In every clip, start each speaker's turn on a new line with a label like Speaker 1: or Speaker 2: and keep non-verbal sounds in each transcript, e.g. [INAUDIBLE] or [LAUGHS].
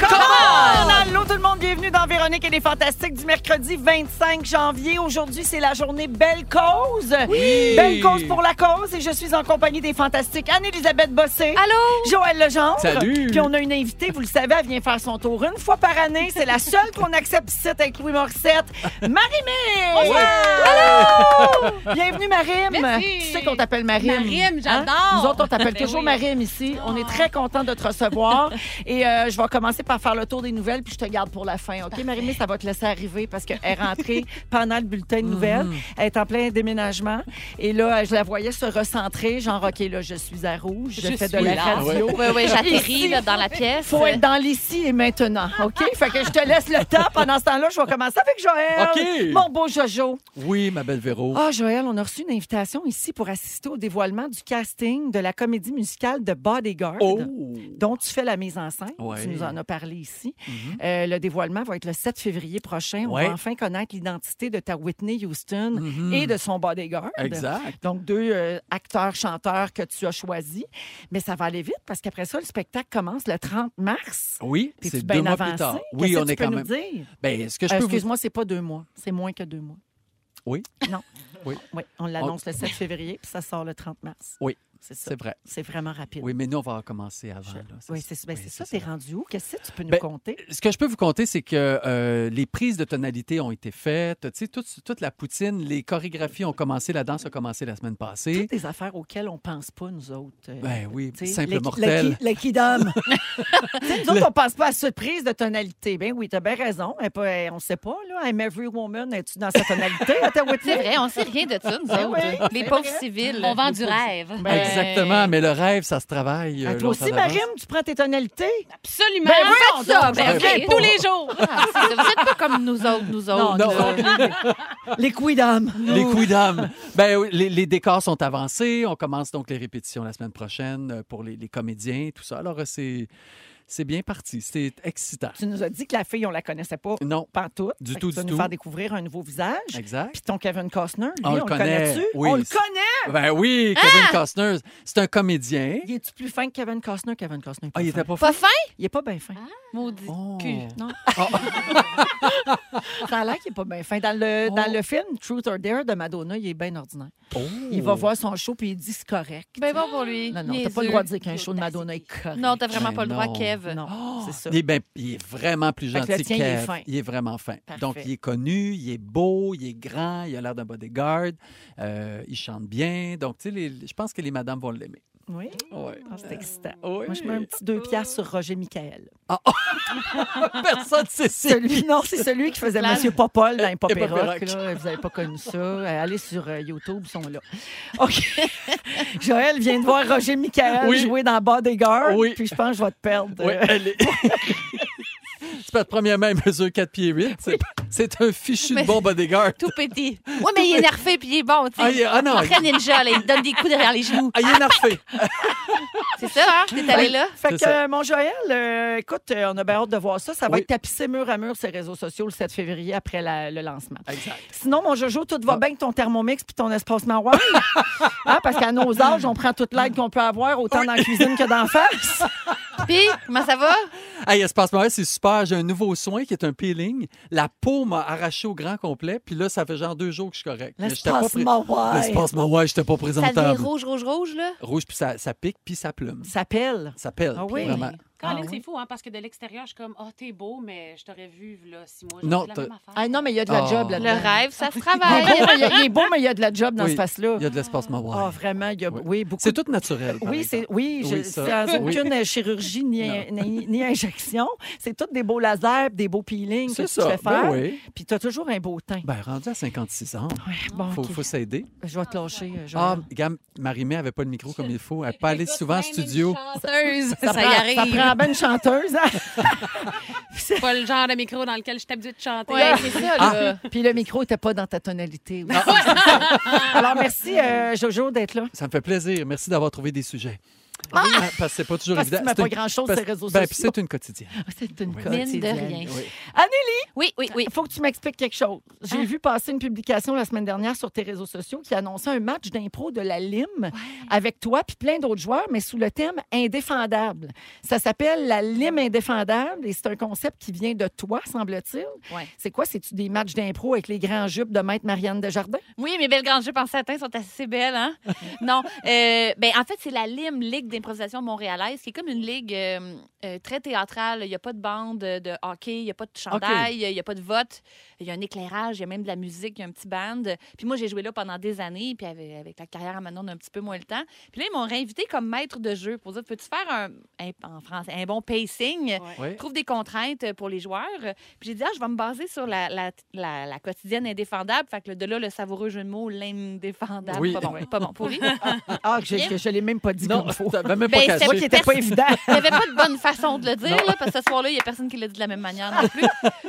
Speaker 1: Allô tout le monde, bienvenue dans Véronique et les Fantastiques du mercredi 25 janvier. Aujourd'hui, c'est la journée Belle Cause. Belle Cause pour la cause et je suis en compagnie des Fantastiques Anne-Élisabeth Bossé. Allô. Joël Legendre.
Speaker 2: Salut.
Speaker 1: Puis on a une invitée, vous le savez, elle vient faire son tour une fois par année. C'est la seule qu'on accepte ici avec Louis Morissette. Marie-Mé. Allô. Bienvenue, Marim.
Speaker 3: Merci.
Speaker 1: Tu sais qu'on t'appelle Marim.
Speaker 3: Marim, j'adore.
Speaker 1: Hein? Nous autres, on t'appelle
Speaker 3: [LAUGHS] Ben
Speaker 1: toujours
Speaker 3: oui.
Speaker 1: Marim ici. On est très contents de te
Speaker 3: [LAUGHS]
Speaker 1: recevoir. Et euh, je vais commencer par faire le tour des nouvelles, puis je te garde pour la fin. OK, Marimé, ça va te laisser arriver parce qu'elle est
Speaker 3: [LAUGHS]
Speaker 1: rentrée pendant le bulletin de nouvelles.
Speaker 3: Mm-hmm.
Speaker 1: Elle est en plein déménagement. Et là, je la voyais se recentrer, genre, OK, là, je suis à rouge, je,
Speaker 3: Je
Speaker 1: fais de
Speaker 3: suis
Speaker 1: la
Speaker 3: là.
Speaker 1: radio.
Speaker 4: Oui, oui, j'atterris là, dans [LAUGHS] la pièce.
Speaker 1: Faut être dans l'ici et maintenant, OK? Fait que je te laisse le temps. Pendant ce temps-là, je vais commencer avec Joël.
Speaker 2: OK.
Speaker 1: Mon beau Jojo.
Speaker 2: Oui, ma belle Véro.
Speaker 1: Ah, Joël, on a reçu une invitation ici pour assister au dévoilement du casting de la comédie musicale de Bodyguard.
Speaker 2: Oh!
Speaker 1: dont tu fais la mise en scène.
Speaker 2: Ouais. Mm-hmm.
Speaker 1: Tu nous en as parlé ici. Euh, le dévoilement va être le 7 février prochain. On
Speaker 2: Ouais. Mm-hmm.
Speaker 1: va enfin connaître l'identité de ta Whitney Houston et de son bodyguard.
Speaker 2: Exact.
Speaker 1: Donc, deux euh, acteurs, chanteurs que tu as choisis. Mais ça va aller vite parce qu'après ça, le spectacle commence le 30 mars.
Speaker 2: Oui,
Speaker 1: T'es-tu
Speaker 2: c'est deux
Speaker 1: bien
Speaker 2: mois
Speaker 1: avancé?
Speaker 2: plus tard.
Speaker 1: Qu'est-ce
Speaker 2: Oui,
Speaker 1: que
Speaker 2: on
Speaker 1: tu
Speaker 2: est
Speaker 1: peux
Speaker 2: quand
Speaker 1: nous
Speaker 2: même.
Speaker 1: dire?
Speaker 2: Ben, est-ce que je
Speaker 1: Euh,
Speaker 2: peux vous...
Speaker 1: Excuse-moi, c'est pas deux mois. C'est moins que deux mois.
Speaker 2: Oui,
Speaker 1: Non.
Speaker 2: Oui. Ah.
Speaker 1: Oui, on l'annonce le 7 février, puis ça sort le 30 mars.
Speaker 2: Oui,
Speaker 1: C'est ça.
Speaker 2: c'est vrai.
Speaker 1: C'est vraiment rapide.
Speaker 2: Oui, mais nous, on va commencer avant. là.
Speaker 1: Oui, c'est ben,
Speaker 2: Oui,
Speaker 1: c'est ça.
Speaker 2: c'est
Speaker 1: T'es rendu où? Qu'est-ce que tu peux nous
Speaker 2: Ben,
Speaker 1: compter?
Speaker 2: Ce que je peux vous conter, c'est que euh, les prises de tonalité ont été faites. Tu sais, toute, toute la poutine, les chorégraphies ont commencé, la danse a commencé la semaine passée.
Speaker 1: toutes des affaires auxquelles on pense pas, nous autres. euh,
Speaker 2: Ben oui,
Speaker 1: tu sais,
Speaker 2: simple
Speaker 1: l'équi-
Speaker 2: mortel.
Speaker 1: l'équi-
Speaker 2: [LAUGHS]
Speaker 1: L'équidome. Tu sais, nous autres, on pense pas à surprise de tonalité. Ben oui, t'as bien raison. Elle est pas- elle- on sait pas, là. I'm every woman, es-tu dans sa tonalité? à ta Whitney?
Speaker 4: C'est
Speaker 2: [LAUGHS]
Speaker 4: vrai, on sait rien de ça, nous
Speaker 1: Ah
Speaker 4: autres.
Speaker 1: oui,
Speaker 4: Les
Speaker 1: c'est
Speaker 4: pauvres
Speaker 1: vrai.
Speaker 4: civils.
Speaker 3: On vend du rêve.
Speaker 1: Ben,
Speaker 2: Exactement, mais le rêve, ça se travaille.
Speaker 1: à
Speaker 2: euh,
Speaker 1: toi
Speaker 2: longtemps
Speaker 1: aussi,
Speaker 2: d'avance.
Speaker 1: Marim, tu prends tes tonalités?
Speaker 3: Absolument.
Speaker 1: Ben, voyons donc,
Speaker 4: ben,
Speaker 1: j'en reviens
Speaker 4: ok.
Speaker 1: pas.
Speaker 3: tous les jours.
Speaker 4: Ah, c'est ça. Vous n'êtes pas comme nous autres, nous
Speaker 1: Non,
Speaker 4: autres.
Speaker 1: non.
Speaker 4: là.
Speaker 1: L'équidome.
Speaker 2: Les quidam. [LAUGHS] Ben, oui, les, les décors sont avancés. On commence donc les répétitions la semaine prochaine euh, pour les, les comédiens, tout ça. Alors, euh, c'est, c'est bien parti. C'est excitant.
Speaker 1: Tu nous as dit que la fille, on la connaissait pas
Speaker 2: Non,
Speaker 1: pantoute.
Speaker 2: Du
Speaker 1: Fait que
Speaker 2: tout,
Speaker 1: Tu vas
Speaker 2: du
Speaker 1: nous
Speaker 2: tout.
Speaker 1: faire découvrir un nouveau visage.
Speaker 2: exact.
Speaker 1: Puis ton Kevin Costner, lui,
Speaker 2: Ah, On
Speaker 1: on,
Speaker 2: le
Speaker 1: le
Speaker 2: connaît,
Speaker 1: connaît-tu?
Speaker 2: oui.
Speaker 1: On le connaît!
Speaker 2: Ben oui, Kevin
Speaker 1: Ah!
Speaker 2: Costner, c'est un comédien.
Speaker 1: Il est-tu plus fin que Kevin Costner? Kevin Costner, est
Speaker 2: Ah,
Speaker 1: pas
Speaker 2: il
Speaker 1: fin.
Speaker 2: était pas
Speaker 4: Pas fin?
Speaker 1: Il est pas bien fin.
Speaker 4: Maudit
Speaker 2: Oh.
Speaker 4: cul.
Speaker 1: Non. ça a l'air qu'il est pas bien fin. Dans le,
Speaker 2: Oh.
Speaker 1: dans le film Truth or Dare de Madonna, il est bien ordinaire.
Speaker 2: Oh.
Speaker 1: Il va voir son show puis il dit c'est correct.
Speaker 4: Ben bon pour lui.
Speaker 1: non, non, t'as
Speaker 4: Niaiseux.
Speaker 1: pas le droit de dire qu'un show de Madonna est correct.
Speaker 4: Non, t'as vraiment
Speaker 2: Ben
Speaker 4: pas le droit,
Speaker 2: non.
Speaker 4: Kev.
Speaker 1: Non, c'est ça.
Speaker 2: Il est, ben- il est vraiment plus
Speaker 1: Fait que
Speaker 2: gentil
Speaker 1: le tien, il est
Speaker 2: Kev.
Speaker 1: fin.
Speaker 2: Il est vraiment fin.
Speaker 1: Parfait.
Speaker 2: Donc, il est connu, il est beau, il est grand, il a l'air d'un bodyguard, euh, il chante bien. Donc, tu sais, les- je pense que les madames vont l'aimer.
Speaker 1: Oui,
Speaker 2: Ouais.
Speaker 1: Ah, c'est excitant.
Speaker 2: Oui.
Speaker 1: Moi, je mets un petit deux piastres sur Roger Michael.
Speaker 2: Personne ne sait si- [LAUGHS]
Speaker 1: Celui, non, c'est celui qui faisait Monsieur Popol dans les Pop
Speaker 2: Et Pop et Rock.
Speaker 1: Vous n'avez pas connu ça. Euh, Allez sur euh, YouTube, ils sont là. OK. [LAUGHS] Joël vient de voir Roger Michael
Speaker 2: Oui.
Speaker 1: jouer dans Bodyguard.
Speaker 2: Oui.
Speaker 1: Puis je pense que je vais te perdre.
Speaker 2: Oui,
Speaker 1: Euh,
Speaker 2: elle est. [LAUGHS] C'est pas de première main, il mesure 4 pieds 8. C'est, c'est un fichu de
Speaker 4: Mais-
Speaker 2: bon bodyguard.
Speaker 4: Tout petit. Oui, mais il est nerfé puis il est bon, tu sais.
Speaker 2: Ah, il est- ah non,
Speaker 4: Après ninja, là, il te donne des coups derrière les genoux.
Speaker 2: Ah, il
Speaker 1: [LAUGHS]
Speaker 2: est énervé.
Speaker 4: [LAUGHS] C'est ça, hein? T'es allé là?
Speaker 1: [LAUGHS] Fait
Speaker 2: C'est
Speaker 1: que,
Speaker 2: ça.
Speaker 1: euh, mon Joël, euh, écoute, euh, on a bien hâte de voir ça. Ça va
Speaker 2: Oui.
Speaker 1: être tapissé mur à mur ces réseaux sociaux le 7 février après la- le lancement.
Speaker 2: Exact.
Speaker 1: Sinon, mon Jojo, tout va
Speaker 2: Ah.
Speaker 1: bien avec ton Thermomix puis ton espace
Speaker 2: [LAUGHS]
Speaker 1: miroir. Hein, parce qu'à nos âges, on prend toute
Speaker 2: Mm.
Speaker 1: l'aide qu'on peut avoir, autant dans la cuisine que
Speaker 2: [LAUGHS]
Speaker 1: dans la face.
Speaker 4: Puis, comment ça va?
Speaker 2: Hey, Espace Montréal, c'est super. J'ai un nouveau soin qui est un peeling. La peau m'a arraché au grand complet. Puis là, ça fait genre deux jours que je suis correct. Mais j'étais pas
Speaker 1: L'espace
Speaker 2: pré-
Speaker 1: miroir.
Speaker 2: L'espace Montréal, j'étais pas
Speaker 4: Ça devient
Speaker 2: présentable.
Speaker 4: rouge, rouge, rouge, là?
Speaker 2: Rouge, puis ça, ça pique, puis ça plume.
Speaker 1: Ça pèle.
Speaker 2: Ça pèle.
Speaker 1: Ah oui?
Speaker 2: Vraiment.
Speaker 1: Ah
Speaker 3: Colin,
Speaker 1: oui.
Speaker 3: c'est fou, hein, parce que de l'extérieur, je suis comme, oh, t'es beau, mais je t'aurais vu, là, six mois.
Speaker 2: Non,
Speaker 3: Non, la
Speaker 2: t'as-
Speaker 3: même affaire.
Speaker 1: Ah non, mais il y a de la
Speaker 2: Oh.
Speaker 1: job
Speaker 4: Le
Speaker 1: là-dedans.
Speaker 4: rêve, ça se
Speaker 1: Il est
Speaker 4: travaille.
Speaker 1: beau, mais il y a- il est beau, mais il y a de la job dans
Speaker 2: Oui.
Speaker 1: ce face-là.
Speaker 2: Il y a de l'espace
Speaker 1: Ah,
Speaker 2: Montréal.
Speaker 1: vraiment, il y a
Speaker 2: Oui.
Speaker 1: oui, beaucoup
Speaker 2: c'est tout naturel. par
Speaker 1: Oui,
Speaker 2: exemple.
Speaker 1: c'est oui, je-
Speaker 2: Oui, ça.
Speaker 1: sans
Speaker 2: Oui.
Speaker 1: aucune euh, chirurgie ni, ni, ni injection. C'est tout des beaux lasers, des beaux peelings que
Speaker 2: C'est
Speaker 1: tu
Speaker 2: ça.
Speaker 1: fais faire.
Speaker 2: Ben oui.
Speaker 1: Puis tu as toujours un beau teint.
Speaker 2: Ben, rendu à 56 ans,
Speaker 1: Ouais, bon,
Speaker 2: Ben, faut,
Speaker 1: OK.
Speaker 2: faut s'aider.
Speaker 1: Je vais te lâcher. euh, Joël.
Speaker 2: Ah, regarde, Marie-Mé avait pas le micro comme il faut. Elle peut aller souvent en studio.
Speaker 1: Ah,
Speaker 4: Chanteuse, ça,
Speaker 1: ça, prend, ça prend bien une chanteuse. hein?
Speaker 3: C'est pas le genre de micro dans lequel je suis habituée de chanter.
Speaker 4: Ouais, c'est ça, là.
Speaker 1: [LAUGHS] Puis le micro n'était pas dans ta tonalité.
Speaker 2: Ah,
Speaker 1: aussi. [LAUGHS] Alors, merci, euh, Jojo, d'être là.
Speaker 2: Ça me fait plaisir. Merci d'avoir trouvé des sujets. Ah, parce que c'est pas toujours
Speaker 1: Parce que
Speaker 2: évident.
Speaker 1: tu mets
Speaker 2: C'est
Speaker 1: pas
Speaker 2: une-
Speaker 1: grand-chose
Speaker 2: parce-
Speaker 1: sur les réseaux
Speaker 2: ben, puis
Speaker 1: sociaux.
Speaker 2: c'est une quotidienne.
Speaker 1: Ah, C'est une
Speaker 2: Oui.
Speaker 4: Mine de
Speaker 1: quotidienne.
Speaker 4: rien.
Speaker 2: Oui.
Speaker 1: Anneli,
Speaker 4: Oui, oui, oui.
Speaker 1: il faut que tu m'expliques quelque chose. J'ai vu passer une publication la semaine dernière sur tes réseaux sociaux qui annonçait un match d'impro de la Lime avec toi puis plein d'autres joueurs, mais sous le thème indéfendable. Ça s'appelle la Lime indéfendable et c'est un concept qui vient de toi, semble-t-il.
Speaker 4: Ouais.
Speaker 1: C'est quoi? C'est-tu des matchs d'impro avec les grands jupes de Maître Marianne Desjardins?
Speaker 4: Oui, mes belles grandes jupes en satin sont assez belles, [LAUGHS] hein? non. Euh, ben, en fait, c'est la LIM, Ligue d'improvisation montréalaise, qui est comme une ligue euh, euh, très théâtrale. Il n'y a pas de bande euh, de hockey, il n'y a pas de chandail, il n'y a pas de vote. Il y a un éclairage, il y a même de la musique, il y a un petit band. Puis moi, j'ai joué là pendant des années, puis avec, avec la carrière à Manon, on a un petit peu moins le temps. Puis là, ils m'ont réinvité comme maître de jeu pour dire, peux-tu faire un, un- en français, un bon pacing?
Speaker 2: Oui.
Speaker 4: trouve des contraintes euh, pour les joueurs. Puis j'ai dit, ah, je vais me baser sur la, la, la- la quotidienne indéfendable. Fait que de là, le savoureux jeu de mots, l'indéfendable.
Speaker 2: Oui.
Speaker 4: Pas bon, pas bon, pourri.
Speaker 1: [LAUGHS] Ah, que je ne l'ai même pas dit
Speaker 2: Non,
Speaker 1: comme faut.
Speaker 2: t'as même pas
Speaker 4: Ben,
Speaker 2: caché.
Speaker 4: c'est
Speaker 1: Moi qui n'était pas évident.
Speaker 4: [LAUGHS] Il n'y avait pas de bonne façon de le dire, là, parce que ce soir-là, il n'y a personne qui l'a dit de la même manière non
Speaker 1: [LAUGHS]
Speaker 4: plus.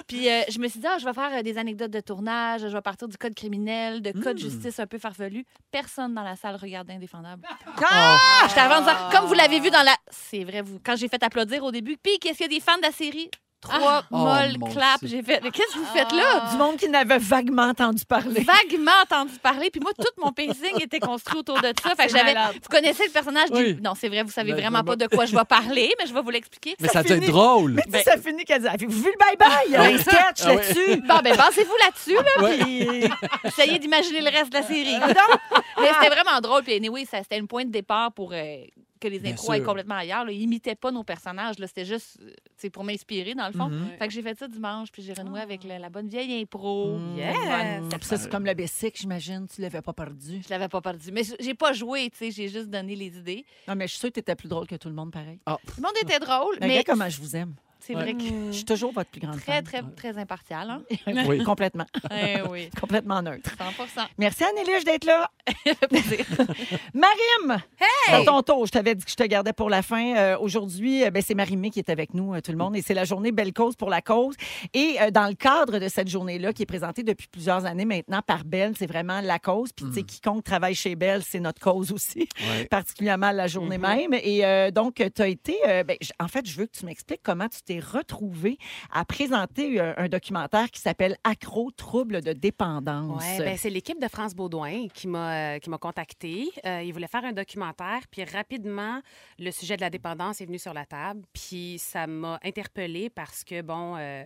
Speaker 4: Puis euh, je me suis dit, ah, je vais faire euh, des anecdotes de tournage, je vais partir du code criminel, de
Speaker 1: Hmm.
Speaker 4: code justice un peu farfelu. Personne dans la salle regarde indéfendable. Ah! J'étais avant de dire, comme vous l'avez vu dans la. C'est vrai, vous. Quand j'ai fait applaudir au début, puis qu'est-ce qu'il y a des fans de la série? Trois
Speaker 2: Oh,
Speaker 4: molles,
Speaker 2: mon
Speaker 4: clap.
Speaker 2: Dieu.
Speaker 4: J'ai fait, mais qu'est-ce que vous faites là?
Speaker 1: Ah, Du monde qui n'avait vaguement entendu parler.
Speaker 4: vaguement entendu parler. Puis moi, tout mon pacing était construit autour de [LAUGHS] ça. Fait que j'avais. Vous connaissez le personnage du.
Speaker 2: Oui.
Speaker 4: Non, c'est vrai, vous savez
Speaker 2: Ben, je
Speaker 4: vraiment
Speaker 2: vois
Speaker 4: pas de quoi je vais parler, mais je vais vous l'expliquer.
Speaker 2: Mais
Speaker 1: ça
Speaker 2: ça doit
Speaker 1: finit.
Speaker 2: être drôle.
Speaker 1: Mais ça finit qu'elle dit Avez-vous vu le bye-bye Il y a un sketch
Speaker 2: Ben- Ah oui.
Speaker 1: là-dessus.
Speaker 4: Bon, ben, pensez-vous là-dessus, là.
Speaker 2: Ouais.
Speaker 4: Puis essayez d'imaginer le reste de la série. Donc, mais c'était vraiment drôle. Puis, anyway, ça, c'était une pointe de départ pour. euh, que les
Speaker 2: Bien
Speaker 4: impros aient
Speaker 2: sûr.
Speaker 4: complètement ailleurs. là. Ils imitaient pas nos personnages. là. C'était juste euh, c'est pour m'inspirer, dans le fond.
Speaker 2: Mhm.
Speaker 4: Fait que j'ai fait ça dimanche, puis j'ai
Speaker 3: Ah.
Speaker 4: renoué avec la, la bonne vieille impro.
Speaker 1: Yes.
Speaker 4: Bonne-
Speaker 1: Ça, c'est comme le Bessic, j'imagine. Tu l'avais pas perdu.
Speaker 4: Je l'avais pas perdu. Mais j'ai pas joué, tu sais. J'ai juste donné les idées.
Speaker 1: Non, mais je suis sûre que tu étais plus drôle que tout le monde, pareil.
Speaker 2: Ah,
Speaker 4: Le monde
Speaker 1: [LAUGHS]
Speaker 4: était drôle,
Speaker 1: Mais
Speaker 4: mais
Speaker 1: regarde comment je vous aime.
Speaker 4: c'est vrai que
Speaker 1: Je suis toujours votre plus grande
Speaker 4: très,
Speaker 1: fan.
Speaker 4: très, très impartial.
Speaker 1: [LAUGHS]
Speaker 4: Hein?
Speaker 2: Oui.
Speaker 1: Complètement. [LAUGHS]
Speaker 4: Eh oui,
Speaker 1: Complètement neutre.
Speaker 4: 100
Speaker 1: Merci, Annelige, d'être là. [LAUGHS]
Speaker 4: plaisir.
Speaker 1: Marim! Hey! ton tour. Je t'avais dit que je te gardais pour la fin. Euh, Aujourd'hui, euh, ben, c'est Marimé qui est avec nous, euh, tout le monde. Et c'est la journée Belle Cause pour la cause. Et euh, dans le cadre de cette journée-là, qui est présentée depuis plusieurs années maintenant par Belle, c'est vraiment la cause. Puis, tu sais, quiconque travaille chez Belle, c'est notre cause aussi.
Speaker 2: Ouais.
Speaker 1: [LAUGHS] particulièrement la journée même. Et euh, donc, tu as été. euh, ben, j- en fait, je veux que tu m'expliques comment tu t'es retrouvé à présenter euh, un, documentaire qui s'appelle Accro, trouble de dépendance.
Speaker 3: Ouais, ben, c'est l'équipe de France Baudouin qui m'a euh, qui m'a contactée. Euh, ils voulaient faire un documentaire, puis rapidement le sujet de la dépendance est venu sur la table, puis ça m'a interpellée parce que bon, euh,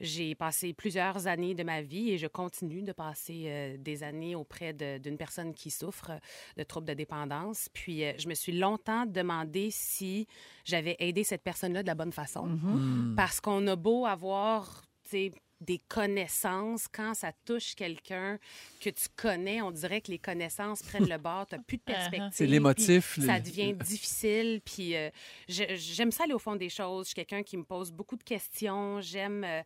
Speaker 3: j'ai passé plusieurs années de ma vie et je continue de passer euh, des années auprès de- d'une personne qui souffre de troubles de dépendance. Puis euh, je me suis longtemps demandé si j'avais aidé cette personne-là de la bonne façon
Speaker 1: Mhm.
Speaker 2: Hmm.
Speaker 3: parce qu'on a beau avoir tu sais, des connaissances, quand ça touche quelqu'un que tu connais, on dirait que les connaissances prennent le bord, tu n'as plus de perspective.
Speaker 2: C'est l'émotif,
Speaker 3: puis Ça
Speaker 2: le- [LAUGHS]
Speaker 3: devient difficile, puis euh, je- j'aime ça aller au fond des choses. Je suis quelqu'un qui me pose beaucoup de questions, j'aime euh,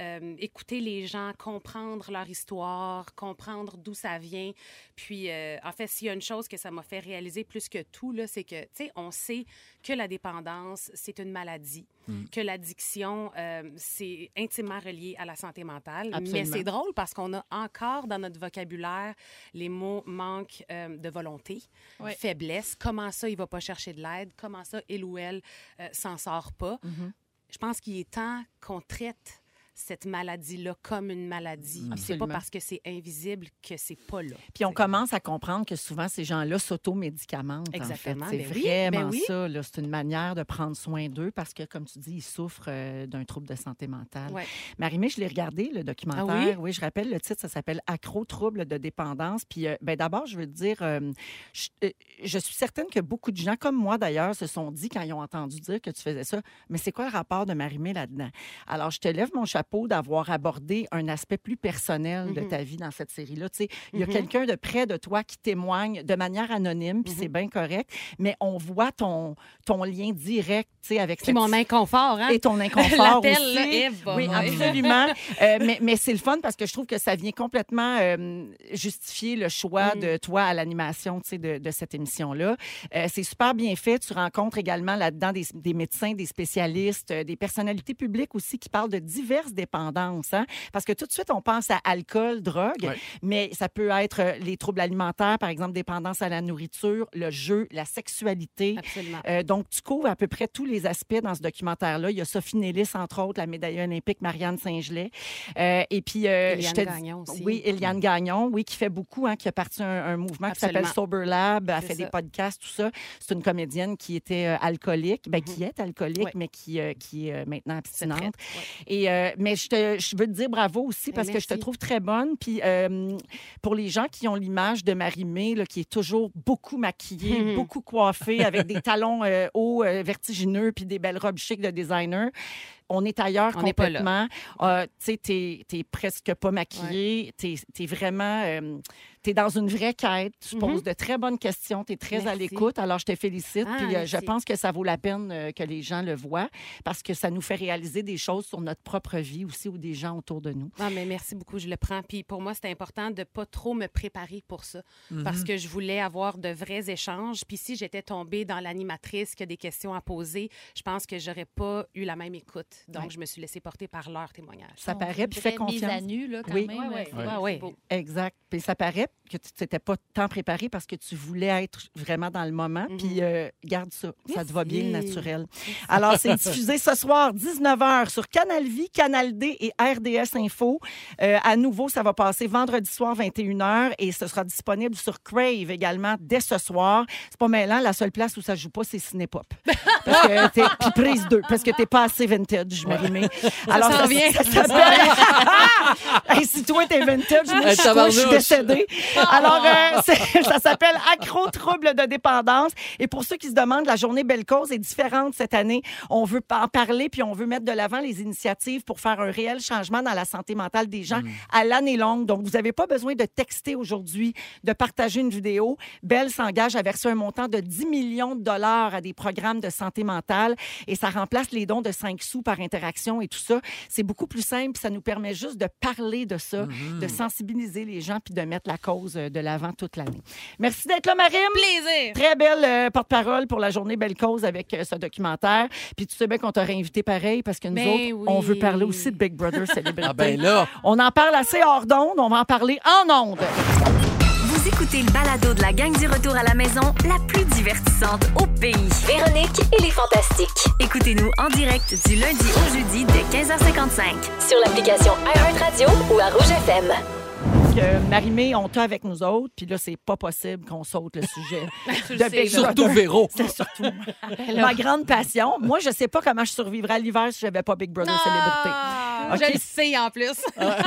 Speaker 3: euh, écouter les gens, comprendre leur histoire, comprendre d'où ça vient. Puis, euh, en fait, s'il y a une chose que ça m'a fait réaliser plus que tout, là, c'est que, tu sais, on sait que la dépendance, c'est une maladie,
Speaker 1: Mm.
Speaker 3: que l'addiction, euh, c'est intimement relié à la santé mentale. Mais
Speaker 1: Absolument.
Speaker 3: c'est drôle parce qu'on a encore dans notre vocabulaire les mots manque euh, de volonté,
Speaker 4: Ouais.
Speaker 3: faiblesse, comment ça, il va pas chercher de l'aide, comment ça, il ou elle euh, s'en sort pas. Je pense qu'il est temps qu'on traite cette maladie-là comme une maladie. Puis C'est pas
Speaker 1: Absolument.
Speaker 3: parce que c'est invisible que c'est pas là.
Speaker 1: Puis on commence à comprendre que souvent, ces gens-là s'automédicamentent. en fait.
Speaker 3: Exactement,
Speaker 1: C'est
Speaker 3: ben oui,
Speaker 1: vraiment
Speaker 3: ben oui.
Speaker 1: ça. là. C'est une manière de prendre soin d'eux parce que, comme tu dis, ils souffrent euh, d'un trouble de santé mentale.
Speaker 3: Ouais.
Speaker 1: Marie-Mé, je l'ai regardé, le documentaire.
Speaker 3: Ah oui?
Speaker 1: je rappelle, le titre, ça s'appelle Accro, trouble de dépendance. Puis, euh, ben, d'abord, je veux te dire, euh, je, euh, je suis certaine que beaucoup de gens, comme moi d'ailleurs, se sont dit quand ils ont entendu dire que tu faisais ça, mais c'est quoi le rapport de Marimé là-dedans? Alors, je te lève mon chapeau chapeau d'avoir abordé un aspect plus personnel de ta vie dans cette série-là. Tu sais, il y a
Speaker 3: Mhm.
Speaker 1: quelqu'un de près de toi qui témoigne de manière anonyme, puis
Speaker 3: Mhm.
Speaker 1: c'est bien correct, mais on voit ton, ton lien direct, tu sais, avec
Speaker 3: Puis
Speaker 1: cette
Speaker 3: mon inconfort, hein? [LAUGHS]
Speaker 1: et ton inconfort
Speaker 3: L'appel,
Speaker 1: aussi.
Speaker 3: là, eh ben,
Speaker 1: oui,
Speaker 3: ouais. [LAUGHS]
Speaker 1: absolument. Euh, mais mais c'est le fun parce que je trouve que ça vient complètement euh, justifier le choix
Speaker 3: Mm.
Speaker 1: de toi à l'animation tu sais, de, de cette émission-là. Euh, c'est super bien fait. Tu rencontres également là-dedans des, des médecins, des spécialistes, euh, des personnalités publiques aussi qui parlent de diverses dépendances. hein. Parce que tout de suite, on pense à alcool, drogue,
Speaker 2: Ouais.
Speaker 1: mais ça peut être euh, les troubles alimentaires, par exemple, dépendance à la nourriture, le jeu, la sexualité.
Speaker 3: Absolument.
Speaker 1: Euh, donc, tu couvres à peu près tous les aspects dans ce documentaire-là. Il y a Sophie Nélis, entre autres, la médaille olympique Marianne Saint-Gelais. Euh, et puis, euh,
Speaker 3: Éliane
Speaker 1: je te dis-
Speaker 3: Gagnon aussi.
Speaker 1: Oui, Eliane Gagnon, oui, qui fait beaucoup, hein, qui a parti un, un mouvement qui
Speaker 3: Absolument.
Speaker 1: s'appelle Sober Lab, a
Speaker 3: C'est
Speaker 1: fait des
Speaker 3: ça.
Speaker 1: podcasts, tout ça. C'est une comédienne qui était euh, alcoolique, ben, qui est alcoolique,
Speaker 3: Mm-hmm. Ouais.
Speaker 1: mais qui, euh, qui est euh, maintenant
Speaker 3: C'est très-
Speaker 1: abstinente. Et, euh, mais je, te- je veux te dire bravo aussi
Speaker 3: Ben,
Speaker 1: parce que je te
Speaker 3: merci.
Speaker 1: trouve très bonne. Puis euh, pour les gens qui ont l'image de Marie-Mé, là, qui est toujours beaucoup maquillée,
Speaker 3: Mhm.
Speaker 1: beaucoup coiffée, avec des [LAUGHS] talons euh, hauts euh, vertigineux puis des belles robes chic de designer, on est ailleurs
Speaker 3: On n'est pas là.
Speaker 1: complètement. Euh, tu sais, t'es, t'es presque pas maquillée. T'es, t'es vraiment... euh, t'es dans une vraie quête. Tu
Speaker 3: Mhm.
Speaker 1: poses de très bonnes questions. T'es très à
Speaker 3: Merci.
Speaker 1: l'écoute. Alors, je te félicite.
Speaker 3: Ah,
Speaker 1: puis euh, je
Speaker 3: merci.
Speaker 1: pense que ça vaut la peine euh, que les gens le voient parce que ça nous fait réaliser des choses sur notre propre vie aussi ou des gens autour de nous.
Speaker 3: Ah, mais merci beaucoup, je le prends. Puis pour moi, c'était important de pas trop me préparer pour ça
Speaker 2: Mhm.
Speaker 1: Mm-hmm.
Speaker 3: parce que je voulais avoir de vrais échanges. Puis si j'étais tombée dans l'animatrice qui a des questions à poser, je pense que j'aurais pas eu la même écoute. Donc,
Speaker 1: Ouais.
Speaker 3: je me suis laissée porter par leur témoignage.
Speaker 1: Ça paraît, puis fais
Speaker 4: Mise à
Speaker 1: confiance.
Speaker 4: nu, là, quand
Speaker 1: Oui.
Speaker 4: même.
Speaker 3: Ouais, ouais.
Speaker 4: C'est-
Speaker 3: Ouais,
Speaker 4: c'est
Speaker 3: ouais.
Speaker 4: beau.
Speaker 1: Exact. Puis ça paraît que tu t'étais pas tant préparé parce que tu voulais être vraiment dans le moment.
Speaker 3: Mhm.
Speaker 1: Puis euh, garde ça. Ça te va bien, le
Speaker 3: Merci.
Speaker 1: naturel. Alors,
Speaker 3: [LAUGHS]
Speaker 1: c'est diffusé ce soir, 19h, sur Canal Vie, Canal D et RDS Info. Euh, à nouveau, ça va passer vendredi soir, 21h, et ce sera disponible sur Crave également dès ce soir. C'est pas mêlant, la seule place où ça joue pas, c'est Cinépop. Parce que t'es puis prise 2, parce que t'es pas assez vintage, Marie-Mé. Alors,
Speaker 3: s'en
Speaker 1: ça,
Speaker 3: vient.
Speaker 1: ça s'appelle... Hey, si toi, t'es vintage, moi,
Speaker 2: Hey,
Speaker 1: je suis- moi, je suis
Speaker 2: tabarnouche.
Speaker 1: décédée. Alors, euh, [LAUGHS] c'est- ça s'appelle Accro trouble de dépendance. Et pour ceux qui se demandent, la journée Belle Cause est différente cette année. On veut en parler, puis on veut mettre de l'avant les initiatives pour faire un réel changement dans la santé mentale des gens à l'année longue. Donc, vous n'avez pas besoin de texter aujourd'hui, de partager une vidéo. Belle s'engage à verser un montant de 10 millions de dollars à des programmes de santé mentale et ça remplace les dons de 5 sous par interaction et tout ça. C'est beaucoup plus simple. puis Ça nous permet juste de parler de ça,
Speaker 2: Mm-hmm.
Speaker 1: de sensibiliser les gens puis de mettre la cause euh, de l'avant toute l'année. Merci d'être là, Marim.
Speaker 4: Plaisir!
Speaker 1: Très belle euh, porte-parole pour la journée Belle Cause avec euh, ce documentaire. Puis tu sais bien qu'on t'aurait invité pareil parce que nous
Speaker 3: Ben
Speaker 1: autres,
Speaker 3: oui.
Speaker 1: on veut parler aussi de Big Brother Célébrité.
Speaker 2: Ah ben là,
Speaker 1: On en parle assez hors d'onde, on va en parler en onde.
Speaker 5: Vous écoutez le balado de la gang du retour à la maison, la plus divertissante au pays.
Speaker 6: Véronique et les Fantastiques.
Speaker 5: Écoutez-nous en direct du lundi au jeudi dès 15h55.
Speaker 6: Sur l'application iHeartRadio ou à Rouge FM.
Speaker 1: Que Marimé, on t'a avec nous autres, puis là, c'est pas possible qu'on saute le
Speaker 3: [LAUGHS]
Speaker 1: sujet.
Speaker 4: Tu le
Speaker 1: De
Speaker 4: sais,
Speaker 1: Big
Speaker 4: là.
Speaker 2: surtout Véro.
Speaker 1: C'est surtout
Speaker 3: Ah, ben
Speaker 1: ma grande passion. Moi, je sais pas comment je survivrais à l'hiver si j'avais pas Big Brother Célébrité.
Speaker 3: [LAUGHS] Ah,
Speaker 1: Ok. Ah.
Speaker 3: Je le sais en plus.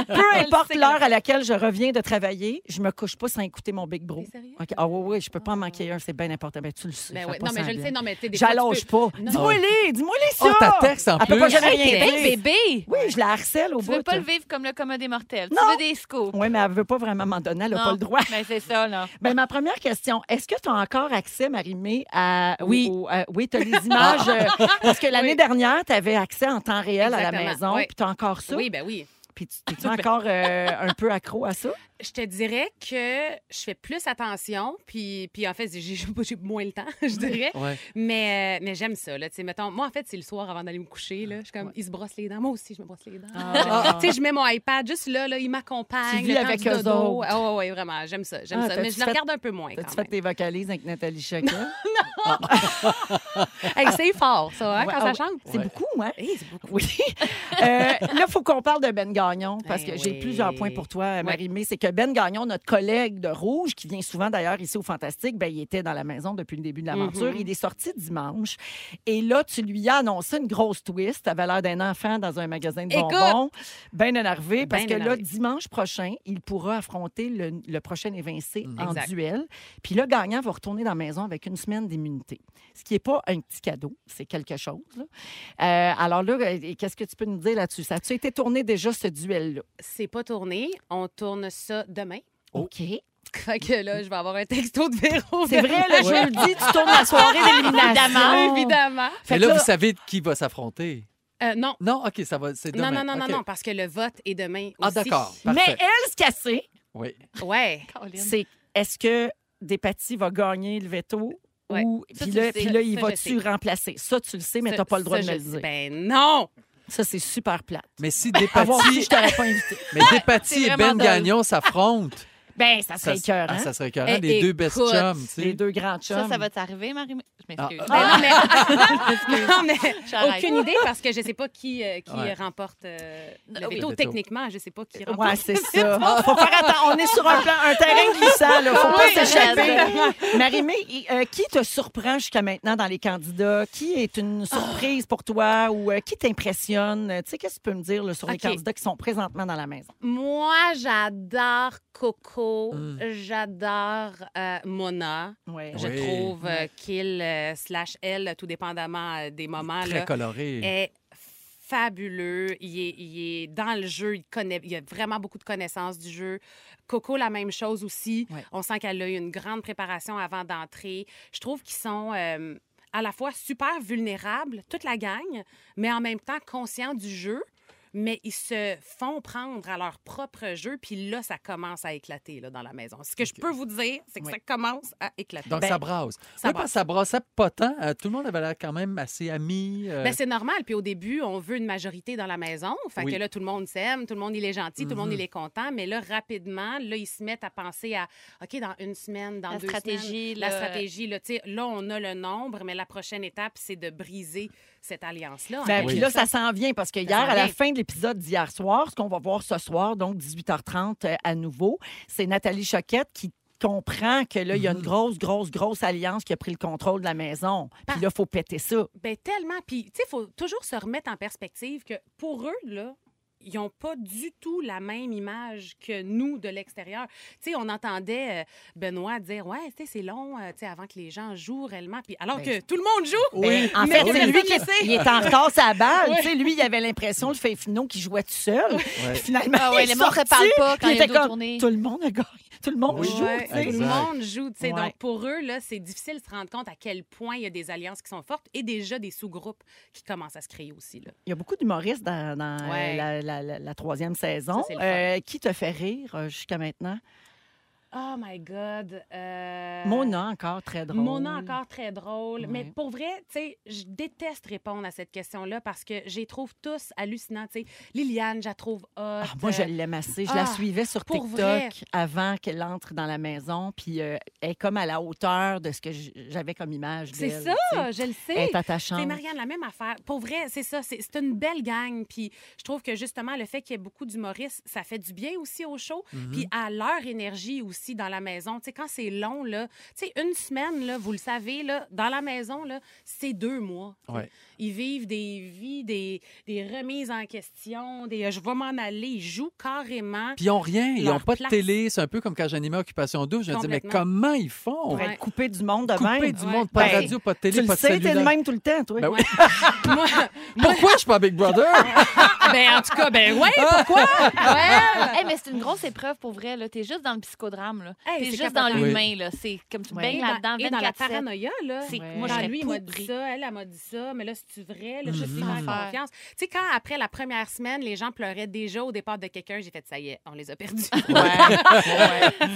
Speaker 1: Peu importe l'heure à laquelle je reviens de travailler, je me couche pas sans écouter mon Big Bro.
Speaker 3: T'es sérieux?
Speaker 1: Ok. Ah oui, oui, je peux pas en manquer un, c'est bien important. Ben, tu le sais.
Speaker 3: Ben
Speaker 1: fais
Speaker 3: ouais.
Speaker 1: pas
Speaker 3: Non, mais je le
Speaker 1: semblant.
Speaker 3: sais. Non, mais tu sais, des fois, tu
Speaker 1: J'allonge
Speaker 3: peux-
Speaker 1: pas.
Speaker 3: Non.
Speaker 1: Dis-moi-les, dis-moi-les ça.
Speaker 2: Oh, t'as texte en
Speaker 1: Elle peut pas
Speaker 2: plus.
Speaker 1: jamais
Speaker 4: Hey,
Speaker 1: rien
Speaker 4: t'es
Speaker 1: dire.
Speaker 4: belle, bébé!
Speaker 1: Oui, je la harcèle au
Speaker 4: Tu
Speaker 1: bout.
Speaker 4: veux pas le vivre comme le commun des mortels.
Speaker 1: Non.
Speaker 4: Tu veux des scoops.
Speaker 1: Oui, mais elle veut pas vraiment m'en donner, elle n'a
Speaker 4: Non.
Speaker 1: pas le droit.
Speaker 4: Mais c'est ça, là.
Speaker 1: Ben, ma première question, est-ce que tu as encore accès, Marimé, à.
Speaker 3: Oui. Ah.
Speaker 1: au- au- à- oui, tu as les images. euh, parce que l'année dernière, tu avais accès en temps réel à la
Speaker 3: Exactement,
Speaker 1: maison,
Speaker 3: oui.
Speaker 1: puis tu as encore ça.
Speaker 3: Oui, ben oui.
Speaker 1: Puis tu es encore euh, un peu accro à
Speaker 3: [LAUGHS]
Speaker 1: ça?
Speaker 3: Je te dirais que je fais plus attention, puis, puis en fait, j'ai- [LAUGHS] j'ai j'ai moins le temps, je dirais.
Speaker 2: Ouais.
Speaker 3: Mais, euh, mais j'aime ça. Là, Tu sais, mettons, moi, en fait, c'est le soir avant d'aller me coucher. Là, je suis comme, il se brosse les dents. Moi aussi, je me brosse les dents.
Speaker 1: Ah.
Speaker 3: Tu sais, je mets mon iPad juste là, là il m'accompagne.
Speaker 1: Tu vis
Speaker 3: le temps
Speaker 1: avec
Speaker 3: du
Speaker 1: eux
Speaker 3: dodo.
Speaker 1: autres.
Speaker 3: Ah, ouais, ouais, vraiment, j'aime ça. J'aime
Speaker 1: Ah,
Speaker 3: ça.
Speaker 1: t'as-tu
Speaker 3: Mais je le
Speaker 1: fait-
Speaker 3: regarde un peu moins.
Speaker 1: As-tu
Speaker 3: Quand
Speaker 1: fait
Speaker 3: même.
Speaker 1: tes vocalises avec Nathalie Chaka?
Speaker 3: Hey, c'est fort, ça, hein,
Speaker 1: Ouais, ah
Speaker 3: quand ça
Speaker 1: ouais.
Speaker 3: chante.
Speaker 1: C'est
Speaker 2: Ouais.
Speaker 1: beaucoup, hein?
Speaker 3: Hey, c'est beaucoup.
Speaker 1: Oui. Euh, là, il faut qu'on parle de Ben Gagnon, parce que
Speaker 3: Ben
Speaker 1: j'ai
Speaker 3: oui.
Speaker 1: plusieurs points pour toi, Marie-Mé, c'est que Ben Gagnon, notre collègue de Rouge, qui vient souvent d'ailleurs ici au Fantastique, ben, il était dans la maison depuis le début de l'aventure.
Speaker 3: Mhm.
Speaker 1: Il est sorti dimanche. Et là, tu lui as annoncé une grosse twist. T'avais l'air d'un enfant dans un magasin de
Speaker 4: Écoute!
Speaker 1: bonbons. Ben énervé,
Speaker 3: Ben
Speaker 1: parce que là,
Speaker 3: énervé.
Speaker 1: dimanche prochain, il pourra affronter le, le prochain évincé
Speaker 2: Mhm.
Speaker 1: en
Speaker 3: Exact.
Speaker 1: duel. Puis le gagnant va retourner dans la maison avec une semaine d'immunité. Ce qui n'est pas un petit cadeau, c'est quelque chose. là. Euh, alors là, euh, qu'est-ce que tu peux nous dire là-dessus? Ça a-tu été tourné déjà, ce duel-là?
Speaker 3: C'est pas tourné. On tourne ça demain. [LAUGHS]
Speaker 2: Oh.
Speaker 1: OK.
Speaker 3: Fait que là, je vais avoir un texto de Véro.
Speaker 1: C'est vrai, là, je le dis, tu tournes la soirée d'élimination.
Speaker 3: Évidemment.
Speaker 1: Fait
Speaker 2: Mais
Speaker 1: que
Speaker 2: là,
Speaker 1: là-
Speaker 2: vous savez de qui va s'affronter.
Speaker 3: Euh, non.
Speaker 2: Non, OK, ça va. C'est
Speaker 3: Non,
Speaker 2: demain.
Speaker 3: non, non,
Speaker 2: OK.
Speaker 3: non, non, parce que le vote est demain
Speaker 2: Ah,
Speaker 3: aussi.
Speaker 2: d'accord.
Speaker 1: Mais
Speaker 2: Parfait.
Speaker 1: elle, ce qu'elle sait,
Speaker 2: Oui.
Speaker 3: Ouais.
Speaker 4: Colin.
Speaker 1: c'est est-ce que Despatie va gagner le veto?
Speaker 3: Ouais.
Speaker 1: Ou,
Speaker 4: Ça,
Speaker 1: puis
Speaker 4: tu le
Speaker 1: là,
Speaker 4: sais.
Speaker 1: puis là,
Speaker 4: Ça,
Speaker 1: il
Speaker 4: je
Speaker 1: va-tu remplacer? Ça, tu le sais, mais tu
Speaker 3: Ça-
Speaker 1: n'as pas le droit
Speaker 3: ça,
Speaker 1: de me
Speaker 3: je
Speaker 1: le
Speaker 3: sais.
Speaker 1: dire.
Speaker 3: Ben non!
Speaker 1: Ça, c'est super plate.
Speaker 2: Mais
Speaker 1: [LAUGHS]
Speaker 2: si
Speaker 1: À voir si
Speaker 2: Despatie,
Speaker 1: Ah, je t'aurais pas
Speaker 2: [LAUGHS]
Speaker 1: invité.
Speaker 2: mais Despatie
Speaker 4: C'est
Speaker 2: et
Speaker 4: vraiment
Speaker 2: Ben
Speaker 4: drôle.
Speaker 2: Gagnon s'affrontent,
Speaker 1: Ben, ça
Speaker 2: ça,
Speaker 1: serait écœurant.
Speaker 2: ah, ça serait écœurant.
Speaker 3: Eh,
Speaker 2: les deux best
Speaker 3: écoute,
Speaker 2: chums, tu sais.
Speaker 1: Les deux grands chums.
Speaker 4: Ça, ça va t'arriver, Marie? Je
Speaker 1: Ah.
Speaker 4: m'excuse.
Speaker 3: Ben [LAUGHS] non, mais... non, mais
Speaker 4: J'arrête.
Speaker 3: aucune idée parce que je sais pas qui, euh, qui
Speaker 2: Ouais.
Speaker 3: remporte euh,
Speaker 4: Ah
Speaker 3: le
Speaker 4: oui.
Speaker 3: veto.
Speaker 2: Le veto.
Speaker 3: Techniquement, je sais pas qui remporte.
Speaker 1: Euh, Ouais, c'est ça. Faut
Speaker 4: [LAUGHS]
Speaker 1: faire attention. On est sur un, plan- un terrain glissant, là. Faut
Speaker 4: Oui,
Speaker 1: pas s'échapper. Marie-Mé, euh, qui te surprend jusqu'à maintenant dans les candidats? Qui est une
Speaker 4: Ah.
Speaker 1: surprise pour toi ou euh, qui t'impressionne? Tu sais, qu'est-ce que tu peux me dire là, sur
Speaker 3: OK.
Speaker 1: les candidats qui sont présentement dans la maison?
Speaker 3: Moi, j'adore Coco.
Speaker 2: Mm.
Speaker 3: J'adore euh, Mona.
Speaker 1: Ouais.
Speaker 3: Je
Speaker 2: Oui.
Speaker 3: trouve euh, qu'il euh, slash elle, tout dépendamment euh, des moments,
Speaker 2: Très
Speaker 3: là,
Speaker 2: coloré.
Speaker 3: est fabuleux. Il est, il est dans le jeu. Il, connaît, il a vraiment beaucoup de connaissances du jeu. Coco, la même chose aussi.
Speaker 1: Ouais.
Speaker 3: On sent qu'elle a eu une grande préparation avant d'entrer. Je trouve qu'ils sont euh, à la fois super vulnérables, toute la gang, mais en même temps conscients du jeu. Mais ils se font prendre à leur propre jeu, puis là, ça commence à éclater là, dans la maison. Ce que je peux vous dire, c'est que
Speaker 1: Oui.
Speaker 3: ça commence à éclater.
Speaker 2: Donc,
Speaker 3: Ben,
Speaker 2: ça brasse.
Speaker 3: ça
Speaker 2: oui, parce que ça brassait pas tant. Euh, tout le monde avait l'air quand même assez ami. euh,
Speaker 3: Ben, c'est normal. Puis au début, on veut une majorité dans la maison. Fait
Speaker 2: Oui.
Speaker 3: que là, tout le monde s'aime, tout le monde, il est gentil, tout le monde,
Speaker 2: Mhm.
Speaker 3: il est content. Mais là, rapidement, là, ils se mettent à penser à, OK, dans une semaine, dans
Speaker 4: La
Speaker 3: deux semaines,
Speaker 4: stratégie,
Speaker 3: la
Speaker 4: là,
Speaker 3: stratégie, là, tu sais, là, on a le nombre, mais la prochaine étape, c'est de briser cette alliance-là. en
Speaker 1: Ben,
Speaker 3: quelque
Speaker 1: Puis là,
Speaker 3: sorte.
Speaker 1: ça s'en vient parce que hier,
Speaker 3: s'en
Speaker 1: à la
Speaker 3: vient.
Speaker 1: fin de l'épisode d'hier soir, ce qu'on va voir ce soir, donc 18h30 euh, à nouveau, c'est Nathalie Choquette qui comprend que là, il y a une grosse, grosse, grosse alliance qui a pris le contrôle de la maison. Puis là, il faut péter ça.
Speaker 3: Ben, tellement. Puis, tu sais, il faut toujours se remettre en perspective que pour eux, là, ils n'ont pas du tout la même image que nous de l'extérieur. Tu sais, on entendait euh, Benoît dire Ouais, tu sais, c'est long euh, tu sais, avant que les gens jouent réellement. Puis, alors
Speaker 1: Ben,
Speaker 3: que tout le monde joue.
Speaker 2: Oui.
Speaker 1: En
Speaker 3: Mais
Speaker 1: fait, c'est
Speaker 3: personne
Speaker 1: lui qui
Speaker 3: le sait.
Speaker 1: il est en retard sa balle. Tu sais, lui, il avait l'impression, le Fino, qu'il jouait tout seul.
Speaker 2: Ouais.
Speaker 1: Puis Finalement,
Speaker 4: Ah ouais,
Speaker 1: il est
Speaker 4: le monde se
Speaker 1: sorti,
Speaker 4: parle pas
Speaker 1: puis
Speaker 4: quand
Speaker 1: il
Speaker 4: il y a
Speaker 1: était
Speaker 4: deux
Speaker 1: comme,
Speaker 4: tournées.
Speaker 1: Tout le monde a gagné. Tout le monde
Speaker 2: Oui.
Speaker 1: joue.
Speaker 3: Ouais,
Speaker 1: tu sais.
Speaker 3: tout le
Speaker 2: Exact.
Speaker 3: monde joue. tu sais.
Speaker 1: Ouais.
Speaker 3: Donc, pour eux, là, c'est difficile de se rendre compte à quel point il y a des alliances qui sont fortes et déjà des sous-groupes qui commencent à se créer aussi. Là.
Speaker 1: Il y a beaucoup d'humoristes dans, dans, euh,
Speaker 3: Ouais.
Speaker 1: la, la- la- la troisième saison.
Speaker 3: Ça, c'est le fun.
Speaker 1: Euh, qui te fait rire euh, jusqu'à maintenant?
Speaker 3: Oh my God. euh,
Speaker 1: Mona, encore très drôle.
Speaker 3: Mona, encore très drôle. Mais
Speaker 1: Ouais.
Speaker 3: pour vrai, tu sais, je déteste répondre à cette question-là parce que je les trouve tous hallucinants. Tu sais, Liliane, je la trouve hot.
Speaker 1: Ah, moi, je
Speaker 3: Euh,
Speaker 1: l'aime assez. Je
Speaker 3: ah,
Speaker 1: la suivais sur
Speaker 3: pour
Speaker 1: TikTok
Speaker 3: vrai.
Speaker 1: avant qu'elle entre dans la maison. Puis euh, elle est comme à la hauteur de ce que j- j'avais comme image
Speaker 3: C'est
Speaker 1: d'elle.
Speaker 3: ça,
Speaker 1: tu sais.
Speaker 3: ah, je le
Speaker 1: Elle
Speaker 3: sais.
Speaker 1: est attachante.
Speaker 3: C'est Marianne, la même affaire. Pour vrai, c'est ça. C'est c'est une belle gang. Puis je trouve que justement, le fait qu'il y ait beaucoup d'humoristes, ça fait du bien aussi au show.
Speaker 1: Mm-hmm.
Speaker 3: Puis à leur énergie aussi dans la maison. Tu sais, quand c'est long, là, tu sais, une semaine, là, vous le savez, là, dans la maison, là, c'est deux mois. tu sais.
Speaker 2: Ouais.
Speaker 3: Ils vivent des vies, des, des remises en question, des euh, je vais m'en aller. Ils jouent carrément.
Speaker 2: Puis ils n'ont rien, ils n'ont
Speaker 3: Leur
Speaker 2: pas de
Speaker 3: place.
Speaker 2: télé. C'est un peu comme quand j'animais Occupation 12. Je me disais, mais
Speaker 3: Complètement.
Speaker 2: comment ils
Speaker 1: Pour
Speaker 2: font?
Speaker 3: Ouais.
Speaker 1: être coupée du monde de
Speaker 2: Coupé
Speaker 1: même.
Speaker 2: du
Speaker 3: Ouais.
Speaker 2: monde, pas de
Speaker 1: Ben,
Speaker 2: radio, pas de télé,
Speaker 1: Tu le
Speaker 2: pas de
Speaker 1: sais, t'es
Speaker 2: cellulaire.
Speaker 1: le même tout le temps, toi.
Speaker 2: Ben oui. [LAUGHS] Pourquoi je suis pas à Big Brother?
Speaker 3: ben, en tout cas, ben ouais, [LAUGHS] pourquoi?
Speaker 4: Hey, mais c'est une grosse épreuve pour vrai. là. T'es juste dans le psychodrame. là.
Speaker 3: Hey,
Speaker 4: T'es
Speaker 3: c'est
Speaker 4: juste
Speaker 3: capotant.
Speaker 4: dans l'humain. là. C'est comme tu
Speaker 1: Ouais.
Speaker 3: Et
Speaker 4: baignes
Speaker 3: dans,
Speaker 4: là-dedans
Speaker 3: et dans la
Speaker 4: 24
Speaker 3: paranoïa, là.
Speaker 4: C'est-
Speaker 1: Ouais.
Speaker 4: Moi, je
Speaker 3: Dans
Speaker 4: serais
Speaker 3: lui, il m'a
Speaker 4: pourrie.
Speaker 3: dit ça, elle, elle m'a dit ça, mais là, c'est-tu vrai? Là, je
Speaker 2: Mhm.
Speaker 3: suis en
Speaker 4: Affaire.
Speaker 3: confiance. Tu sais, quand après la première semaine, les gens pleuraient déjà au départ de quelqu'un, j'ai fait ça y est, on les a perdus. [LAUGHS]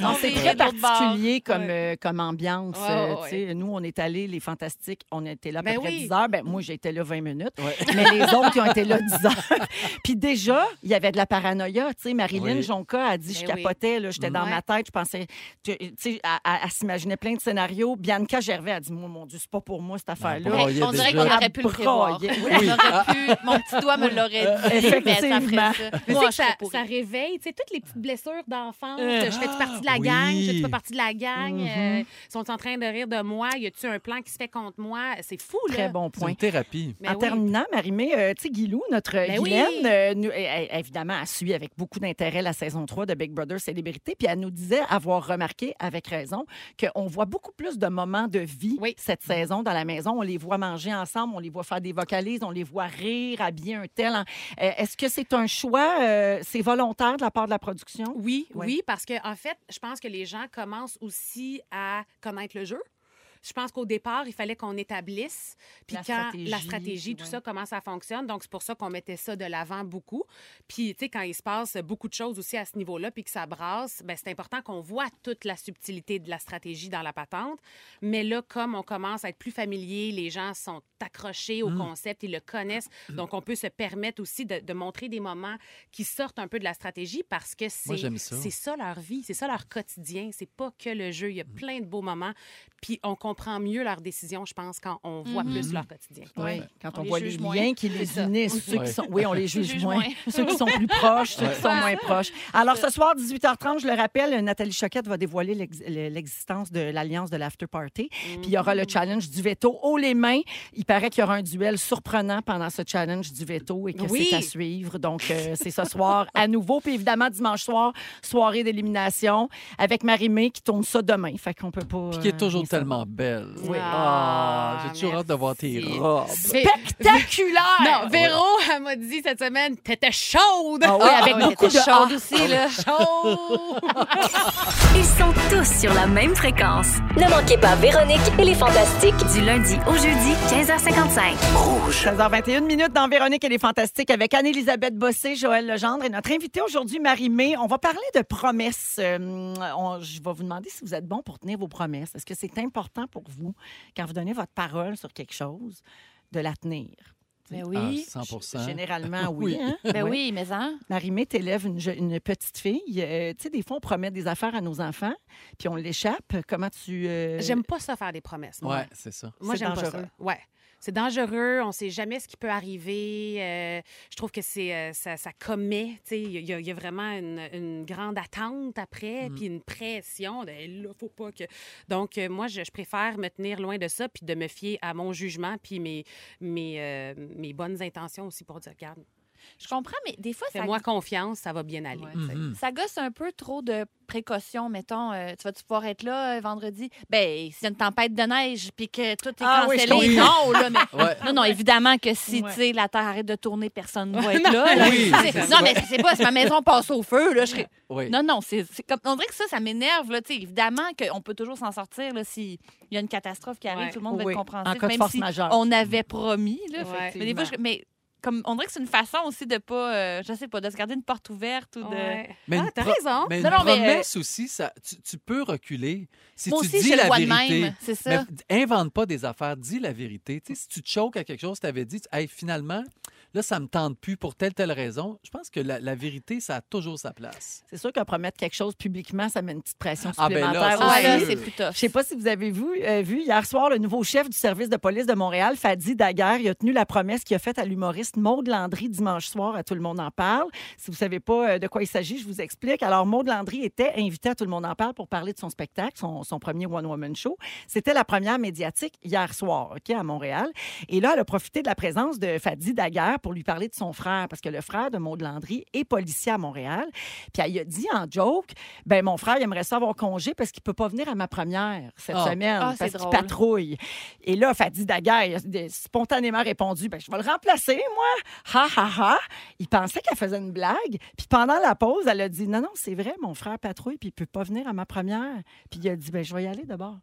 Speaker 1: Non,
Speaker 4: On
Speaker 1: c'est
Speaker 4: verrait
Speaker 1: très
Speaker 4: d'autres
Speaker 1: particulier
Speaker 3: bars.
Speaker 1: comme, euh, comme ambiance.
Speaker 3: Ouais,
Speaker 1: euh,
Speaker 3: ouais,
Speaker 1: tu sais, Nous, on est allés, les Fantastiques, on était là à peu
Speaker 3: Ben
Speaker 1: près
Speaker 3: oui.
Speaker 1: 10 heures. Ben, moi, j'étais là 20 minutes.
Speaker 2: Ouais.
Speaker 1: [LAUGHS] Mais les autres, qui ont été là 10 heures. [LAUGHS] Puis déjà, il y avait de la paranoïa. tu sais, Marilyn
Speaker 2: Oui.
Speaker 1: Jonca a dit, je
Speaker 3: Ben oui.
Speaker 1: capotais, là, j'étais dans
Speaker 3: Ouais.
Speaker 1: ma tête, je pensais, tu tu sais, elle, elle- elle s'imaginait plein de scénarios. Bianca Gervais a dit, moi, mon Dieu, c'est pas pour moi cette affaire-là.
Speaker 2: Oh,
Speaker 4: Hey,
Speaker 2: il y a
Speaker 4: on dirait
Speaker 2: déjà-
Speaker 4: qu'on aurait pu le prévoir. [LAUGHS]
Speaker 1: Oui.
Speaker 4: On aurait pu, mon petit doigt me l'aurait dit, mais ça
Speaker 1: Effectivement.
Speaker 4: ferait ça.
Speaker 3: Mais
Speaker 4: Moi,
Speaker 3: c'est
Speaker 4: je
Speaker 3: que ça,
Speaker 4: serais pourrie.
Speaker 3: ça réveille, tu sais, toutes les petites blessures d'enfance.
Speaker 4: Euh,
Speaker 3: je fais partie de la
Speaker 2: ah,
Speaker 3: gang, je
Speaker 2: oui. Mm-hmm.
Speaker 3: fais pas partie de la gang. euh, Ils sont en train de rire de moi. Y a-tu un plan qui se fait contre moi C'est fou là.
Speaker 1: Très bon
Speaker 2: C'est
Speaker 1: point.
Speaker 2: une thérapie.
Speaker 3: Mais
Speaker 1: en
Speaker 3: Ben oui.
Speaker 1: terminant, Marie-Mé, euh, tu sais, Guilou, notre
Speaker 3: Ben oui.
Speaker 1: Guylaine, euh, nous- elle- elle- évidemment, a suivi avec beaucoup d'intérêt la saison 3 de Big Brother Célébrité, puis elle nous disait avoir remarqué, avec raison, qu'on voit beaucoup plus de moments de vie
Speaker 3: Oui.
Speaker 1: cette saison dans la maison. On les voit manger ensemble, on les voit faire des vocalises, on les voit rire, habiller un tel. en- Euh, Est-ce que c'est un choix, euh, c'est volontaire de la part de la production?
Speaker 3: Oui,
Speaker 1: Ouais.
Speaker 3: oui, parce que en fait, je pense que les gens commencent aussi à connaître le jeu. Je pense qu'au départ, il fallait qu'on établisse, puis
Speaker 1: La
Speaker 3: quand la
Speaker 1: stratégie,
Speaker 3: stratégie, tout
Speaker 1: ouais.
Speaker 3: ça, comment ça fonctionne. Donc, c'est pour ça qu'on mettait ça de l'avant beaucoup. Puis, tu sais, quand il se passe beaucoup de choses aussi à ce niveau-là, puis que ça brasse, ben c'est important qu'on voit toute la subtilité de la stratégie dans la patente. Mais là, comme on commence à être plus familier, les gens sont accrochés au
Speaker 2: Mmh.
Speaker 3: concept, ils le connaissent. Donc, on peut se permettre aussi de, de montrer des moments qui sortent un peu de la stratégie parce que
Speaker 2: Moi,
Speaker 3: c'est
Speaker 2: j'aime ça.
Speaker 3: c'est ça leur vie, c'est ça leur quotidien, c'est pas que le jeu, il
Speaker 1: Mm.
Speaker 3: y a plein de beaux moments, puis on comprend mieux leurs décisions, je pense, quand on voit
Speaker 4: Mhm.
Speaker 1: Mm-hmm.
Speaker 3: plus leur quotidien.
Speaker 1: Oui,
Speaker 2: Ouais.
Speaker 1: quand
Speaker 4: On
Speaker 1: on,
Speaker 4: les
Speaker 1: voit les
Speaker 4: juge
Speaker 1: liens
Speaker 4: moins.
Speaker 1: qui
Speaker 4: C'est
Speaker 1: les
Speaker 4: ça.
Speaker 1: unissent, ceux
Speaker 2: Ouais.
Speaker 1: qui sont,
Speaker 4: [LAUGHS]
Speaker 1: oui, on les
Speaker 4: les
Speaker 1: juge,
Speaker 4: juge
Speaker 1: moins.
Speaker 4: moins.
Speaker 1: [LAUGHS] ceux qui sont plus proches, ceux qui sont moins proches. Alors ce soir, 18h30, je le rappelle, Nathalie Choquette va dévoiler l'ex- le- l'existence de l'alliance de l'after party.
Speaker 3: Mm.
Speaker 1: Puis il y aura le
Speaker 4: Mm-hmm.
Speaker 1: challenge du veto haut les mains. Il paraît qu'il y aura un duel surprenant pendant ce challenge du veto et que
Speaker 3: Oui.
Speaker 1: c'est à suivre. Donc euh, c'est ce soir à nouveau. Puis évidemment dimanche soir, soirée d'élimination avec Marie-Mé qui tourne ça demain. Fait qu'on peut pas.
Speaker 2: Puis qui est
Speaker 1: euh,
Speaker 2: toujours
Speaker 1: rien savoir.
Speaker 2: tellement belle.
Speaker 3: Oui.
Speaker 2: Ah, j'ai toujours
Speaker 3: Ah,
Speaker 2: hâte de voir tes
Speaker 3: merci.
Speaker 2: robes.
Speaker 3: Vé-
Speaker 1: Spectaculaire!
Speaker 3: non, Ah, Véro, elle m'a dit cette semaine, t'étais chaude!
Speaker 1: Ah oui, avec
Speaker 4: Ah,
Speaker 1: beaucoup de
Speaker 4: t'étais
Speaker 1: A.
Speaker 4: chaude aussi, là.
Speaker 3: Chaude!
Speaker 5: Ils sont tous sur la même fréquence.
Speaker 6: Ne manquez pas Véronique et les Fantastiques.
Speaker 5: Du lundi au jeudi, 15h55.
Speaker 1: 16h21 minutes dans Véronique et les Fantastiques avec Anne-Elisabeth Bossé, Joël Legendre et notre invité aujourd'hui, Marie-Mé. On va parler de promesses. Euh, on- je vais vous demander si vous êtes bon pour tenir vos promesses. Est-ce que c'est important pour vous, quand vous donnez votre parole sur quelque chose, de la tenir?
Speaker 4: Ben
Speaker 2: Oui.
Speaker 4: oui.
Speaker 2: À 100
Speaker 1: Généralement,
Speaker 2: [LAUGHS]
Speaker 1: oui. hein?
Speaker 4: Ben
Speaker 1: Ouais.
Speaker 4: oui, mais hein.
Speaker 1: Marie-Mé, t'élèves une, je- une petite fille. Euh, tu sais, des fois, on promet des affaires à nos enfants, puis on l'échappe. Comment tu... euh,
Speaker 3: J'aime pas ça faire des promesses. moi.
Speaker 2: Ouais, c'est ça.
Speaker 3: Moi,
Speaker 1: C'est
Speaker 3: j'aime pas
Speaker 1: dangereux.
Speaker 3: ça. Ouais. C'est dangereux, on sait jamais ce qui peut arriver. euh, je trouve que c'est euh, ça, ça commet, tu sais, il y, a- il y a vraiment une, une grande attente après,
Speaker 1: Mm.
Speaker 3: puis une pression de Eh là, faut pas que. Donc euh, moi, je, je préfère me tenir loin de ça, puis de me fier à mon jugement, puis mes mes, euh, mes bonnes intentions aussi pour dire regarde,
Speaker 4: Je comprends, mais des fois, ça
Speaker 3: fais-moi confiance, ça va bien aller.
Speaker 4: Ouais.
Speaker 3: tu sais.
Speaker 1: Mm-hmm.
Speaker 2: Mhm.
Speaker 4: Ça gosse un peu trop de précautions, mettons. euh, tu vas-tu pouvoir être là euh, vendredi? Ben, s'il y a une tempête de neige puis que tout est
Speaker 1: Ah oui, je
Speaker 4: cancellé, non, là, mais...
Speaker 2: Ouais.
Speaker 4: Non, non, évidemment que si,
Speaker 1: Ouais.
Speaker 4: tu sais, la Terre arrête de tourner, personne ne va être là. là.
Speaker 2: Oui,
Speaker 4: Tu sais,
Speaker 2: c'est
Speaker 4: non, mais c'est pas, si ma maison passe au feu, là, je serais-
Speaker 2: Oui.
Speaker 4: Non, non, c'est c'est comme... On dirait que ça, ça m'énerve, là, tu sais. Évidemment qu'on peut toujours s'en sortir, là, s'il y a une catastrophe qui arrive,
Speaker 3: Ouais.
Speaker 4: tout le monde va
Speaker 1: Oui,
Speaker 4: être
Speaker 1: en
Speaker 4: compréhensif,
Speaker 1: cas de
Speaker 4: même
Speaker 1: force
Speaker 4: si
Speaker 1: majeure.
Speaker 4: on avait promis, là.
Speaker 3: Ouais.
Speaker 4: Mais des fois, je- mais comme, on dirait que c'est une façon aussi de pas, euh, je sais pas, de se garder une porte ouverte ou de...
Speaker 3: Ouais.
Speaker 2: Mais
Speaker 3: Ah,
Speaker 2: une
Speaker 3: t'as
Speaker 2: pro-
Speaker 3: raison.
Speaker 2: Mais
Speaker 4: Non,
Speaker 2: une
Speaker 4: non, mais, euh,
Speaker 2: promesse aussi, ça, tu, tu peux reculer. Si
Speaker 4: Moi
Speaker 2: tu
Speaker 4: aussi,
Speaker 2: dis
Speaker 4: je le
Speaker 2: la
Speaker 4: vois de
Speaker 2: vérité,
Speaker 4: même, c'est
Speaker 2: mais
Speaker 4: ça.
Speaker 2: d- invente pas des affaires, dis la vérité. Tu sais, si tu te choques à quelque chose, tu avais dit, tu- Hey, finalement, là, ça me tente plus pour telle, telle raison. Je pense que la, la vérité, ça a toujours sa place.
Speaker 1: C'est sûr que promettre quelque chose publiquement, ça met une petite pression
Speaker 2: Ah, ben là,
Speaker 1: supplémentaire.
Speaker 2: ça,
Speaker 4: Ah,
Speaker 2: Ouais.
Speaker 4: là,
Speaker 1: aussi.
Speaker 4: c'est plus tough.
Speaker 1: Je sais pas si vous avez vu, euh, vu hier soir le nouveau chef du service de police de Montréal, Fadi Daguerre, il a tenu la promesse qu'il a faite à l'humoriste Maude Landry dimanche soir à Tout le monde en parle. Si vous savez pas euh, de quoi il s'agit, je vous explique. Alors Maude Landry était invitée à Tout le monde en parle pour parler de son spectacle, son, son premier one woman show. C'était la première médiatique hier soir, OK, à Montréal. Et là, elle a profité de la présence de Fadi Daguerre pour lui parler de son frère parce que le frère de Maude Landry est policier à Montréal. Puis elle y a dit en joke ben mon frère, il aimerait ça avoir congé parce qu'il peut pas venir à ma première cette
Speaker 2: Ah.
Speaker 1: semaine
Speaker 4: Ah, c'est
Speaker 1: parce qu'il
Speaker 4: drôle.
Speaker 1: patrouille. Et là, Fadi Daguerre il a dé- spontanément répondu, ben je vais le remplacer, moi. Ha, ha, ha. Il pensait qu'elle faisait une blague. Puis pendant la pause, elle a dit, non, non, c'est vrai, mon frère patrouille, puis il peut pas venir à ma première. Puis il a dit, ben je vais y aller d'abord.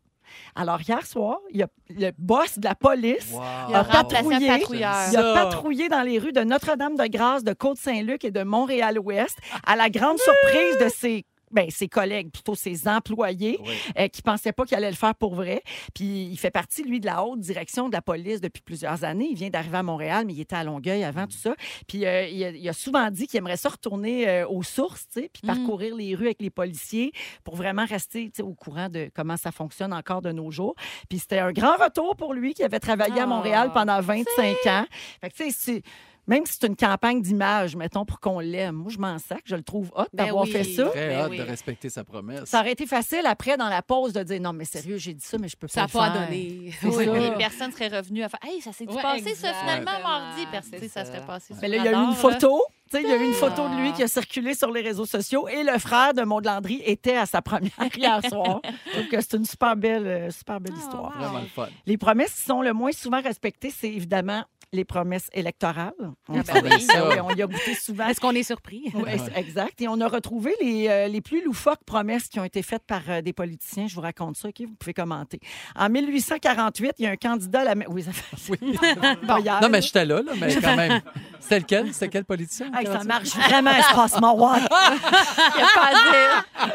Speaker 1: Alors hier soir, il y a le boss de la police
Speaker 4: Il a
Speaker 1: Ah,
Speaker 4: remplacé un
Speaker 1: patrouillé.
Speaker 4: patrouilleur.
Speaker 1: il a
Speaker 2: Ça.
Speaker 1: patrouillé dans les rues de Notre-Dame-de-Grâce, de Côte-Saint-Luc et de Montréal-Ouest, à la grande surprise de ses ben, ses collègues, plutôt ses employés,
Speaker 2: Oui.
Speaker 1: euh, qui pensaient pas qu'il allait le faire pour vrai. Puis il fait partie, lui, de la haute direction de la police depuis plusieurs années. Il vient d'arriver à Montréal, mais il était à Longueuil avant
Speaker 3: Mm.
Speaker 1: tout ça. Puis euh, il, a, il a souvent dit qu'il aimerait ça retourner euh, aux sources, tu sais, puis
Speaker 4: Mm.
Speaker 1: parcourir les rues avec les policiers pour vraiment rester tu sais, au courant de comment ça fonctionne encore de nos jours. Puis c'était un grand retour pour lui qui avait travaillé à Montréal
Speaker 4: Ah.
Speaker 1: pendant 25 ans. Fait que, tu sais, c'est- même si c'est une campagne d'image, mettons, pour qu'on l'aime, moi, je m'en sac, je le trouve hot
Speaker 3: Ben
Speaker 1: d'avoir
Speaker 3: oui.
Speaker 1: fait ça.
Speaker 2: Très
Speaker 3: Ben
Speaker 2: hâte
Speaker 3: oui.
Speaker 2: de respecter sa promesse.
Speaker 1: Ça aurait été facile après, dans la pause, de dire non, mais sérieux, j'ai dit ça, mais je peux pas.
Speaker 3: Ça n'a pas
Speaker 1: le faire.
Speaker 3: donné.
Speaker 1: C'est
Speaker 4: Oui,
Speaker 1: ça.
Speaker 4: puis personne serait revenu à faire Hey, ça s'est
Speaker 3: Ouais,
Speaker 4: passé, ça,
Speaker 3: exact.
Speaker 4: finalement,
Speaker 3: Ouais.
Speaker 4: mardi. Personne,
Speaker 3: C'est
Speaker 4: tu sais, ça
Speaker 3: ça.
Speaker 4: serait passé. sur
Speaker 1: Mais là, il y a eu
Speaker 4: radar,
Speaker 1: une photo. Tu sais, il y a eu une photo de lui
Speaker 3: Ah.
Speaker 1: qui a circulé sur les réseaux sociaux et le frère de Maud-Landry était à sa
Speaker 4: [LAUGHS]
Speaker 1: première hier soir. Donc, c'est une super belle, euh, super belle
Speaker 4: Ah,
Speaker 1: histoire.
Speaker 4: wow.
Speaker 2: Vraiment le fun.
Speaker 1: Les promesses qui sont le moins souvent respectées, c'est évidemment les promesses électorales. On
Speaker 4: Ah,
Speaker 1: le
Speaker 4: ben
Speaker 1: sait
Speaker 4: oui.
Speaker 1: bien, ça, oui, on y a goûté souvent.
Speaker 3: Est-ce qu'on est surpris?
Speaker 1: Oui,
Speaker 2: Ouais.
Speaker 1: c'est exact. Et on a retrouvé les, euh, les plus loufoques promesses qui ont été faites par euh, des politiciens. Je vous raconte ça, OK? Vous pouvez commenter. En 1848, il y a un candidat à la... ma- Oui, ça fait... [LAUGHS]
Speaker 2: Oui.
Speaker 1: Bon,
Speaker 4: Ah,
Speaker 1: hier,
Speaker 2: Non, mais j'étais là, là, mais
Speaker 4: [LAUGHS]
Speaker 2: quand même. C'était lequel? C'était quel politicien?
Speaker 4: Ah,
Speaker 1: Hey, ça marche vraiment, espace Mont-Royal.
Speaker 4: [LAUGHS] Il y a pas à dire.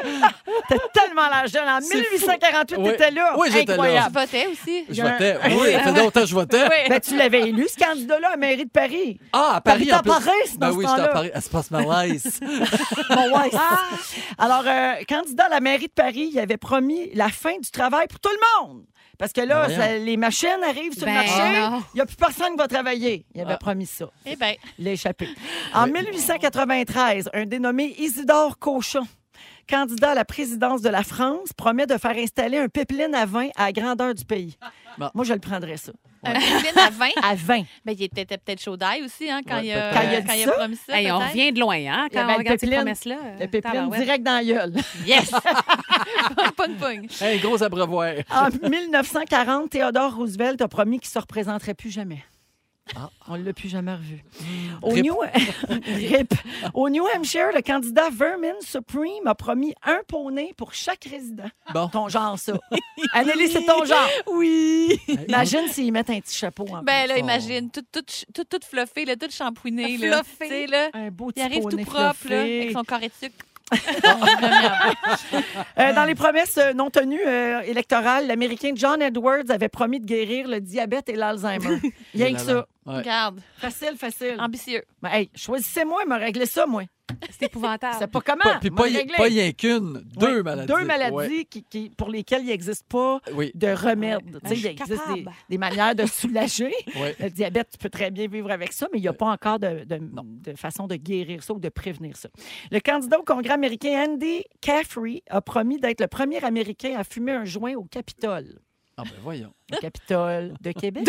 Speaker 1: T'as tellement la jeune. En
Speaker 2: C'est fou.
Speaker 1: 1848,
Speaker 2: Oui.
Speaker 1: t'étais là.
Speaker 2: Oui, j'étais là.
Speaker 4: Tu
Speaker 1: Incroyable.
Speaker 4: votais aussi?
Speaker 2: Je
Speaker 1: y a un-
Speaker 2: votais. Oui, ça fait longtemps que je votais.
Speaker 4: Oui.
Speaker 1: Ben, tu l'avais élu, ce candidat-là, à la mairie de Paris.
Speaker 2: Ah, à Paris,
Speaker 1: T'habites
Speaker 2: en plus.
Speaker 1: à Paris, dans
Speaker 2: ben
Speaker 1: ce
Speaker 2: oui, j'étais à
Speaker 1: temps-là.
Speaker 2: Paris. Espace [LAUGHS] Malaise.
Speaker 1: Bon, ouais.
Speaker 4: Ah.
Speaker 1: Alors, euh, candidat à la mairie de Paris, il avait promis la fin du travail pour tout le monde. Parce que là,
Speaker 2: Ben voyons.
Speaker 1: ça- les machines arrivent sur le
Speaker 3: Ben
Speaker 1: marché.
Speaker 3: non.
Speaker 1: Il n'y a plus personne qui va travailler. Il avait
Speaker 2: Ah.
Speaker 1: promis ça.
Speaker 4: Eh bien,
Speaker 1: Il l'a échappé.
Speaker 2: Euh,
Speaker 1: En 1893, un dénommé Isidore Cochon, candidat à la présidence de la France, promet de faire installer un pipeline à vin à la grandeur du pays.
Speaker 2: Bon.
Speaker 1: Moi, je le prendrais ça.
Speaker 4: un pipeline euh, à 20.
Speaker 1: À 20.
Speaker 4: Ben, il était peut-être chaud d'ail aussi, hein, quand,
Speaker 2: Ouais,
Speaker 4: il, a,
Speaker 2: peut-être.
Speaker 1: Quand il a dit
Speaker 4: quand il
Speaker 1: ça?
Speaker 4: promis ça.
Speaker 3: Hey, on
Speaker 4: peut-être.
Speaker 3: revient de loin, hein,
Speaker 1: Il y avait
Speaker 3: quand on
Speaker 1: le
Speaker 3: regarde ces
Speaker 1: pipeline.
Speaker 3: promesses-là.
Speaker 1: Le pipeline
Speaker 3: Euh, Tabarouette.
Speaker 1: direct dans la
Speaker 2: [LAUGHS]
Speaker 1: gueule.
Speaker 3: Yes!
Speaker 4: Pogne, pogne.
Speaker 2: Un gros abreuvoir.
Speaker 1: En 1940, Théodore Roosevelt a promis qu'il ne se représenterait plus jamais.
Speaker 2: Ah. Hmm.
Speaker 1: On ne l'a plus jamais revu. Au,
Speaker 2: Rip. [LAUGHS]
Speaker 1: New... Rip. Au New Hampshire, le candidat Vermin Supreme a promis un poney pour chaque résident.
Speaker 2: Bon.
Speaker 1: Ton genre,
Speaker 2: [LAUGHS]
Speaker 1: ça. Anneli, c'est ton genre.
Speaker 4: Oui.
Speaker 2: Hein?
Speaker 1: Imagine s'ils mettent un petit chapeau en
Speaker 4: Ben là,
Speaker 2: Oh.
Speaker 4: imagine, tout, tout, ch- tout, tout fluffé, là, tout champouiné. là.
Speaker 3: Fluffé.
Speaker 4: Tu sais, là,
Speaker 1: plus. Un beau
Speaker 4: il
Speaker 1: petit
Speaker 4: arrive tout
Speaker 1: poney
Speaker 4: propre, là,
Speaker 1: fluffé.
Speaker 4: avec son carré de sucre.
Speaker 1: Euh, dans les promesses euh, non tenues euh, électorales, l'Américain John Edwards avait promis de guérir le diabète
Speaker 4: [LAUGHS]
Speaker 1: et l'Alzheimer. Rien que ça.
Speaker 2: Ouais.
Speaker 4: Regarde,
Speaker 1: Facile, facile.
Speaker 4: ambitieux.
Speaker 1: Ben, hey, choisissez-moi, me réglez ça, moi.
Speaker 3: C'est
Speaker 4: Ah.
Speaker 3: épouvantable.
Speaker 1: C'est pas comment.
Speaker 2: Pas- Puis
Speaker 1: me
Speaker 2: pas, y-
Speaker 1: réglez.
Speaker 2: pas rien qu'une, deux
Speaker 1: Oui,
Speaker 2: maladies.
Speaker 1: Deux maladies
Speaker 2: Ouais.
Speaker 1: qui, qui- pour lesquelles il n'existe pas
Speaker 2: Oui,
Speaker 1: de remède.
Speaker 4: Ben,
Speaker 1: Tu sais,
Speaker 3: je
Speaker 1: il
Speaker 3: suis
Speaker 1: existe des,
Speaker 3: capable.
Speaker 1: des manières de soulager.
Speaker 2: oui.
Speaker 1: Le diabète, tu peux très bien vivre avec ça, mais il n'y a pas encore de, de-
Speaker 2: Non.
Speaker 1: de façon de guérir ça ou de prévenir ça. Le candidat au Congrès américain, Andy Caffrey, a promis d'être le premier Américain à fumer un joint au Capitole.
Speaker 2: Ah ben voyons.
Speaker 1: Le Capitole de Québec.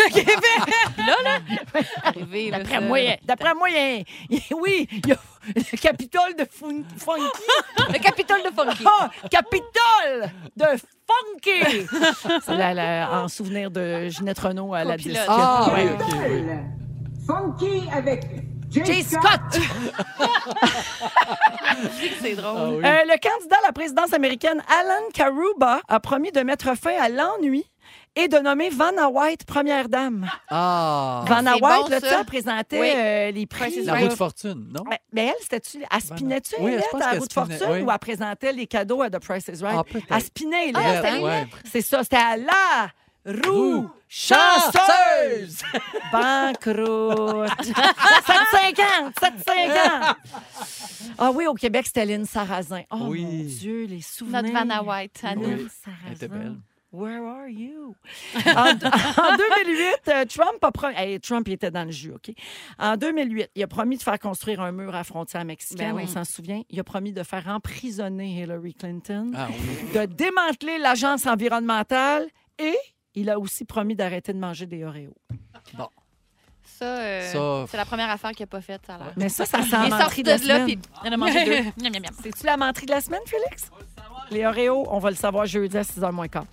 Speaker 4: Arrivé, là,
Speaker 1: D'après
Speaker 4: ça.
Speaker 1: moi, d'après moi, il y a- [LAUGHS] oui, il y a le Capitole de Fun- Funky.
Speaker 4: Le Capitole de Funky.
Speaker 1: Ah, Capitole de
Speaker 4: [LAUGHS]
Speaker 1: Funky! C'est la- la- en souvenir de Ginette Renault à la
Speaker 4: Copilote.
Speaker 1: disque.
Speaker 2: Ah oui,
Speaker 1: Ouais.
Speaker 2: ok, oui.
Speaker 7: Funky avec
Speaker 1: Jay
Speaker 7: Jay Scott.
Speaker 1: Scott!
Speaker 4: C'est
Speaker 2: Ah,
Speaker 4: drôle.
Speaker 2: oui.
Speaker 1: Euh, le candidat à la présidence américaine, Alan Karuba, a promis de mettre fin à l'ennui et de nommer Vanna White première dame.
Speaker 2: Ah,
Speaker 1: Vanna
Speaker 4: c'est
Speaker 1: White,
Speaker 4: bon,
Speaker 1: là, tu sais,
Speaker 4: ça.
Speaker 1: elle présentait
Speaker 4: Oui.
Speaker 1: euh, les prix.
Speaker 4: Price is
Speaker 2: la
Speaker 1: là.
Speaker 2: roue de fortune, non?
Speaker 1: Ouais, Mais elle, c'était-tu, elle spinait-tu
Speaker 2: Oui, je
Speaker 1: Hélène,
Speaker 2: pense
Speaker 1: à la
Speaker 2: qu'elle
Speaker 1: roue de
Speaker 2: spinait,
Speaker 1: fortune
Speaker 2: oui.
Speaker 1: ou elle présentait les cadeaux à The Price is Right?
Speaker 2: Ah, peut-être.
Speaker 1: elle spinait, Hélène,
Speaker 2: Ouais,
Speaker 1: hein?
Speaker 2: ouais.
Speaker 1: C'est ça, c'était à la roue
Speaker 2: Roue [LAUGHS]
Speaker 1: chanceuse! [LAUGHS] Banqueroute. 750, 750. Ah oui, au Québec, c'était Lynn Sarrazin. Oh
Speaker 2: Oui.
Speaker 1: mon Dieu, les souvenirs.
Speaker 4: Notre Vanna White, à nous.
Speaker 2: Oui.
Speaker 1: Lynn Sarrazin.
Speaker 2: Elle était belle.
Speaker 1: Where are you? En, [LAUGHS] en 2008, euh, Trump a promis... Trump, il était dans le jus, OK? En 2008, il a promis de faire construire un mur à la frontière mexicaine,
Speaker 3: Ben oui.
Speaker 1: on s'en souvient. Il a promis de faire emprisonner Hillary Clinton
Speaker 2: Ah oui.
Speaker 1: de démanteler l'agence environnementale et il a aussi promis d'arrêter de manger des Oreos.
Speaker 4: Ça, euh,
Speaker 2: Ça-
Speaker 4: c'est la première affaire qu'il n'a pas faite, ça a l'air.
Speaker 1: Mais ça, ça sent
Speaker 4: Il
Speaker 1: la
Speaker 4: est sorti
Speaker 1: menterie de
Speaker 4: de,
Speaker 1: la
Speaker 4: là,
Speaker 1: semaine.
Speaker 4: puis il en a mangé deux. Miam, miam, miam.
Speaker 1: C'est-tu la menterie de la semaine, Félix? Les Oreos, on va le savoir jeudi à 6h moins quart.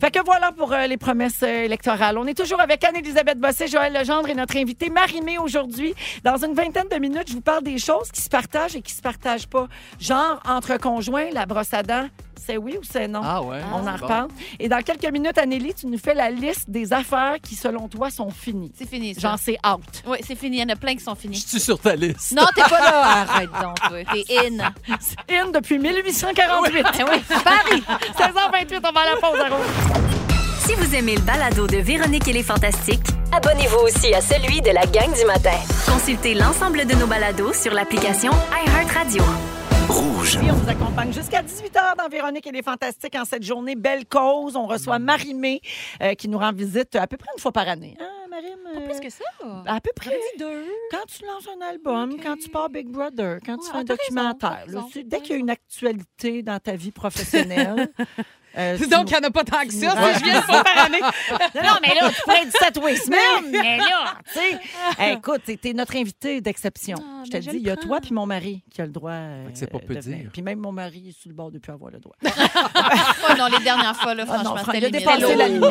Speaker 1: Fait que voilà pour euh, les promesses euh, électorales. On est toujours avec Anne-Élisabeth Bossé, Joël Legendre et notre invité Marie-Mé aujourd'hui. Dans une vingtaine de minutes, je vous parle des choses qui se partagent et qui se partagent pas. Genre, entre conjoints, la brosse à dents, C'est oui ou c'est non?
Speaker 2: Ah ouais.
Speaker 1: On en
Speaker 2: Bon.
Speaker 1: reparle. Et dans quelques minutes, Anélie, tu nous fais la liste des affaires qui, selon toi, sont finies.
Speaker 4: C'est fini, ça.
Speaker 1: Genre, c'est out.
Speaker 4: Oui, c'est fini. Il y en a plein qui sont
Speaker 2: Je
Speaker 4: finis.
Speaker 2: suis sur ta liste.
Speaker 4: Non, t'es pas là. Arrête donc, toi. T'es [LAUGHS] in.
Speaker 1: In depuis 1848.
Speaker 4: Ben oui. [LAUGHS]
Speaker 1: Paris, 16h28, on va à la pause. à Rouge.
Speaker 5: Si vous aimez le balado de Véronique et les Fantastiques,
Speaker 6: Abonnez-vous aussi à celui de la gang du matin.
Speaker 5: consultez l'ensemble de nos balados sur l'application iHeartRadio.
Speaker 1: Et on vous accompagne jusqu'à 18h dans Véronique et les Fantastiques en cette journée Belle Cause. On
Speaker 4: Mm.
Speaker 1: reçoit Marie-Mé euh, qui nous rend visite à peu près une fois par année. Hein, Marie
Speaker 4: Plus que ça.
Speaker 1: À peu près.
Speaker 4: deux.
Speaker 1: Quand tu lances un album,
Speaker 4: Ok.
Speaker 1: quand tu pars Big Brother, quand tu
Speaker 4: Ouais,
Speaker 1: fais un
Speaker 4: t'as raison, t'as
Speaker 1: documentaire, là,
Speaker 4: raison,
Speaker 1: tu-
Speaker 4: t'as
Speaker 1: dès qu'il y a une actualité dans ta vie
Speaker 4: [LAUGHS]
Speaker 1: professionnelle. euh, tu
Speaker 3: Donc, il n'y en a pas tant que ça.
Speaker 1: Ouais.
Speaker 3: Si je viens une fois par année.
Speaker 1: Non, non, mais là, tu pourrais être cette semaine, mais là, tu sais. Hey, écoute, t'es- t'es notre invité d'exception.
Speaker 4: Ah,
Speaker 1: je te
Speaker 4: ben,
Speaker 1: le
Speaker 4: je
Speaker 1: dis,
Speaker 4: le
Speaker 1: il y a
Speaker 4: prends.
Speaker 1: toi puis mon mari qui a le droit.
Speaker 2: Fait que c'est pas
Speaker 1: euh,
Speaker 2: peu
Speaker 1: de venir.
Speaker 2: dire.
Speaker 1: Puis même mon mari est sur le bord de plus avoir le droit.
Speaker 4: Ouais, non, les dernières fois, là,
Speaker 1: Ah non,
Speaker 4: franchement,
Speaker 1: Fran-
Speaker 4: c'était
Speaker 1: il a
Speaker 4: limite.
Speaker 1: dépassé la
Speaker 4: Hello.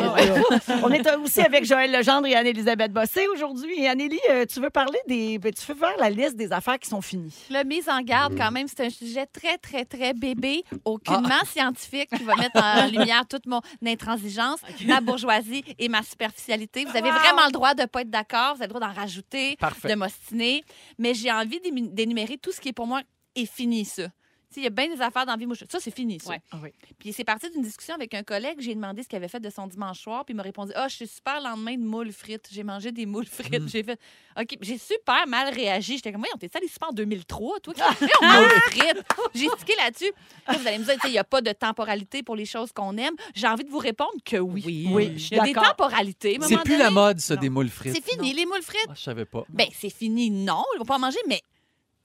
Speaker 4: [LAUGHS]
Speaker 1: limite. là. On est euh, aussi avec Joël Legendre et Anne-Élisabeth Bossé aujourd'hui. Et Annélie, euh, tu veux parler des. ben, Tu veux faire la liste des affaires qui sont finies.
Speaker 4: La mise en garde, quand même, c'est un sujet très, très, très bébé, aucunement
Speaker 1: Ah.
Speaker 4: scientifique, qui va mettre
Speaker 1: [LAUGHS]
Speaker 4: en lumière toute mon intransigeance, ma bourgeoisie et ma superficialité. Vous avez vraiment le droit de ne pas être d'accord, vous avez le droit d'en rajouter,
Speaker 2: Parfait.
Speaker 4: de m'ostiner, mais j'ai envie d'émi- d'énumérer tout ce qui est pour moi est fini, ça. Tu sais, Il y a bien des affaires dans la vie. Moi, je- Ça, c'est fini, ça.
Speaker 3: Ouais.
Speaker 1: Ah oui.
Speaker 4: Puis c'est parti d'une discussion avec un collègue. J'ai demandé ce qu'il avait fait de son dimanche soir. Puis il m'a répondu Ah, je suis super lendemain de moules frites. J'ai mangé des moules frites. J'ai fait OK. J'ai super mal réagi. J'étais comme on t'es allé super en 2003, toi, qui as fait aux moules frites. J'ai stické là-dessus. Là, vous allez me dire Tu sais, il n'y a pas de temporalité pour les choses qu'on aime. J'ai envie de vous répondre que oui.
Speaker 1: Oui, je
Speaker 4: Il
Speaker 1: suis
Speaker 4: y a des
Speaker 1: d'accord.
Speaker 4: temporalités. à un moment
Speaker 2: C'est plus
Speaker 4: donné.
Speaker 2: la mode, ça,
Speaker 4: Non.
Speaker 2: des moules frites.
Speaker 4: C'est fini, les moules frites.
Speaker 2: Ah, je savais pas.
Speaker 4: Ben, c'est fini, non. Ils vont pas en manger, mais.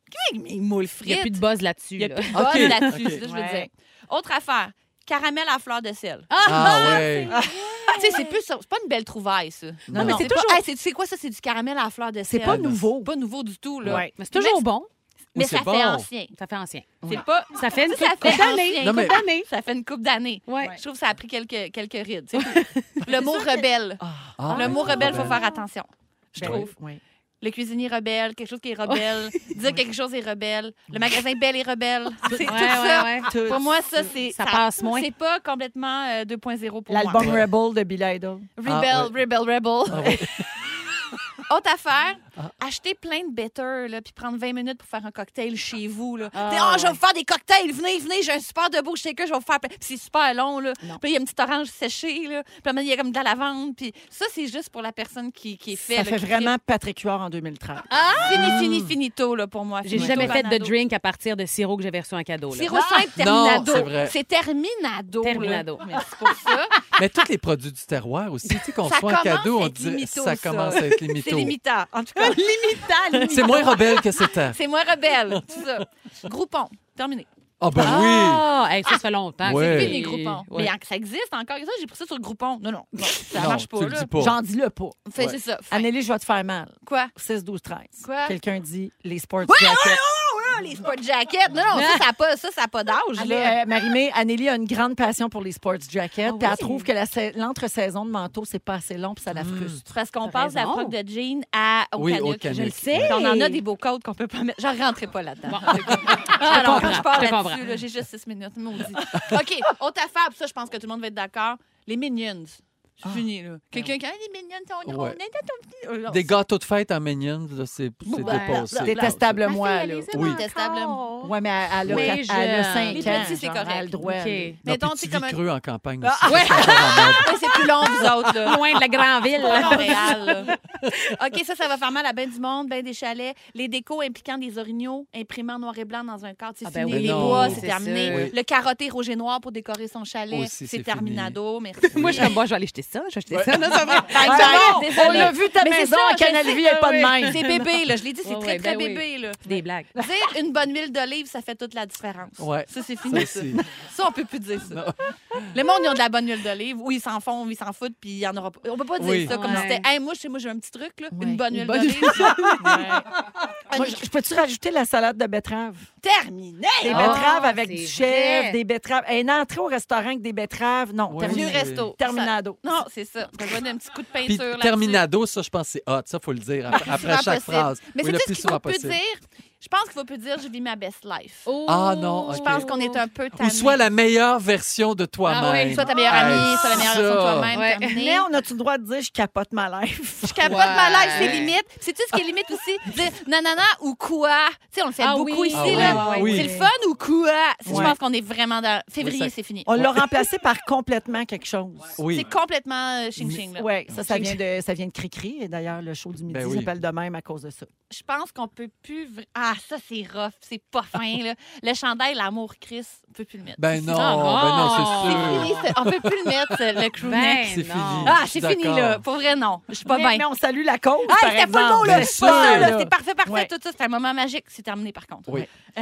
Speaker 4: Qu'est-ce que les moules frites?
Speaker 3: Il n'y a plus de buzz là-dessus.
Speaker 4: Il y a
Speaker 3: là.
Speaker 4: plus de
Speaker 2: [LAUGHS] OK.
Speaker 4: bonne là-dessus,
Speaker 2: OK.
Speaker 4: c'est ça que je veux
Speaker 1: Ouais.
Speaker 4: dire. Autre affaire, caramel à fleur de sel.
Speaker 2: Ah ouais.
Speaker 3: ah,
Speaker 4: Tu sais, c'est plus ça. C'est pas une belle trouvaille, ça.
Speaker 2: Non,
Speaker 1: mais
Speaker 4: C'est
Speaker 1: c'est
Speaker 4: pas-
Speaker 1: toujours-
Speaker 4: Hey, c'est- c'est quoi ça? C'est du caramel à fleur de sel.
Speaker 1: C'est pas nouveau.
Speaker 4: C'est pas nouveau du tout, là.
Speaker 1: Ouais.
Speaker 3: Mais c'est toujours
Speaker 4: Mais-
Speaker 3: bon.
Speaker 4: Mais
Speaker 2: Oh, c'est
Speaker 4: ça
Speaker 2: bon.
Speaker 4: fait ancien.
Speaker 3: Ça fait ancien.
Speaker 4: C'est pas...
Speaker 3: Ça fait une
Speaker 4: Ça, ça
Speaker 3: coupe
Speaker 4: fait
Speaker 3: coupe d'années.
Speaker 4: ancien.
Speaker 3: une
Speaker 2: Non, mais-
Speaker 3: coupe d'années.
Speaker 4: Ça fait une couple d'années.
Speaker 3: Ouais.
Speaker 4: Je trouve que ça a pris quelques, quelques rides. c'est
Speaker 3: [LAUGHS]
Speaker 4: tout. Le mot rebelle.
Speaker 2: Ah,
Speaker 4: Le
Speaker 2: ouais,
Speaker 4: mot
Speaker 2: c'est
Speaker 4: rebelle, il faut
Speaker 2: rebelle.
Speaker 4: faire attention. Je
Speaker 1: Ben,
Speaker 4: trouve.
Speaker 1: oui.
Speaker 4: Le cuisinier rebelle, quelque chose qui est rebelle. Dire quelque chose est rebelle. Le magasin Belle est rebelle. C'est tout
Speaker 3: Ouais,
Speaker 4: ça.
Speaker 3: ouais, ouais.
Speaker 1: Tout-
Speaker 4: Pour moi, ça, c'est.
Speaker 3: Ça passe moins.
Speaker 4: C'est pas complètement euh, 2.0 pour moi.
Speaker 1: L'album Rebel de Billy Idol.
Speaker 4: Rebel,
Speaker 2: Ah,
Speaker 4: rebel, rebel. [LAUGHS] Autre affaire, acheter plein de better, là, puis prendre 20 minutes pour faire un cocktail chez vous. Là. T'sais, oh, je vais vous faire des cocktails, venez, venez, j'ai un super de beau shaker, je vais vous faire plein. Puis c'est super long, là. Puis là, il y a une petite orange séchée, là. Puis là, il y a comme de la lavande. Puis ça, c'est juste pour la personne qui, qui est fait.
Speaker 1: Ça
Speaker 4: là,
Speaker 1: fait
Speaker 4: qui
Speaker 1: vraiment Patrick Huard en 2013.
Speaker 4: tripe.
Speaker 2: Ah!
Speaker 4: Fini, fini, finito, là, pour moi.
Speaker 3: J'ai
Speaker 4: Finito,
Speaker 3: jamais fait de
Speaker 4: banado.
Speaker 3: drink à partir de sirop que j'avais reçu en cadeau. là.
Speaker 4: Sirop simple,
Speaker 2: Non,
Speaker 4: terminado.
Speaker 2: c'est vrai.
Speaker 4: C'est terminado. là.
Speaker 3: Terminado.
Speaker 4: Merci pour
Speaker 2: [LAUGHS]
Speaker 4: ça.
Speaker 2: Mais tous les produits du terroir aussi, tu sais, qu'on
Speaker 4: Ça
Speaker 2: soit en cadeau,
Speaker 4: commence à
Speaker 2: on
Speaker 4: être
Speaker 2: dit
Speaker 4: limito,
Speaker 2: ça
Speaker 4: ça.
Speaker 2: commence à être
Speaker 4: C'est
Speaker 2: limito.
Speaker 4: limitant. En tout cas,
Speaker 1: [LAUGHS]
Speaker 4: limitant.
Speaker 2: C'est moins rebelle que c'était.
Speaker 4: [LAUGHS] C'est moins rebelle, tout ça. Groupon, terminé.
Speaker 2: Ah ben oui.
Speaker 3: Ah, hey, ça, ça fait longtemps.
Speaker 2: Ouais.
Speaker 3: C'est
Speaker 4: Fini, Groupon.
Speaker 3: Ouais.
Speaker 4: Mais en- ça existe encore. Ça, j'ai pris ça sur Groupon. Non, non, non, ça
Speaker 2: Non,
Speaker 4: marche pas.
Speaker 2: tu le
Speaker 4: là.
Speaker 2: dis pas.
Speaker 1: J'en dis le pas.
Speaker 4: Fait,
Speaker 2: Ouais.
Speaker 4: c'est ça. Fait.
Speaker 1: Anneli, je vais te faire mal.
Speaker 4: Quoi?
Speaker 1: 6, 12, 13.
Speaker 4: Quoi?
Speaker 1: Quelqu'un dit les sports
Speaker 4: ouais,
Speaker 1: jackets.
Speaker 4: Ah, les sport jackets. Non, non, ça, ça n'a pas, ça, ça a pas d'âge.
Speaker 1: Allez,
Speaker 4: là.
Speaker 1: euh, Marie-Mé, Anneli a une grande passion pour les sports jackets. puis
Speaker 4: Ah oui? Hmm.
Speaker 1: Elle trouve que la sa- l'entre-saison de manteau, c'est pas assez long, puis ça la frustre.
Speaker 4: Parce qu'on
Speaker 3: t'as
Speaker 4: passe de la
Speaker 3: raison.
Speaker 4: froc de jean à, au
Speaker 2: Hmm. Oui,
Speaker 4: canuc.
Speaker 2: au canuc. Je le sais.
Speaker 4: Puis On en a des beaux codes qu'on peut pas mettre. J'en rentrerai pas là-dedans. [LAUGHS] Alors, quand Ah, je
Speaker 3: comprends,
Speaker 4: parle
Speaker 3: je
Speaker 4: là-dessus,
Speaker 3: comprends.
Speaker 4: là, j'ai juste six minutes. Maudit. OK, autre affaire, puis ça, je pense que tout le monde va être d'accord. Les minions. C'est fini, là. Quelqu'un qui a Ah, les minions, on, on
Speaker 2: Ouais.
Speaker 4: est dans ton petit. Euh, non,
Speaker 2: Des gâteaux de fête en minions, là, c'est c'est
Speaker 4: ben,
Speaker 2: dépassé.
Speaker 1: Détestable, moi, là.
Speaker 2: Oui.
Speaker 4: Détestable,
Speaker 1: Ouais, mais elle, elle a,
Speaker 3: Oui,
Speaker 1: quatre-
Speaker 3: je-
Speaker 1: elle a
Speaker 3: Les
Speaker 1: cinq ans.
Speaker 4: petits, c'est
Speaker 1: genre,
Speaker 4: correct.
Speaker 1: Elle a le droit.
Speaker 3: OK.
Speaker 1: là.
Speaker 2: Non,
Speaker 4: Mettons,
Speaker 2: puis
Speaker 4: c'est
Speaker 2: tu vis
Speaker 4: comme un-
Speaker 2: creux en campagne
Speaker 4: Ah,
Speaker 2: aussi. ça, c'est encore en
Speaker 4: [LAUGHS]
Speaker 2: mode.
Speaker 4: Ouais, c'est plus long, vous autres, là.
Speaker 3: Loin de la grande ville.
Speaker 4: Pas
Speaker 3: là.
Speaker 4: Montréal, là. [LAUGHS] OK, ça, ça va faire mal à ben du monde, ben des chalets. Les décos impliquant des orignaux imprimés en noir et blanc dans un cadre, c'est
Speaker 3: Ah ben
Speaker 4: fini.
Speaker 3: oui.
Speaker 4: Les
Speaker 2: Ben non,
Speaker 4: bois, c'est
Speaker 3: c'est
Speaker 4: terminé.
Speaker 3: ça.
Speaker 2: Oui.
Speaker 4: Le carotté rouge et noir pour décorer son chalet, c'est
Speaker 2: Aussi, c'est
Speaker 4: terminado. Merci.
Speaker 3: Moi, je suis comme, bon, je vais aller acheter ça, je vais acheter
Speaker 2: [LAUGHS]
Speaker 3: ça. Non, ça va.
Speaker 4: Par
Speaker 1: Ah,
Speaker 4: exemple,
Speaker 1: ben,
Speaker 4: désolée.
Speaker 1: on l'a vu, ta
Speaker 4: Mais c'est
Speaker 1: maison
Speaker 4: ça, je
Speaker 1: à Canal
Speaker 4: sais,
Speaker 1: Vie, elle est pas de
Speaker 4: oui.
Speaker 1: même.
Speaker 4: C'est bébé, là. Je l'ai dit, c'est
Speaker 3: Ouais,
Speaker 4: très,
Speaker 3: ouais,
Speaker 4: très
Speaker 3: ben oui.
Speaker 4: bébé, là.
Speaker 3: Des blagues.
Speaker 4: Tu sais, une bonne huile d'olive, ça fait toute la différence.
Speaker 2: Ouais.
Speaker 4: Ça, c'est
Speaker 2: Ça
Speaker 4: fini, ça.
Speaker 2: aussi.
Speaker 4: Ça, on peut plus dire ça. Le monde, ils ont de la bonne huile d'olive. Oui, ils s'en font, ils s'en foutent, puis il y en aura pas. On peut pas dire
Speaker 2: Oui.
Speaker 4: ça comme
Speaker 3: Ouais.
Speaker 4: si c'était, hey, moi, chez moi, j'ai un petit truc, là,
Speaker 1: Ouais.
Speaker 4: une bonne
Speaker 3: Une
Speaker 4: huile
Speaker 3: bonne
Speaker 4: d'olive.
Speaker 1: Moi, je je peux-tu rajouter la salade de betterave?
Speaker 4: [LAUGHS] Terminé!
Speaker 1: Des
Speaker 3: Ah,
Speaker 1: betteraves avec
Speaker 3: c'est
Speaker 1: du chèvre,
Speaker 3: vrai.
Speaker 1: des betteraves. Une entrée au restaurant avec des betteraves, non.
Speaker 4: Mieux
Speaker 2: Ouais.
Speaker 1: terminé.
Speaker 2: Terminé.
Speaker 4: resto.
Speaker 1: Terminado.
Speaker 4: Ça- non, c'est ça. Ça donne un petit coup de
Speaker 2: Puis
Speaker 4: peinture. là-dessus.
Speaker 2: terminado, ça, je pense que c'est hot. Ça, faut le dire après, après
Speaker 4: souvent
Speaker 2: chaque
Speaker 4: possible.
Speaker 2: phrase.
Speaker 4: Mais
Speaker 2: oui,
Speaker 4: c'est
Speaker 2: le
Speaker 4: tout
Speaker 2: plus
Speaker 4: ce qu'on
Speaker 2: souvent
Speaker 4: peut
Speaker 2: possible.
Speaker 4: dire. Je pense qu'il faut plus dire je vis ma best life.
Speaker 2: Ah non,
Speaker 4: Je
Speaker 2: ok.
Speaker 4: pense qu'on est un peu
Speaker 2: Ou
Speaker 4: tanné.
Speaker 2: soit la meilleure version de toi-même.
Speaker 4: Ah oui, soit ta meilleure
Speaker 2: Ah,
Speaker 4: amie, soit la meilleure
Speaker 2: ça.
Speaker 4: version de toi-même.
Speaker 3: Ouais.
Speaker 4: terminé.
Speaker 1: Mais on a-tu le droit de dire je capote ma life? [LAUGHS]
Speaker 4: Je capote ma
Speaker 3: Ouais.
Speaker 4: life, c'est limite. C'est-tu ce qui est limite aussi? Dire nanana ou quoi? Tu sais, on le fait
Speaker 3: Ah
Speaker 4: beaucoup
Speaker 3: oui.
Speaker 4: ici,
Speaker 2: Ah oui,
Speaker 4: là.
Speaker 2: ah oui.
Speaker 4: C'est le fun ou quoi? Si
Speaker 1: Ouais.
Speaker 4: Je pense qu'on est vraiment dans. Février,
Speaker 2: Oui, ça-
Speaker 4: c'est fini.
Speaker 1: On l'a remplacé par complètement quelque chose.
Speaker 2: Oui.
Speaker 4: C'est complètement euh, ching-ching, là.
Speaker 1: Oui, ça, ça vient de, ça vient de Cricri. Et d'ailleurs, le show du midi
Speaker 2: Ben oui.
Speaker 1: s'appelle de même à cause de ça.
Speaker 4: Je pense qu'on peut plus. vra- Ah, ça, c'est rough. C'est pas fin, là. Le chandail, l'amour, Chris, on peut plus le mettre.
Speaker 2: Ben non,
Speaker 4: C'est
Speaker 2: ben non,
Speaker 3: Ah,
Speaker 2: c'est
Speaker 4: fini,
Speaker 2: sûr.
Speaker 4: c'est- on peut plus le mettre, euh, le crew neck.
Speaker 2: C'est fini.
Speaker 4: Ah,
Speaker 2: je suis
Speaker 4: c'est fini,
Speaker 2: d'accord.
Speaker 4: là. Pour vrai, non. Je suis pas
Speaker 1: mais,
Speaker 4: bien.
Speaker 1: mais on salue la cause.
Speaker 4: Ah,
Speaker 1: par
Speaker 4: c'était pas le mot,
Speaker 1: exemple.
Speaker 4: là.
Speaker 2: Bien
Speaker 4: C'est pas ça,
Speaker 2: sûr.
Speaker 4: là. C'est parfait, parfait,
Speaker 1: Ouais.
Speaker 4: tout ça. C'est un moment magique. C'est terminé, par contre.
Speaker 2: Oui.
Speaker 4: Euh,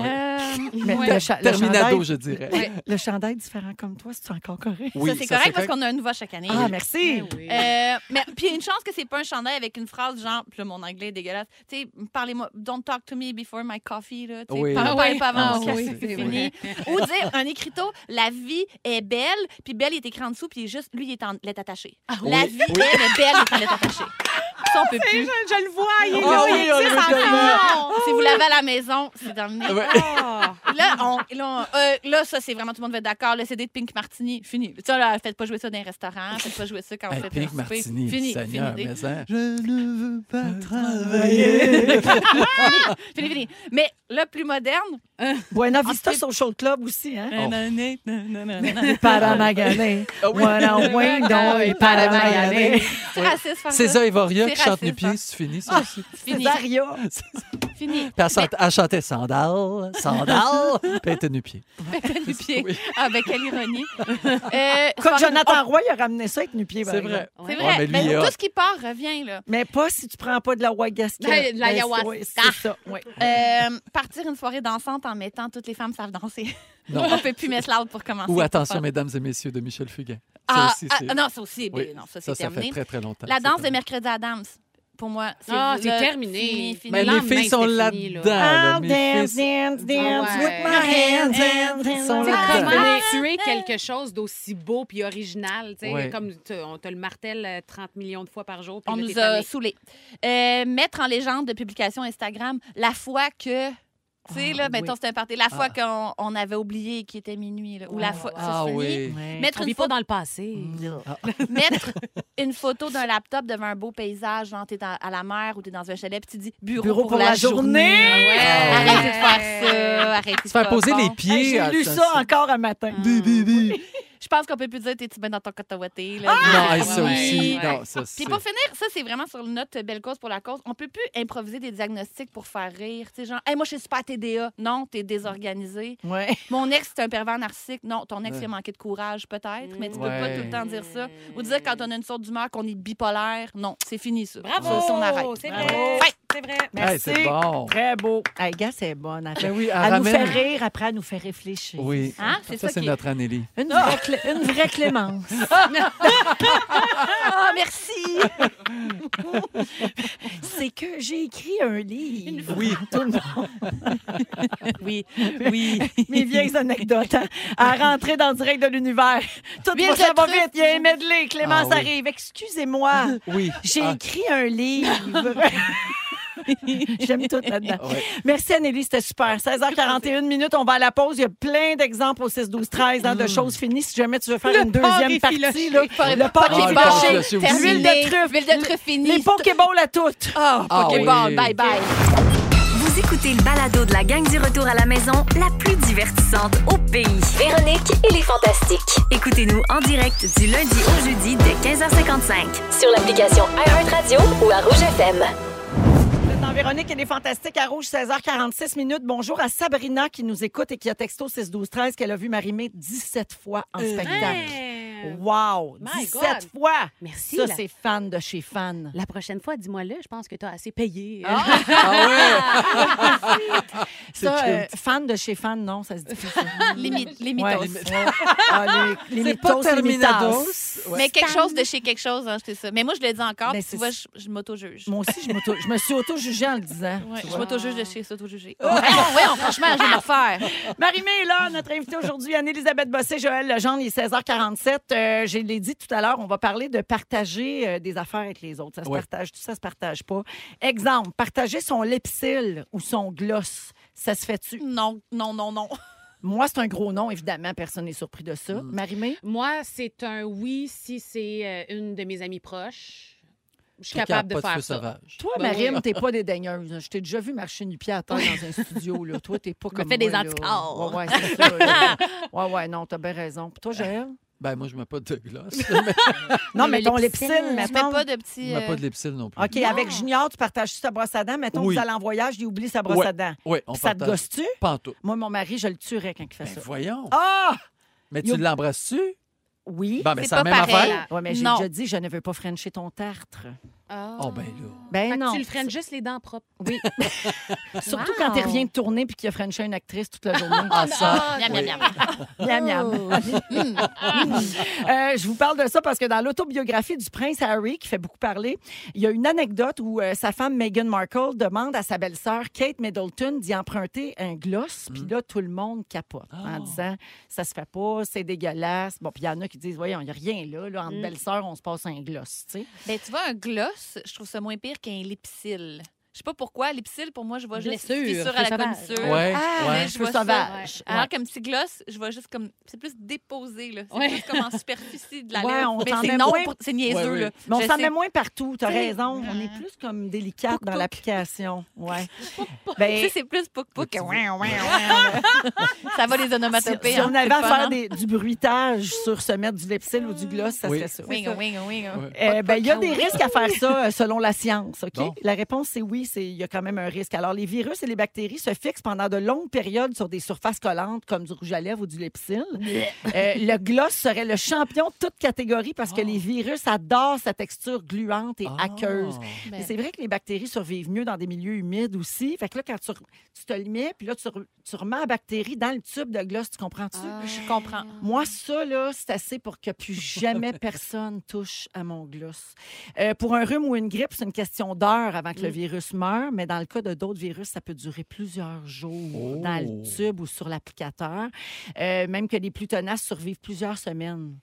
Speaker 1: Mais
Speaker 4: ouais.
Speaker 1: le, cha- le
Speaker 2: Terminado,
Speaker 1: chandail,
Speaker 2: je dirais.
Speaker 1: le chandail différent comme toi, c'est encore correct.
Speaker 2: Oui,
Speaker 4: ça, c'est correct parce qu'on a un nouveau chaque année.
Speaker 1: Ah, merci.
Speaker 4: Euh, mais puis il y a une chance que c'est pas un chandail avec une phrase genre puis là, mon anglais est dégueulasse. Tu sais parlez-moi don't talk to me before my coffee là, tu sais
Speaker 2: Oui.
Speaker 4: parle-
Speaker 2: Ah
Speaker 4: parlez pas
Speaker 2: Ah
Speaker 4: avant mon
Speaker 2: oui,
Speaker 4: café,
Speaker 2: c'est
Speaker 4: c'est fini. Ou dire un écriteau la vie est belle puis belle il est écrit en dessous puis il est juste lui il est en lettre attachée. La
Speaker 2: Ah Oui,
Speaker 4: vie
Speaker 2: oui.
Speaker 4: elle est belle il est en lettre attachée. Ça on peut plus.
Speaker 1: Je le vois,
Speaker 4: Oh.
Speaker 1: il est
Speaker 2: Ah oui, on le Ah, veut tellement.
Speaker 4: Si vous l'avez à la maison, c'est terminé.
Speaker 2: Ouais.
Speaker 4: Là, on, là, on- euh, là, ça, c'est vraiment tout le monde va être d'accord. Le CD de Pink Martini, fini. Ça, là, faites pas jouer ça dans les restaurants. Faites pas jouer ça quand
Speaker 2: Hey,
Speaker 4: vous faites
Speaker 2: Pink
Speaker 4: un souper.
Speaker 2: Martini,
Speaker 4: Fini,
Speaker 2: Seigneur,
Speaker 4: fini,
Speaker 2: mais hein, Je ne veux pas travailler.
Speaker 4: fini, fini. Mais le plus moderne,
Speaker 1: Buena Vista Social Club aussi, hein?
Speaker 2: Oh.
Speaker 1: Paramagané.
Speaker 4: Ah [LAUGHS]
Speaker 1: Buena Window et Paramagané.
Speaker 4: c'est raciste. faire ça.
Speaker 2: César Evoria
Speaker 4: C'est
Speaker 2: qui chante
Speaker 4: raciste,
Speaker 2: du pied,
Speaker 4: hein.
Speaker 2: c'est fini ça aussi.
Speaker 4: Fini,
Speaker 1: Daria.
Speaker 4: fini.
Speaker 2: Puis elle, chante- elle chantait Sandal,
Speaker 4: [LAUGHS]
Speaker 2: Sandal, puis elle était nu-pied.
Speaker 4: Pépin du pied. Ah, ben, quelle
Speaker 2: [LAUGHS]
Speaker 4: ironie. Euh,
Speaker 1: Comme
Speaker 4: soirée-
Speaker 1: Jonathan Roy, il a ramené ça avec Nupier. par
Speaker 2: C'est
Speaker 1: exemple.
Speaker 2: vrai.
Speaker 4: Oh,
Speaker 3: Ouais.
Speaker 4: C'est
Speaker 2: [LAUGHS] Ouais,
Speaker 4: vrai.
Speaker 2: mais lui,
Speaker 4: Ben,
Speaker 2: euh,
Speaker 4: tout ce qui part revient, là.
Speaker 1: Mais pas si tu prends pas de la Wagaska.
Speaker 3: Ben, de la
Speaker 1: Ben,
Speaker 3: ayahuasca.
Speaker 1: oui, C'est ça, oui.
Speaker 4: Euh, partir une soirée dansante en mettant toutes les femmes savent danser.
Speaker 2: Non.
Speaker 4: [LAUGHS] On peut plus mettre loud pour commencer.
Speaker 2: Ou Attention,
Speaker 4: mais...
Speaker 2: mesdames et messieurs, de Michel Fugain. Ça
Speaker 4: Ah,
Speaker 2: aussi,
Speaker 4: ah,
Speaker 2: c'est-
Speaker 4: non, ça aussi, ben,
Speaker 2: oui,
Speaker 4: non, ça,
Speaker 2: ça,
Speaker 4: c'est
Speaker 2: ça
Speaker 4: terminé.
Speaker 2: fait très, très longtemps.
Speaker 4: La
Speaker 2: C'est
Speaker 4: danse de
Speaker 2: terminé.
Speaker 4: Mercredi Adams, pour moi, c'est
Speaker 3: Ah,
Speaker 4: le-
Speaker 3: c'est terminé. Ben,
Speaker 4: Fini, fini.
Speaker 2: Mais
Speaker 3: Le
Speaker 2: les
Speaker 3: lendemain,
Speaker 2: filles sont
Speaker 3: c'était
Speaker 2: là-dedans.
Speaker 3: fini, là.
Speaker 2: là,
Speaker 1: Ah,
Speaker 2: mes
Speaker 1: dance,
Speaker 2: filles-
Speaker 1: dance, dance
Speaker 3: Ah ouais.
Speaker 1: with my hands, hands, hands.
Speaker 2: sont
Speaker 1: Sont
Speaker 3: Tu sais,
Speaker 4: Ah,
Speaker 2: là.
Speaker 1: là.
Speaker 3: comment tuer quelque chose d'aussi beau puis original, tu sais,
Speaker 2: Ouais.
Speaker 3: comme te- on te le martèle euh, 30 millions de fois par jour. puis
Speaker 4: On
Speaker 3: là,
Speaker 4: nous
Speaker 3: t'es
Speaker 4: a
Speaker 3: tanné.
Speaker 4: saoulés. Euh, mettre en légende de publication Instagram la fois que. Tu
Speaker 2: Ah,
Speaker 4: sais, là, mettons, c'était un party. La fois qu'on on avait oublié qu'il était minuit, là, ou la fois. ça,
Speaker 2: Ah
Speaker 4: c'est fini.
Speaker 2: oui.
Speaker 4: Mettre
Speaker 3: On
Speaker 4: une, Mm.
Speaker 3: vit pas
Speaker 4: photo,
Speaker 3: dans le passé.
Speaker 4: mettre une photo d'un laptop devant un beau paysage, genre, t'es dans- à la mer ou t'es dans un chalet, puis tu dis bureau,
Speaker 1: Bureau pour la journée. Ah,
Speaker 3: Ouais.
Speaker 2: Ah,
Speaker 4: Arrêtez de faire ça. Arrêtez
Speaker 2: Se faire
Speaker 4: pas,
Speaker 2: poser
Speaker 4: bon.
Speaker 2: les pieds.
Speaker 1: Hey, J'ai
Speaker 2: ah,
Speaker 1: lu ça encore un matin.
Speaker 4: Je pense qu'on peut plus dire t'es-tu bien dans ton cotawaté. là?
Speaker 2: Non,
Speaker 4: Ouais,
Speaker 2: hey, Ah, ça
Speaker 4: ouais,
Speaker 2: aussi.
Speaker 4: ouais.
Speaker 2: Non, ça, c'est...
Speaker 4: Puis pour finir, ça, c'est vraiment sur le note euh, Belle Cause pour la cause. On peut plus improviser des diagnostics pour faire rire. Tu sais, genre, hey, moi, je suis super TDA. Non, t'es désorganisé.
Speaker 1: Ouais.
Speaker 4: Mon ex, c'est un pervers narcissique. Non, ton ex,
Speaker 2: Ouais.
Speaker 4: il a manqué de courage, peut-être, mais tu peux
Speaker 2: Ouais.
Speaker 4: pas tout le temps dire ça. Ou dire quand on a une sorte d'humeur qu'on est bipolaire. Non, c'est fini, ça. Ça,
Speaker 3: Bravo!
Speaker 4: ça, on arrête.
Speaker 3: Oh, C'est
Speaker 1: Bravo.
Speaker 3: vrai.
Speaker 4: Ouais.
Speaker 3: C'est vrai.
Speaker 2: Hey,
Speaker 1: Merci.
Speaker 2: c'est bon.
Speaker 1: Très beau. Hey, gars, c'est bonne. Elle, fait-
Speaker 2: Ben oui, elle
Speaker 1: elle nous fait
Speaker 2: ramène-
Speaker 1: rire, après, elle nous fait réfléchir.
Speaker 2: Oui.
Speaker 4: Hein, c'est
Speaker 2: Ça,
Speaker 4: ça
Speaker 2: c'est
Speaker 4: qui-
Speaker 2: notre [LAUGHS] Anneli.
Speaker 1: Une, vraie clé- une vraie clémence.
Speaker 4: Ah, merci!
Speaker 1: C'est que j'ai écrit un livre.
Speaker 2: Oui.
Speaker 1: Tout le [LAUGHS] monde.
Speaker 4: Oui, oui.
Speaker 1: Mes vieilles anecdotes. hein. À rentrer dans le direct de l'univers. Tout
Speaker 4: Vite,
Speaker 1: moi, ça
Speaker 4: le
Speaker 1: va
Speaker 4: truc.
Speaker 1: vite. Il y a un medley. Clémence
Speaker 2: Ah oui.
Speaker 1: arrive. Excusez-moi.
Speaker 2: Oui.
Speaker 1: J'ai
Speaker 2: Ah,
Speaker 1: écrit un
Speaker 2: [LAUGHS]
Speaker 1: livre. J'aime tout là-dedans.
Speaker 2: ouais.
Speaker 1: Merci, Anneli, c'était super. 16h41 minutes, on va à la pause. Il y a plein d'exemples au 6, 12, 13
Speaker 2: Mm.
Speaker 1: hein, de choses finies. Si jamais tu veux faire une deuxième partie, là, le porc
Speaker 2: Ah, le porc
Speaker 1: effiloché,
Speaker 2: effiloché aussi.
Speaker 1: l'huile de truffe,
Speaker 4: L'huile de truffe finie.
Speaker 1: les pokéballs à toutes.
Speaker 4: Ah,
Speaker 2: Ah
Speaker 4: Pokéball,
Speaker 2: oui.
Speaker 4: bye bye.
Speaker 5: Vous écoutez le balado de la gang du retour à la maison, la plus divertissante au pays.
Speaker 6: Véronique et les Fantastiques.
Speaker 5: Écoutez-nous en direct du lundi au jeudi dès 15h55.
Speaker 6: Sur l'application iHeartRadio Radio ou à Rouge FM.
Speaker 1: Vous êtes dans Véronique, elle est fantastique à Rouge, 16h46 minutes. Bonjour à Sabrina qui nous écoute et qui a texto 6 12 13 qu'elle a vu Marimé 17 fois en spectacle.
Speaker 3: Hey.
Speaker 1: Wow!
Speaker 3: Euh, My
Speaker 1: 17
Speaker 3: God.
Speaker 1: fois!
Speaker 3: Merci.
Speaker 1: Ça,
Speaker 3: la-
Speaker 1: c'est fan de chez fan.
Speaker 3: La prochaine fois, dis-moi-le, je pense que tu as assez payé. euh.
Speaker 2: Ah
Speaker 1: Ça, euh, fan de chez fan, non, ça se dit pas.
Speaker 3: [LAUGHS]
Speaker 4: Limite,
Speaker 1: Ouais.
Speaker 4: limitos.
Speaker 1: Ouais. Ah, les, les
Speaker 2: C'est pas
Speaker 1: mythos, les
Speaker 2: Terminados.
Speaker 1: mythos.
Speaker 4: Mais quelque chose de chez quelque chose, hein, c'est ça. Mais moi, je le dis encore,
Speaker 1: Ben,
Speaker 4: puis
Speaker 1: c'est-
Speaker 4: tu vois, je, je m'auto-juge.
Speaker 1: Moi aussi, je, m'auto- je me suis auto-jugée en le disant.
Speaker 4: Ouais, je
Speaker 1: tu vois.
Speaker 4: m'auto-juge de chez s'auto-juger.
Speaker 1: Ah!
Speaker 4: Ouais, ouais, on- franchement, je vais me refaire.
Speaker 1: Marie-Mé est là, notre invitée aujourd'hui, Anne-Élisabeth Bossé, Joël Legendre, il est 16h47. euh, je l'ai dit tout à l'heure, on va parler de partager euh, des affaires avec les autres. Ça se
Speaker 2: Ouais.
Speaker 1: partage, tout ça se partage pas. Exemple, partager son lipsil ou son gloss, ça se fait-tu?
Speaker 4: Non, non, non, non.
Speaker 1: Moi, c'est un gros nom, évidemment. Personne n'est surpris de ça. Marimé?
Speaker 3: Moi, c'est un oui si c'est euh, une de mes amies proches. Je suis
Speaker 2: Toi qui
Speaker 3: capable
Speaker 2: as
Speaker 3: de
Speaker 2: pas feu
Speaker 3: faire ça.
Speaker 2: sauvage.
Speaker 1: Toi,
Speaker 3: Ben
Speaker 1: Marine,
Speaker 3: oui.
Speaker 1: t'es pas dédaigneuse. hein. Je t'ai déjà vu marcher nu pied à terre dans un studio. Là. Toi, t'es pas
Speaker 4: Je me
Speaker 1: comme
Speaker 4: fais des
Speaker 1: moi, là.
Speaker 4: anticorps.
Speaker 1: Ouais, ouais, c'est ça.
Speaker 4: [LAUGHS]
Speaker 1: là. Ouais, ouais, non, t'as bien raison. Puis toi, Joël?
Speaker 2: Ben, moi, je mets pas de gloss.
Speaker 1: Non,
Speaker 4: Mais
Speaker 1: mais ton
Speaker 4: le
Speaker 1: lipsil,
Speaker 4: Je mets
Speaker 1: mettons.
Speaker 4: pas de
Speaker 2: Je
Speaker 4: petits.
Speaker 2: mets pas
Speaker 4: euh,
Speaker 2: de lipsil non plus.
Speaker 1: OK, avec Junior, tu partages ta brosse à dents. Mettons,
Speaker 2: Oui.
Speaker 1: vous allez en voyage, il oublie sa brosse
Speaker 2: Ouais.
Speaker 1: à dents.
Speaker 2: Oui, on
Speaker 1: Puis ça te
Speaker 2: partage.
Speaker 1: gosse-tu?
Speaker 2: Pas en tout.
Speaker 1: Moi, mon mari, je le tuerais quand il fait
Speaker 2: Ben,
Speaker 1: ça.
Speaker 2: voyons.
Speaker 1: Ah!
Speaker 2: Mais
Speaker 1: yo-
Speaker 2: tu l'embrasses-tu?
Speaker 1: Oui.
Speaker 2: Ben, mais
Speaker 4: C'est
Speaker 2: c'est la
Speaker 4: pas
Speaker 2: même
Speaker 4: pareil.
Speaker 2: affaire.
Speaker 1: Ouais, mais j'ai
Speaker 4: non.
Speaker 1: déjà dit, je ne veux pas frencher ton tartre.
Speaker 4: Ah.
Speaker 2: Oh, ben là.
Speaker 3: Fait
Speaker 1: Ben
Speaker 3: que
Speaker 1: non.
Speaker 3: tu le freines juste les dents propres.
Speaker 1: Oui. Surtout quand tu
Speaker 4: Wow.
Speaker 1: reviens de tourner puis qu'il a frenché une actrice toute la [LAUGHS] journée.
Speaker 2: Ah, ça.
Speaker 4: Miam, miam, miam.
Speaker 1: Miam, miam. [LAUGHS] Euh, je vous parle de ça parce que dans l'autobiographie du prince Harry, qui fait beaucoup parler, il y a une anecdote où euh, sa femme Meghan Markle demande à sa belle-sœur Kate Middleton d'y emprunter un gloss.
Speaker 4: Hmm.
Speaker 1: Puis là, tout le monde capote
Speaker 4: Ah!
Speaker 1: en disant ça se fait pas, c'est dégueulasse. Bon, puis il y en a qui disent voyons, il n'y a rien là. là
Speaker 4: Hmm.
Speaker 1: entre belles-sœurs, on se passe un gloss. tu sais.
Speaker 4: Ben, tu vois, un gloss, je trouve ça moins pire qu'un lipsil. Je sais pas pourquoi. Lipsil, pour moi, je vois juste
Speaker 3: Blessure,
Speaker 4: fissure à la
Speaker 3: feu sauvage.
Speaker 4: commissure.
Speaker 2: Ouais,
Speaker 4: Ah, Mais
Speaker 2: ouais.
Speaker 4: je
Speaker 1: Feu
Speaker 4: vois ça.
Speaker 1: sauvage.
Speaker 4: Ouais. Alors qu'un petit gloss, je vois juste comme. C'est plus déposé, là. C'est
Speaker 3: Ouais.
Speaker 4: plus comme en superficie de la
Speaker 1: Ouais,
Speaker 4: lèvre.
Speaker 1: on
Speaker 4: Mais
Speaker 1: s'en
Speaker 4: c'est
Speaker 1: met
Speaker 4: non,
Speaker 1: moins.
Speaker 4: pour- c'est niaiseux,
Speaker 2: Ouais, ouais.
Speaker 4: là.
Speaker 1: Mais on
Speaker 4: Je
Speaker 1: s'en
Speaker 4: sais.
Speaker 1: met moins partout, t'as
Speaker 4: Tu sais, hmm.
Speaker 1: raison. On est plus comme délicate dans l'application.
Speaker 4: [LAUGHS]
Speaker 1: Ouais. Ben,
Speaker 4: Tu sais, c'est plus pouc-pouc que ouin, [LAUGHS] ouin, ouin. Ça va les
Speaker 1: si,
Speaker 4: onomatopées. hein.
Speaker 1: si on avait à
Speaker 2: hein?
Speaker 1: faire des- du bruitage sur se mettre du lipsil ou du gloss, ça
Speaker 2: Oui.
Speaker 1: serait ça.
Speaker 4: Wing, wing, wing.
Speaker 1: Euh, ben, Il y a des risques à faire ça euh, selon la science. ok?
Speaker 2: Bon.
Speaker 1: La réponse, c'est oui, c'est- il y a quand même un risque. Alors, les virus et les bactéries se fixent pendant de longues périodes sur des surfaces collantes comme du rouge à lèvres ou du lipsil. Euh, le gloss serait le champion de toute catégorie parce que les virus adorent sa texture gluante et
Speaker 2: Ah.
Speaker 1: aqueuse. Mais c'est vrai que les bactéries survivent mieux dans des milieux humides aussi. Fait que là, quand tu, re- tu te le mets, puis là, tu, re- tu remets la bactérie dans le tube de gloss, tu comprends-tu?
Speaker 4: Je comprends.
Speaker 1: Moi, ça, là, c'est assez pour que plus jamais personne touche à mon gloss. Euh, pour un rhume ou une grippe, c'est une question d'heure avant que le virus meure, mais dans le cas de d'autres virus, ça peut durer plusieurs jours
Speaker 2: Oh.
Speaker 1: dans le tube ou sur l'applicateur. Euh, même que les plus tenaces survivent plusieurs semaines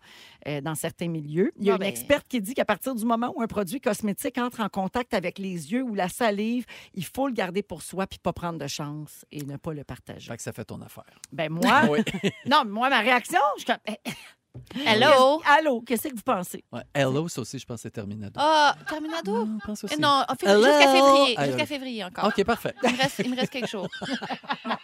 Speaker 1: euh, dans certains milieux. Il y a
Speaker 4: Ah,
Speaker 1: une
Speaker 4: ben.
Speaker 1: experte qui dit qu'à partir du moment où un produit cosmétique entre en contact avec les yeux ou la salive, il faut le garder pour soi puis pas prendre de chance et ne pas le partager.
Speaker 2: Fait que ça fait ton affaire.
Speaker 1: Ben moi,
Speaker 2: [LAUGHS] Oui.
Speaker 1: non, moi, ma réaction, je suis comme... Eh,
Speaker 4: Hello?
Speaker 1: Qu'est-ce- Allô, qu'est-ce que vous pensez?
Speaker 2: Ouais. Hello, ça aussi, je pense que c'est Terminado.
Speaker 4: Ah, Terminado?
Speaker 2: Je pense
Speaker 4: Eh
Speaker 2: aussi.
Speaker 4: Non, en fait,
Speaker 2: Hello?
Speaker 4: jusqu'à février.
Speaker 2: Ah,
Speaker 4: Jusqu'à
Speaker 2: oui.
Speaker 4: février encore.
Speaker 2: OK, parfait.
Speaker 4: Il, me reste, il me reste quelque chose. Bon,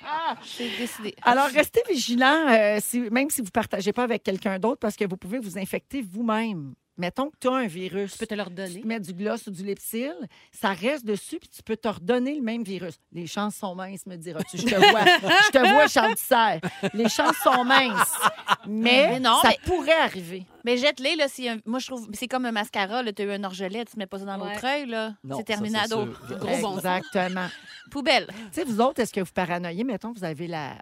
Speaker 4: j'ai décidé.
Speaker 1: Alors, restez vigilants, euh, si- même si vous ne partagez pas avec quelqu'un d'autre, parce que vous pouvez vous infecter vous-même. Mettons que tu as un virus.
Speaker 3: Tu peux te leur
Speaker 1: Tu
Speaker 3: donner.
Speaker 1: te mets du gloss ou du lipsil, ça reste dessus, puis tu peux t'ordonner le même virus. Les chances sont minces, me diras-tu. Je te vois, je te vois, Charles Tissère. Les chances sont minces. Mais,
Speaker 4: Mais non,
Speaker 1: ça
Speaker 4: mais-
Speaker 1: pourrait arriver.
Speaker 4: Mais jette-les, là. Si, moi, je trouve. C'est comme un mascara, là. T'as eu un orgelet, tu mets pas ça dans
Speaker 3: Ouais.
Speaker 4: l'autre œil, là.
Speaker 2: Non,
Speaker 4: C'est
Speaker 2: ça,
Speaker 4: Terminado.
Speaker 2: c'est sûr.
Speaker 3: Gros bon sens.
Speaker 1: Exactement.
Speaker 4: Poubelle.
Speaker 1: tu sais, vous autres, est-ce que vous paranoïez? Mettons, vous avez la,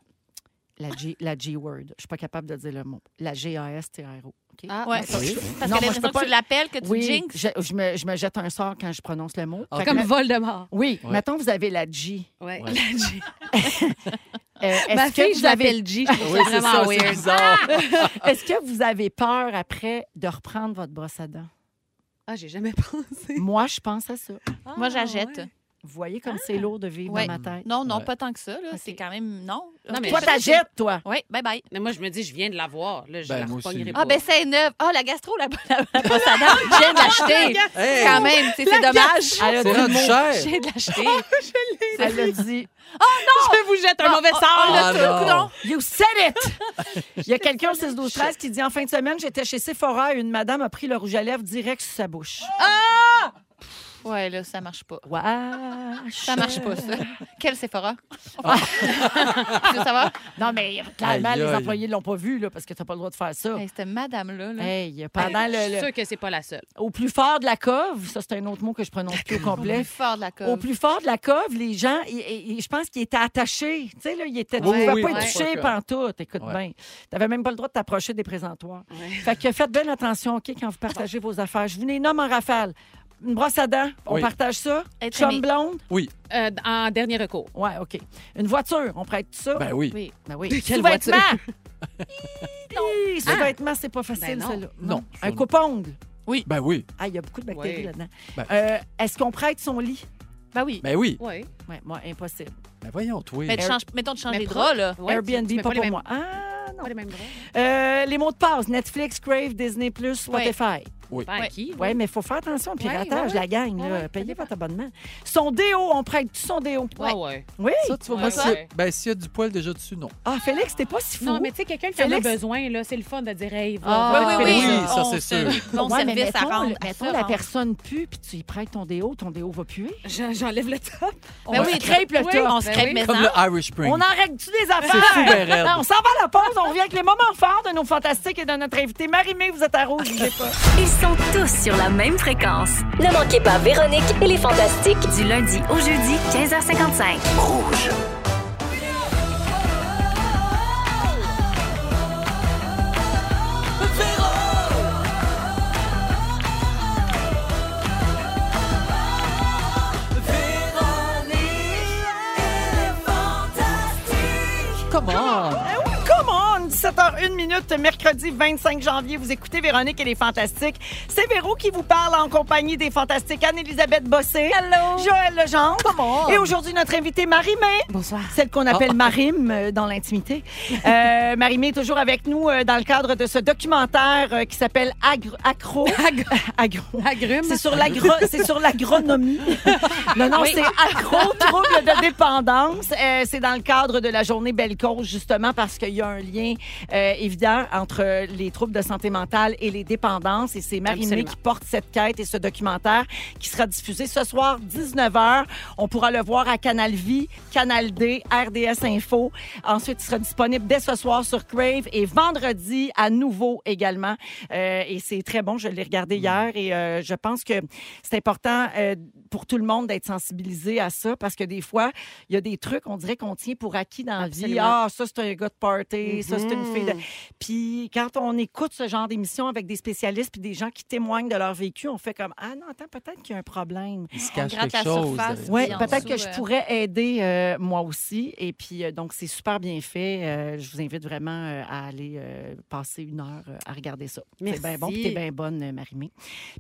Speaker 1: la, G, la G-word. Je suis pas capable de dire le mot. La G-A-S-T-R-O. OK?
Speaker 3: Ah,
Speaker 4: Ouais.
Speaker 1: ça,
Speaker 2: oui.
Speaker 4: Parce
Speaker 1: Non,
Speaker 4: que
Speaker 1: moi, je
Speaker 4: l'impression
Speaker 1: peux
Speaker 4: que
Speaker 1: pas-
Speaker 4: tu l'appelles, que tu
Speaker 1: Oui,
Speaker 4: jinx.
Speaker 1: je, je me, je me jette un sort quand je prononce le mot.
Speaker 2: Ah,
Speaker 1: Fait que
Speaker 3: Comme
Speaker 1: me-
Speaker 3: Voldemort.
Speaker 1: oui,
Speaker 2: Ouais.
Speaker 1: mettons, vous avez la G.
Speaker 3: Ouais.
Speaker 2: Ouais.
Speaker 1: Euh, est-ce,
Speaker 3: [LAUGHS] Ma
Speaker 1: que
Speaker 3: fille,
Speaker 1: vous
Speaker 3: je
Speaker 1: avez,
Speaker 3: l'appelle G. Je trouve
Speaker 2: Oui,
Speaker 3: ça
Speaker 2: c'est
Speaker 3: vraiment
Speaker 2: ça, c'est
Speaker 3: weird.
Speaker 2: bizarre.
Speaker 1: est-ce que vous avez peur après de reprendre votre brosse à dents?
Speaker 3: [LAUGHS] Ah, j'ai jamais pensé.
Speaker 1: Moi, je pense à ça.
Speaker 4: Moi, j'achète.
Speaker 1: Vous voyez comme c'est lourd de vivre
Speaker 4: Ouais.
Speaker 1: dans ma tête.
Speaker 4: Non, non,
Speaker 2: Ouais.
Speaker 4: pas tant que ça, là.
Speaker 1: Ok.
Speaker 4: C'est quand même. Non.
Speaker 3: Non, mais-
Speaker 1: Toi, t'achètes, toi.
Speaker 4: Oui, bye bye.
Speaker 3: Mais moi, je me dis, je viens de l'avoir. Là, je
Speaker 2: Ben,
Speaker 3: la
Speaker 2: moi aussi.
Speaker 3: repognerai
Speaker 4: Ah,
Speaker 3: pas.
Speaker 4: ben, c'est neuf. Ah, la gastro, la, la, la brosse à dents, je viens de l'acheter.
Speaker 2: Hey,
Speaker 4: Quand même, tu sais, c'est dommage.
Speaker 1: Elle a
Speaker 2: c'est
Speaker 1: dit,
Speaker 2: rendu
Speaker 4: Je
Speaker 2: cher.
Speaker 4: viens de l'acheter.
Speaker 3: [LAUGHS]
Speaker 1: elle a dit
Speaker 3: je vous jette un mauvais sort.
Speaker 4: là,
Speaker 2: Ah, non.
Speaker 4: tout, coudon.
Speaker 1: You said it! Il y a quelqu'un au 6 12 13 qui dit En fin de semaine, j'étais chez Sephora et une madame a pris le rouge à lèvres direct sur sa
Speaker 4: [LAUGHS]
Speaker 1: bouche.
Speaker 4: Ouais, là, ça marche pas.
Speaker 1: Wesh.
Speaker 4: Ça marche pas,
Speaker 1: [LAUGHS]
Speaker 4: ça. Quel [LAUGHS] Sephora? tu veux savoir?
Speaker 1: Non, mais clairement,
Speaker 2: Aïe,
Speaker 1: les
Speaker 2: aïe.
Speaker 1: employés ne l'ont pas vu là, parce que tu n'as pas le droit de faire ça.
Speaker 4: Hey, C'était madame-là. Là.
Speaker 1: Hey, pendant
Speaker 3: Je
Speaker 1: le,
Speaker 3: suis
Speaker 1: le-
Speaker 3: sûre que c'est pas la seule.
Speaker 1: Au plus fort de la cove, ça, c'est un autre mot que je prononce plus au complet.
Speaker 4: Plus fort de la cause.
Speaker 1: Au plus fort de la cove, les gens, ils- ils- ils- je pense qu'ils étaient attachés. Tu sais, là, ils étaient. tu
Speaker 2: Oui,
Speaker 1: pouvais
Speaker 2: oui,
Speaker 1: pas
Speaker 2: oui.
Speaker 1: être touché
Speaker 2: Ouais.
Speaker 1: pantoute. Écoute
Speaker 2: Ouais.
Speaker 1: bien. Tu n'avais même pas le droit de t'approcher des présentoirs.
Speaker 3: Ouais.
Speaker 1: Fait que faites bien attention, OK, quand vous partagez vos affaires. Je vous les nomme en rafale. Une brosse à dents, on
Speaker 2: Oui.
Speaker 1: partage ça.
Speaker 4: Être
Speaker 1: Chum
Speaker 4: aimé.
Speaker 1: blonde,
Speaker 3: Euh, en dernier recours.
Speaker 1: ouais, OK. Une voiture, on prête tout ça.
Speaker 2: Ben oui.
Speaker 4: Oui.
Speaker 1: Ben oui. [LAUGHS]
Speaker 3: Quelle
Speaker 1: Sous-vêtements. Hi, sous-vêtements, c'est pas facile,
Speaker 3: Ben non.
Speaker 1: celle-là.
Speaker 2: Non.
Speaker 1: Un coupe-ongle.
Speaker 2: Ben oui.
Speaker 1: Ah, il y a beaucoup de bactéries
Speaker 3: Oui.
Speaker 1: là-dedans.
Speaker 2: Ben-
Speaker 1: Euh, Est-ce qu'on prête son lit?
Speaker 4: Ben oui.
Speaker 2: Ben oui.
Speaker 3: Oui.
Speaker 1: Oui, moi, impossible.
Speaker 2: Ben voyons, toi.
Speaker 4: Mais tu changes- mettons, tu changes
Speaker 3: Mais
Speaker 4: les
Speaker 3: pro-
Speaker 4: draps, là.
Speaker 3: Ouais,
Speaker 1: Airbnb,
Speaker 3: tu mets
Speaker 1: pas,
Speaker 3: les
Speaker 1: pour
Speaker 3: mêmes-
Speaker 1: moi. Ah, non.
Speaker 3: Pas les mêmes droits.
Speaker 1: Euh, les mots de passe, Netflix, Crave, Disney+, Spotify.
Speaker 3: Ben,
Speaker 4: Ouais.
Speaker 3: qui?
Speaker 1: Oui, mais il faut faire attention au
Speaker 4: Ouais,
Speaker 1: piratage,
Speaker 4: ouais, ouais.
Speaker 1: la gang.
Speaker 4: Ouais,
Speaker 1: là.
Speaker 4: ouais, ça
Speaker 1: Payez
Speaker 4: dépend.
Speaker 1: votre abonnement. Son déo, on prête son déo.
Speaker 3: Ouais, ouais.
Speaker 1: Oui.
Speaker 2: Ça, tu vois,
Speaker 3: Ouais,
Speaker 2: moi,
Speaker 3: ouais.
Speaker 2: c'est- ben, s'il y a du poil déjà dessus, non.
Speaker 1: Ah, Félix, t'es pas si fou.
Speaker 3: Non, mais tu sais, quelqu'un qui en a
Speaker 1: Félix-
Speaker 3: besoin, là, c'est le fun de dire, hey,
Speaker 1: Ah,
Speaker 3: va- va-
Speaker 2: oui,
Speaker 3: fais-le.
Speaker 2: oui.
Speaker 4: on
Speaker 2: ça, c'est
Speaker 4: se-
Speaker 2: sûr.
Speaker 4: Bon
Speaker 1: Ouais, mais
Speaker 4: service à
Speaker 1: mettons,
Speaker 4: rendre. à hein.
Speaker 1: mettons
Speaker 4: se
Speaker 1: la
Speaker 4: rendre.
Speaker 1: personne pue, puis tu y prêtes ton déo, ton déo va puer.
Speaker 3: J'en- J'enlève le top.
Speaker 4: Ben
Speaker 1: on
Speaker 4: oui,
Speaker 1: se crêpe le
Speaker 4: oui,
Speaker 1: top.
Speaker 4: On se
Speaker 3: Ben
Speaker 4: crêpe
Speaker 3: oui.
Speaker 4: mais
Speaker 2: Comme
Speaker 4: en-
Speaker 2: le Irish Spring.
Speaker 1: On enregne-tu des affaires?
Speaker 2: fou, ben raide.
Speaker 1: [LAUGHS] on s'en va à la pause, on revient avec les moments forts de nos fantastiques et de notre invité. Marie-Mé, vous êtes à rouge, bougez pas.
Speaker 5: Ils sont tous sur la même fréquence.
Speaker 6: Ne manquez pas Véronique et les Fantastiques.
Speaker 5: Du lundi au jeudi, 15h55.
Speaker 2: Comment?
Speaker 1: Eh oui, come on! 17h01 minute, mercredi 25 janvier. Vous écoutez Véronique et les Fantastiques. C'est Véro qui vous parle en compagnie des Fantastiques Anne-Élisabeth Bossé. Hello! Joël Legendre. Et aujourd'hui, notre invitée Marie-Mé.
Speaker 3: Bonsoir. Ah.
Speaker 1: Celle qu'on appelle Marim euh, dans l'intimité.
Speaker 3: [LAUGHS]
Speaker 1: Euh, Marimé est toujours avec nous euh, dans le cadre de ce documentaire euh, qui s'appelle Agro. Accro. Agro.
Speaker 3: Agrume.
Speaker 1: C'est sur l'agro- c'est sur
Speaker 3: [LAUGHS]
Speaker 1: l'agronomie. non, non, c'est accro, trouble de dépendance. Euh, c'est dans le cadre de la journée Belle Cause, justement, parce qu'il y a un lien euh, évident entre les troubles de santé mentale et les dépendances. Et c'est Marie-Mé
Speaker 3: Absolument.
Speaker 1: qui porte cette quête et ce documentaire qui sera diffusé ce soir, 19h. On pourra le voir à Canal Vie, Canal D, RDS Info. Ensuite, il sera disponible dès ce soir sur Crave et vendredi à nouveau également. Euh, et c'est très bon. Je l'ai regardé hier et euh, je pense que c'est important euh, pour tout le monde d'être sensibilisé à ça parce que des fois, il y a des trucs, on dirait qu'on tient pour acquis dans la vie.
Speaker 3: Absolument.
Speaker 1: Ah, ça, c'est un gars de party, ça, c'est une fille de...
Speaker 3: Mhm.
Speaker 1: Puis quand on écoute ce genre d'émission avec des spécialistes puis des gens qui témoignent de leur vécu, on fait comme Ah non, attends, peut-être qu'il y a un problème.
Speaker 2: Il se cache
Speaker 4: gratte la
Speaker 2: quelque chose.
Speaker 4: surface,
Speaker 2: derrière
Speaker 1: Oui,
Speaker 4: en
Speaker 2: ça.
Speaker 1: peut-être que
Speaker 4: dessous,
Speaker 1: je
Speaker 4: euh,
Speaker 1: pourrais aider euh, moi aussi. Et puis, euh, donc, c'est super bien fait. Euh, je vous invite vraiment euh, à aller euh, passer une heure euh, à regarder ça. C'est
Speaker 3: Merci.
Speaker 1: bien bon. Puis, t'es bien bonne, euh, Marie-Mé.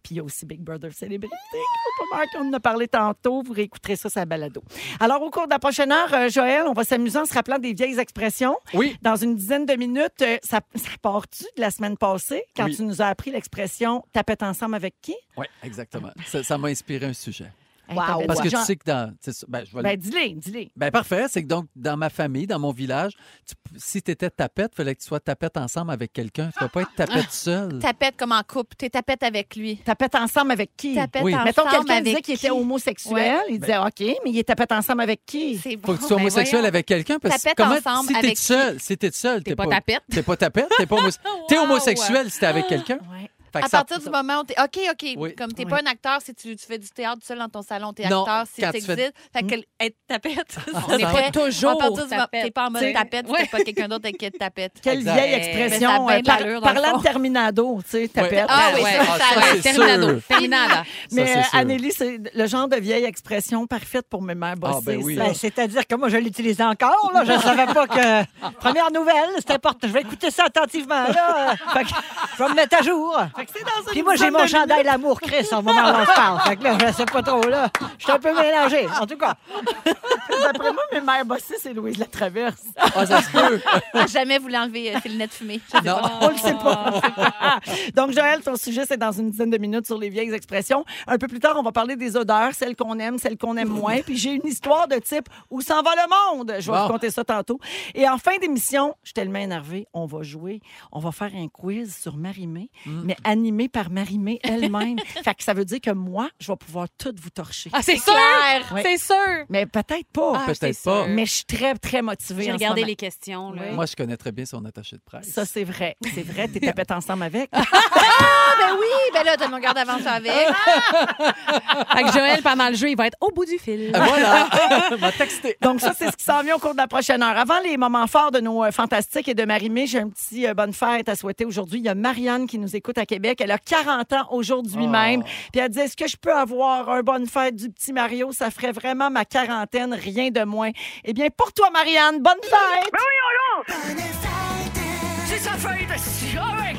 Speaker 1: Puis, il y a aussi Big Brother Célébrité. Faut pas mal qu'on en a parlé tantôt. Vous réécouterez ça, ça balado. Alors, au cours de la prochaine heure, euh, Joël, on va s'amuser en se rappelant des vieilles expressions.
Speaker 2: Oui.
Speaker 1: Dans une dizaine de minutes, euh, ça, ça part-tu de la semaine passée quand
Speaker 2: Oui.
Speaker 1: tu nous as appris l'expression tapette ensemble avec qui?
Speaker 2: Oui, exactement. Ça ça m'a inspiré un sujet.
Speaker 1: Hey,
Speaker 4: Wow.
Speaker 1: t'avais
Speaker 2: Parce
Speaker 1: dit
Speaker 2: que
Speaker 1: genre-
Speaker 2: tu sais que dans. c'est ça, Ben, je vais le-
Speaker 1: Ben, dis-les, dis-les.
Speaker 2: Ben, parfait. C'est que donc, dans ma famille, dans mon village, tu- si tu étais tapette, il fallait que tu sois tapette ensemble avec quelqu'un. Tu ne pas être tapette seul.
Speaker 4: Tapette comme en couple. T'es tapette avec lui.
Speaker 1: Tapette ensemble avec qui?
Speaker 4: Tapette
Speaker 2: Oui.
Speaker 4: ensemble
Speaker 1: Mettons, quelqu'un
Speaker 4: avec
Speaker 1: disait qu'il était
Speaker 4: qui?
Speaker 1: homosexuel.
Speaker 4: Ouais.
Speaker 1: Il disait, OK, mais il est tapette ensemble avec qui?
Speaker 4: C'est
Speaker 2: faut
Speaker 4: bon.
Speaker 2: que tu sois
Speaker 3: ben
Speaker 2: homosexuel
Speaker 3: voyons.
Speaker 2: avec quelqu'un parce que
Speaker 4: Tapette
Speaker 2: comment
Speaker 4: ensemble
Speaker 2: si t'es
Speaker 4: avec
Speaker 2: tout seul, si t'es tout seul,
Speaker 3: T'es pas tapette.
Speaker 2: T'es pas tapette, t'es pas homo- t'es homosexuel si t'es avec quelqu'un.
Speaker 1: Ouais.
Speaker 2: Fait que
Speaker 4: À
Speaker 2: ça-
Speaker 4: partir du moment où t'es. OK, OK.
Speaker 2: Oui.
Speaker 4: Comme t'es
Speaker 1: Oui.
Speaker 4: pas un acteur, si tu, tu fais du théâtre seul dans ton salon, t'es
Speaker 2: Non,
Speaker 4: acteur, si
Speaker 2: quand tu
Speaker 4: t'existes. Fait que être tapette. [LAUGHS]
Speaker 3: On n'est pas
Speaker 4: À
Speaker 3: toujours.
Speaker 4: partir du moment
Speaker 3: tapette.
Speaker 4: t'es pas en mode
Speaker 3: T'sais,
Speaker 4: tapette,
Speaker 3: ouais.
Speaker 4: t'es pas quelqu'un d'autre avec qui te tapette.
Speaker 1: [LAUGHS] Quelle
Speaker 2: Exact.
Speaker 1: vieille
Speaker 3: Eh,
Speaker 1: expression.
Speaker 4: mais ça a bien
Speaker 1: euh,
Speaker 4: de
Speaker 1: par-
Speaker 4: l'allure, dans le
Speaker 1: parlant
Speaker 4: fond.
Speaker 1: de Terminado, tu sais, tapette.
Speaker 4: Ah oui,
Speaker 3: ouais,
Speaker 4: ça,
Speaker 3: ah,
Speaker 4: ça,
Speaker 3: ouais,
Speaker 2: c'est
Speaker 3: Terminado.
Speaker 2: sûr.
Speaker 3: Terminada.
Speaker 1: Mais
Speaker 2: c'est
Speaker 1: euh,
Speaker 2: sûr.
Speaker 1: Anneli, c'est le genre de vieille expression parfaite pour mes mères bossées.
Speaker 2: Ah, ben oui.
Speaker 1: ça.
Speaker 8: Ben, C'est-à-dire que moi, je l'utilise encore. Là. Je ne savais
Speaker 1: [LAUGHS]
Speaker 8: pas que. Première nouvelle, c'est important. Je vais écouter ça attentivement. Là.
Speaker 1: [LAUGHS]
Speaker 8: Euh, fait que je vais me mettre à jour.
Speaker 1: Fait que c'est dans une
Speaker 8: Puis moi, j'ai
Speaker 1: dizaine
Speaker 8: mon
Speaker 1: de
Speaker 8: chandail L'amour, Chris, au moment où on se parle. Fait que là, je ne sais pas trop. là. Je suis un peu mélangé, en tout cas.
Speaker 1: minutes. [LAUGHS] D'après moi, mes mères bossées, c'est Louise la Traverse.
Speaker 2: Ah, ça se peut.
Speaker 4: À jamais voulu enlever euh, ses lunettes fumées. Je sais
Speaker 2: Non.
Speaker 4: pas.
Speaker 1: [LAUGHS] On le sait pas. [LAUGHS] Donc, Joël, ton sujet, c'est dans une dizaine de minutes sur les vieilles expressions. Un peu plus tard, on va parler des odeurs, celles qu'on aime, celles qu'on aime moins. Puis j'ai une histoire de type où s'en va le monde. Je vais
Speaker 2: Bon.
Speaker 1: vous conter ça tantôt. Et en fin d'émission, je suis tellement énervée, on va jouer. On va faire un quiz sur Marimé,
Speaker 3: Mm.
Speaker 1: mais animé par Marimé
Speaker 3: [LAUGHS]
Speaker 1: elle-même. fait que ça veut dire que moi, je vais pouvoir toutes vous torcher.
Speaker 3: Ah, c'est sûr!
Speaker 4: Claire!
Speaker 1: Ouais.
Speaker 3: C'est sûr!
Speaker 1: Mais peut-être pas.
Speaker 3: Ah,
Speaker 2: Peut-être
Speaker 3: c'est
Speaker 2: pas.
Speaker 3: sûr.
Speaker 1: Mais je suis très, très motivée.
Speaker 3: J'ai
Speaker 1: en ce
Speaker 3: regardé
Speaker 1: moment.
Speaker 3: les questions. Là.
Speaker 1: Oui.
Speaker 2: Moi, je connais très bien son attaché de presse.
Speaker 1: Ça, c'est vrai. C'est vrai. T'es
Speaker 3: [LAUGHS]
Speaker 1: tapette ensemble avec.
Speaker 4: Ah, ben oui! Ben là, t'as mon garde avant ça avec.
Speaker 3: Fait que Joël, pendant le jeu, il va être au bout du fil.
Speaker 2: Ah, Voilà. [LAUGHS] m'a texté.
Speaker 1: Donc ça, c'est ce qui s'en vient au cours de la prochaine heure. Avant les moments forts de nos euh, fantastiques et de Marimé, j'ai un petit euh, bonne fête à souhaiter aujourd'hui. Il y a Marianne qui nous écoute à Québec. Elle a 40 ans aujourd'hui
Speaker 2: Oh.
Speaker 1: même. Puis elle dit, est-ce que je peux avoir un bonne fête du petit Mario? Ça ferait vraiment ma quarantaine, rien de moins. Eh bien, pour toi, Marianne, bonne fête!
Speaker 9: Bonne fête.
Speaker 1: sa feuille de scie. Ah ouais,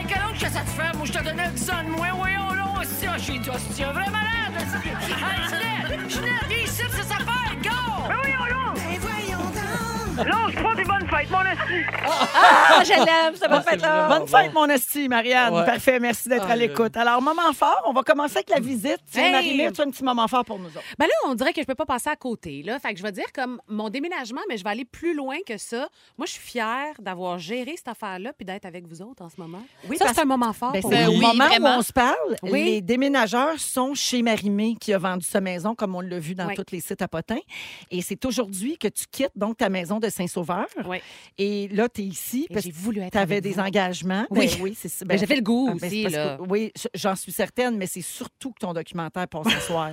Speaker 1: hey, quelle honte que ça te fait, moi, je te donnais 10 ans de moins. Oui, oh non, hostie, ah, j'ai dit, hostie, ah, vraiment malade, hostie. Hey, Ginette, Ginette, viens ici, c'est sa feuille, go! Ben oui, oh non! Ben
Speaker 4: Ah, je l'aime, ça va faire là.
Speaker 1: Bonne fête, mon esti, Marianne.
Speaker 2: Ouais.
Speaker 1: Parfait, merci d'être
Speaker 2: Ah,
Speaker 1: à l'écoute. Alors, moment fort, on va commencer avec la visite. Tiens,
Speaker 3: Hey!
Speaker 1: Marie-Mire, tu as un petit moment fort pour nous autres.
Speaker 3: Ben là, on dirait que je peux pas passer à côté. Là. Fait que je vais dire comme mon déménagement, mais je vais aller plus loin que ça. Moi, je suis fière d'avoir géré cette affaire-là puis d'être avec vous autres en ce moment.
Speaker 1: Oui,
Speaker 3: ça,
Speaker 1: parce-
Speaker 3: c'est un moment fort
Speaker 1: Ben,
Speaker 3: Ah, pour
Speaker 1: c'est
Speaker 4: Ben
Speaker 3: moi.
Speaker 1: au
Speaker 4: oui,
Speaker 1: moment
Speaker 4: vraiment.
Speaker 1: où on se parle,
Speaker 3: Oui.
Speaker 1: les déménageurs sont chez Marimé qui a vendu sa maison, comme on l'a vu dans
Speaker 3: Oui.
Speaker 1: tous les sites à potins. Et c'est aujourd'hui que tu quittes donc ta maison de Saint-Sauveur.
Speaker 3: Oui.
Speaker 1: Et là, tu es ici
Speaker 3: Et
Speaker 1: parce
Speaker 3: j'ai
Speaker 1: que
Speaker 3: voulu être
Speaker 1: tu avais
Speaker 3: avec
Speaker 1: des
Speaker 3: vous.
Speaker 1: engagements.
Speaker 3: Oui.
Speaker 1: Ben oui, c'est ça.
Speaker 3: Ben, j'avais le goût
Speaker 1: Ah, ben, c'est
Speaker 3: aussi,
Speaker 1: parce que-
Speaker 3: là.
Speaker 1: oui, j- j'en suis certaine, mais c'est surtout que ton documentaire passe ce
Speaker 3: [LAUGHS]
Speaker 1: soir.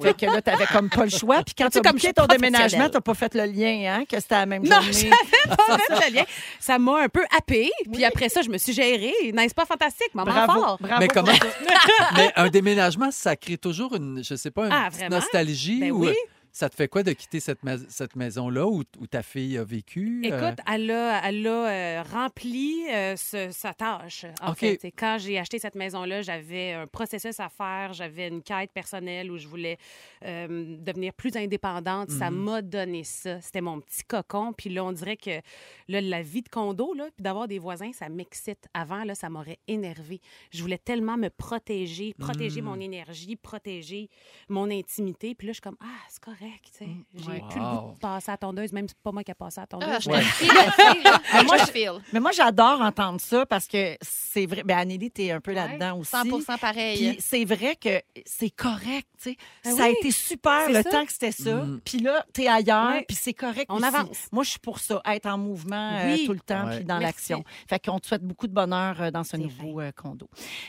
Speaker 1: Fait que là, t'avais comme pas le choix. Puis quand
Speaker 3: Vois-tu
Speaker 1: tu
Speaker 3: comme
Speaker 1: comme
Speaker 3: je suis
Speaker 1: ton
Speaker 3: professionnelle.
Speaker 1: déménagement, t'as pas fait le lien, hein, que c'était la même
Speaker 3: Non,
Speaker 1: journée.
Speaker 3: j'avais pas même le lien. [LAUGHS] Ça m'a un peu happé. Puis après ça, je me suis gérée. N'est-ce pas fantastique? Maman
Speaker 1: Bravo,
Speaker 3: fort.
Speaker 1: bravo.
Speaker 2: Mais
Speaker 1: pour
Speaker 2: comment-
Speaker 1: ça.
Speaker 2: Mais un déménagement, ça crée toujours une, je sais pas, une
Speaker 3: Ah,
Speaker 2: petite
Speaker 3: vraiment?
Speaker 2: nostalgie.
Speaker 3: Ben
Speaker 2: ou,
Speaker 3: oui.
Speaker 2: euh, Ça te fait quoi de quitter cette, mais- cette maison-là où, où ta fille a vécu? euh,
Speaker 3: Écoute, elle a, elle a, euh, rempli euh, ce- sa tâche. En
Speaker 2: OK.
Speaker 3: fait, Et quand j'ai acheté cette maison-là, j'avais un processus à faire, j'avais une quête personnelle où je voulais euh, devenir plus indépendante. Ça
Speaker 2: Mhm.
Speaker 3: m'a donné ça. C'était mon petit cocon. Puis là, on dirait que là, la vie de condo, là, puis d'avoir des voisins, ça m'excite. Avant, là, ça m'aurait énervé. Je voulais tellement me protéger, protéger mon
Speaker 2: Mm.
Speaker 3: énergie, protéger mon intimité. Puis là, je suis comme, ah, c'est correct. tu sais. J'ai
Speaker 2: Mm. Ouais.
Speaker 3: plus le goût
Speaker 2: Wow.
Speaker 3: de passer à la tondeuse, même si c'est pas moi qui a passé à la tondeuse.
Speaker 4: Ah, je te
Speaker 2: Ouais.
Speaker 4: le file, la fille, là.
Speaker 1: moi,
Speaker 4: Je
Speaker 1: je-
Speaker 4: te file.
Speaker 1: Mais moi, j'adore entendre ça parce que c'est vrai. Ben, Anneli, t'es un peu là-dedans aussi.
Speaker 4: 100
Speaker 1: Puis
Speaker 4: pareil.
Speaker 1: c'est vrai que c'est correct, tu sais.
Speaker 3: Ben
Speaker 1: ça a
Speaker 3: oui,
Speaker 1: été super
Speaker 3: c'est
Speaker 1: le
Speaker 3: ça.
Speaker 1: temps que c'était ça.
Speaker 2: Mhm.
Speaker 1: Puis là, t'es ailleurs,
Speaker 3: Ouais.
Speaker 1: puis c'est correct
Speaker 3: On
Speaker 1: aussi.
Speaker 3: avance.
Speaker 1: Moi, je suis pour ça, être en mouvement euh,
Speaker 3: Oui.
Speaker 1: tout le temps,
Speaker 2: Ouais.
Speaker 1: puis dans
Speaker 3: Merci.
Speaker 1: l'action. Fait qu'on te souhaite beaucoup de bonheur euh, dans ce
Speaker 3: C'est
Speaker 1: nouveau euh, condo.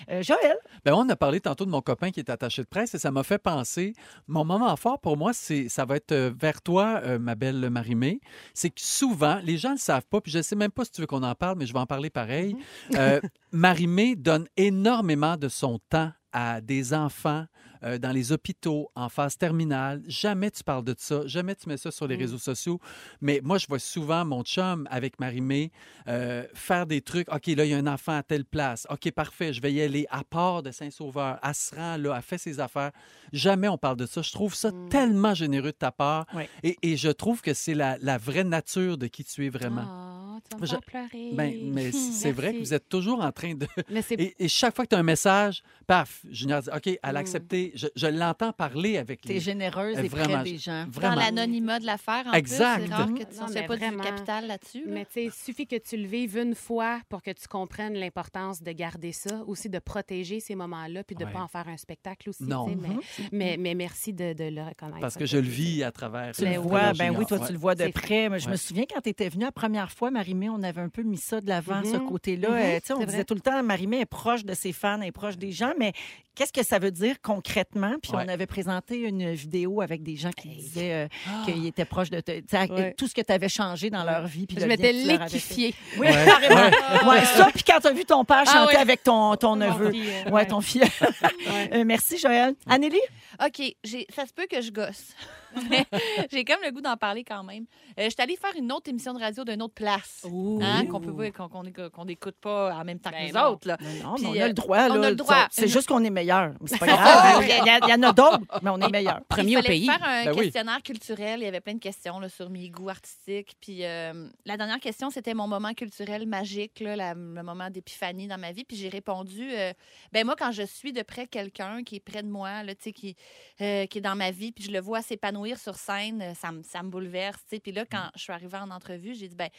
Speaker 1: Euh, Joël,
Speaker 2: Ben, on a parlé tantôt de mon copain qui est attaché de presse et ça m'a fait penser. Mon moment fort pour moi, c'est ça va être euh, vers toi, euh, ma belle Marimée. C'est que souvent, les gens ne le savent pas, puis je ne sais même pas si tu veux qu'on en parle, mais je vais en parler pareil. Euh, Marimée donne énormément de son temps à des enfants euh, dans les hôpitaux en phase terminale. Jamais tu parles de ça, jamais tu mets ça sur les réseaux sociaux. Mais moi, je vois souvent mon chum avec Marimé euh, faire des trucs. OK, là, il y a un enfant à telle place. OK, parfait, je vais y aller à part de Saint-Sauveur. À se rend, là, a fait ses affaires. Jamais on parle de ça. Je trouve ça tellement généreux de ta part.
Speaker 1: Ouais.
Speaker 2: Et, et je trouve que c'est la, la vraie nature de qui tu es vraiment.
Speaker 3: Ah, tu vas
Speaker 2: Je-
Speaker 3: me faire pleurer.
Speaker 2: Ben, mais c- c'est vrai que vous êtes toujours en train de...
Speaker 3: [LAUGHS] Mais c'est
Speaker 2: Et, et chaque fois que tu as un message, paf, Junior dit, OK, elle a accepté. Je, je l'entends parler avec
Speaker 1: t'es
Speaker 2: les...
Speaker 1: généreuse et
Speaker 2: Vraiment,
Speaker 1: près des gens.
Speaker 4: Dans
Speaker 2: Vraiment.
Speaker 4: l'anonymat de l'affaire, en
Speaker 2: Exact.
Speaker 4: plus, c'est rare que tu
Speaker 3: Non,
Speaker 4: ne
Speaker 3: mais
Speaker 4: fais pas du
Speaker 3: vraiment.
Speaker 4: capital là-dessus. là.
Speaker 3: Mais tu sais, suffit que tu le vives une fois pour que tu comprennes l'importance de garder ça, aussi de protéger ces moments-là, puis de ne
Speaker 2: Ouais.
Speaker 3: pas en faire un spectacle aussi.
Speaker 2: Non.
Speaker 3: tu sais, Mais, mais, mais merci de, de le reconnaître.
Speaker 2: Parce
Speaker 3: ça,
Speaker 2: que
Speaker 3: ça
Speaker 2: je le
Speaker 3: fait plaisir.
Speaker 2: vis à travers.
Speaker 1: Tu le
Speaker 3: Ben oui.
Speaker 1: vois,
Speaker 2: Junior,
Speaker 1: ben oui, toi,
Speaker 2: ouais.
Speaker 1: tu le vois de
Speaker 3: C'est
Speaker 1: près. Mais je me
Speaker 2: Ouais.
Speaker 1: souviens quand tu étais venue la première fois, Marimé, on avait un peu mis ça de l'avant, ce
Speaker 3: Mhm.
Speaker 1: côté-là.
Speaker 3: Mhm,
Speaker 1: Euh, tu sais, on
Speaker 3: c'est
Speaker 1: disait
Speaker 3: vrai.
Speaker 1: tout le temps, Marimé est proche de ses fans, elle est proche des gens, mais qu'est-ce que ça veut dire concrètement? Puis
Speaker 2: Ouais.
Speaker 1: on avait présenté une vidéo avec des gens qui disaient euh,
Speaker 2: Ah!
Speaker 1: qu'ils étaient proches de te- tu sais,
Speaker 3: Ouais.
Speaker 1: tout ce que tu avais changé dans leur vie. Puis
Speaker 3: Je
Speaker 1: le lien
Speaker 3: m'étais
Speaker 1: que tu leur avais fait.
Speaker 3: liquéfiée.
Speaker 1: Oui, [LAUGHS]
Speaker 2: Ouais.
Speaker 1: carrément. Ouais, ça, puis quand tu as vu ton père
Speaker 4: Ah,
Speaker 1: chanter
Speaker 4: ouais.
Speaker 1: avec ton, ton
Speaker 3: Mon
Speaker 1: neveu.
Speaker 3: fils, euh,
Speaker 1: Ouais, ton fils.
Speaker 3: ouais.
Speaker 1: Euh, merci, Joël. Anneli?
Speaker 4: OK, j'ai- ça se peut que je gosse. [LAUGHS] Mais j'ai comme le goût d'en parler quand même. Euh, je suis allée faire une autre émission de radio d'une autre place. Hein, qu'on peut voir, qu'on qu'on écoute- qu'on n'écoute pas en même temps
Speaker 3: Ben
Speaker 4: que nous
Speaker 3: non.
Speaker 4: autres. Là.
Speaker 1: Non,
Speaker 4: Puis,
Speaker 1: mais on a
Speaker 4: euh,
Speaker 1: le droit.
Speaker 4: on
Speaker 1: là.
Speaker 4: a le droit. Oh,
Speaker 1: C'est
Speaker 4: Une-
Speaker 1: juste qu'on est meilleur. Mais
Speaker 4: [LAUGHS]
Speaker 1: c'est pas grave. Il y, a- il y en a d'autres, mais on est meilleur.
Speaker 3: Premier
Speaker 4: il
Speaker 3: au
Speaker 4: fallait
Speaker 3: pays.
Speaker 4: faire un
Speaker 2: Ben oui.
Speaker 4: questionnaire culturel. Il y avait plein de questions là, sur mes goûts artistiques. Puis euh, la dernière question, c'était mon moment culturel magique, là, la- le moment d'épiphanie dans ma vie. Puis j'ai répondu, euh, ben moi, quand je suis de près quelqu'un qui est près de moi, là, tu sais, qui, euh, qui est dans ma vie, puis je le vois s'épanouir sur scène, euh, ça, me- ça me bouleverse. tu sais. Puis là,
Speaker 2: Mm.
Speaker 4: quand je suis arrivée en entrevue, j'ai dit, ben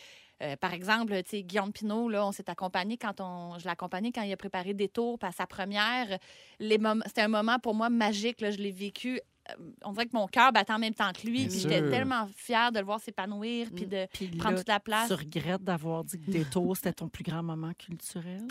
Speaker 4: euh, par exemple, tu sais, Guillaume Pinault, là, on s'est accompagné quand on, je l'ai accompagné quand il a préparé des tours à sa première. Les mom- C'était un moment pour moi magique. Là, je l'ai vécu. euh, On dirait que mon cœur battait en même temps que lui.
Speaker 2: Bien
Speaker 4: puis
Speaker 2: sûr.
Speaker 4: J'étais tellement fière de le voir s'épanouir [LAUGHS] puis de
Speaker 1: Puis là,
Speaker 4: prendre toute la place.
Speaker 1: tu
Speaker 4: [LAUGHS]
Speaker 1: regrettes d'avoir dit que Détour, c'était ton plus grand moment
Speaker 4: [LAUGHS]
Speaker 1: culturel?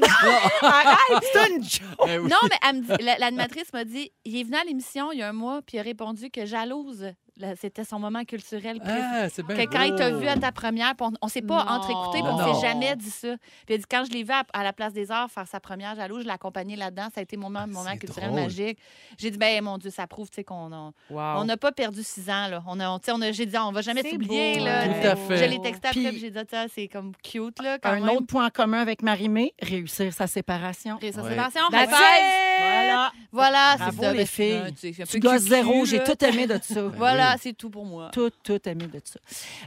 Speaker 2: Ben oui.
Speaker 4: Non, mais elle me dit- la- l'animatrice m'a dit il est venu à l'émission il y a un mois, puis il a répondu que jalouse Là, C'était son moment culturel préféré.
Speaker 2: Ah, c'est bien
Speaker 4: Que quand il t'a
Speaker 2: beau.
Speaker 4: vu à ta première, puis on, on s'est pas
Speaker 3: Non.
Speaker 4: entre-écouté, puis on
Speaker 2: Ben Non.
Speaker 4: s'est jamais dit ça. Puis il a dit, quand je l'ai vu à, à la Place des Arts faire sa première jaloux, je l'accompagnais là-dedans. Ça a été mon moment, moment
Speaker 2: Ah, c'est
Speaker 4: culturel
Speaker 2: drôle.
Speaker 4: magique. J'ai dit, ben mon Dieu, ça prouve tu sais, qu'on on-
Speaker 3: Wow.
Speaker 4: on n'a pas perdu six ans. Là. On a, on- tu sais, on a- J'ai dit, on va jamais
Speaker 3: C'est
Speaker 4: s'oublier.
Speaker 3: beau.
Speaker 1: hein.
Speaker 4: là.
Speaker 2: Tout à fait.
Speaker 4: Je l'ai texté après,
Speaker 1: Puis-
Speaker 4: puis j'ai dit, ça, c'est comme cute. Là, quand
Speaker 1: Un
Speaker 4: même.
Speaker 1: autre point en commun avec Marie-Mé, réussir sa séparation.
Speaker 4: Ré- ça,
Speaker 2: Ouais.
Speaker 4: c'est parti, on
Speaker 3: That's
Speaker 4: high five!
Speaker 1: Voilà.
Speaker 4: Voilà, c'est
Speaker 1: Bravo,
Speaker 4: ça.
Speaker 1: les
Speaker 4: Ben,
Speaker 1: filles.
Speaker 4: c'est- c'est un peu
Speaker 1: Tu gosses
Speaker 4: cul-cul,
Speaker 1: zéro. J'ai
Speaker 4: là.
Speaker 1: tout aimé de
Speaker 4: [LAUGHS]
Speaker 1: ça.
Speaker 2: Ben
Speaker 4: Voilà, c'est tout pour moi.
Speaker 1: Tout, tout aimé de ça.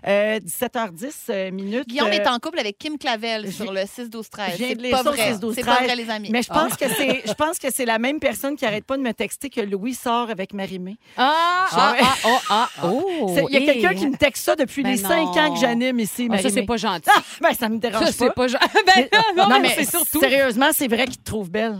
Speaker 1: Euh, 17h10 euh, minutes.
Speaker 4: Guillaume
Speaker 1: euh,
Speaker 4: est en couple avec Kim Clavel
Speaker 1: je-
Speaker 4: sur le 6-12-13.
Speaker 1: viens
Speaker 4: C'est
Speaker 1: de les
Speaker 4: pas
Speaker 1: sur
Speaker 4: vrai.
Speaker 1: 6-12-13.
Speaker 4: C'est pas vrai, les amis.
Speaker 1: Mais je
Speaker 3: Ah.
Speaker 1: pense que c'est je pense que c'est la même personne qui arrête pas de me texter que Louis sort avec Marie-Mé.
Speaker 3: Ah, ah,
Speaker 1: Ouais.
Speaker 3: ah, oh, ah, oh.
Speaker 1: C'est- Il y a
Speaker 3: Hey.
Speaker 1: quelqu'un qui me texte ça depuis
Speaker 3: Ben
Speaker 1: les cinq
Speaker 3: non.
Speaker 1: ans que j'anime ici,
Speaker 3: Ah, ça,
Speaker 1: Marie-Mé.
Speaker 3: c'est pas gentil.
Speaker 1: Ah, ben, ça me dérange pas.
Speaker 3: Ça, c'est pas gentil. [LAUGHS] Ben, non,
Speaker 1: Non,
Speaker 3: mais
Speaker 1: mais
Speaker 3: c'est surtout.
Speaker 1: Sérieusement, c'est vrai qu'il te trouve belle.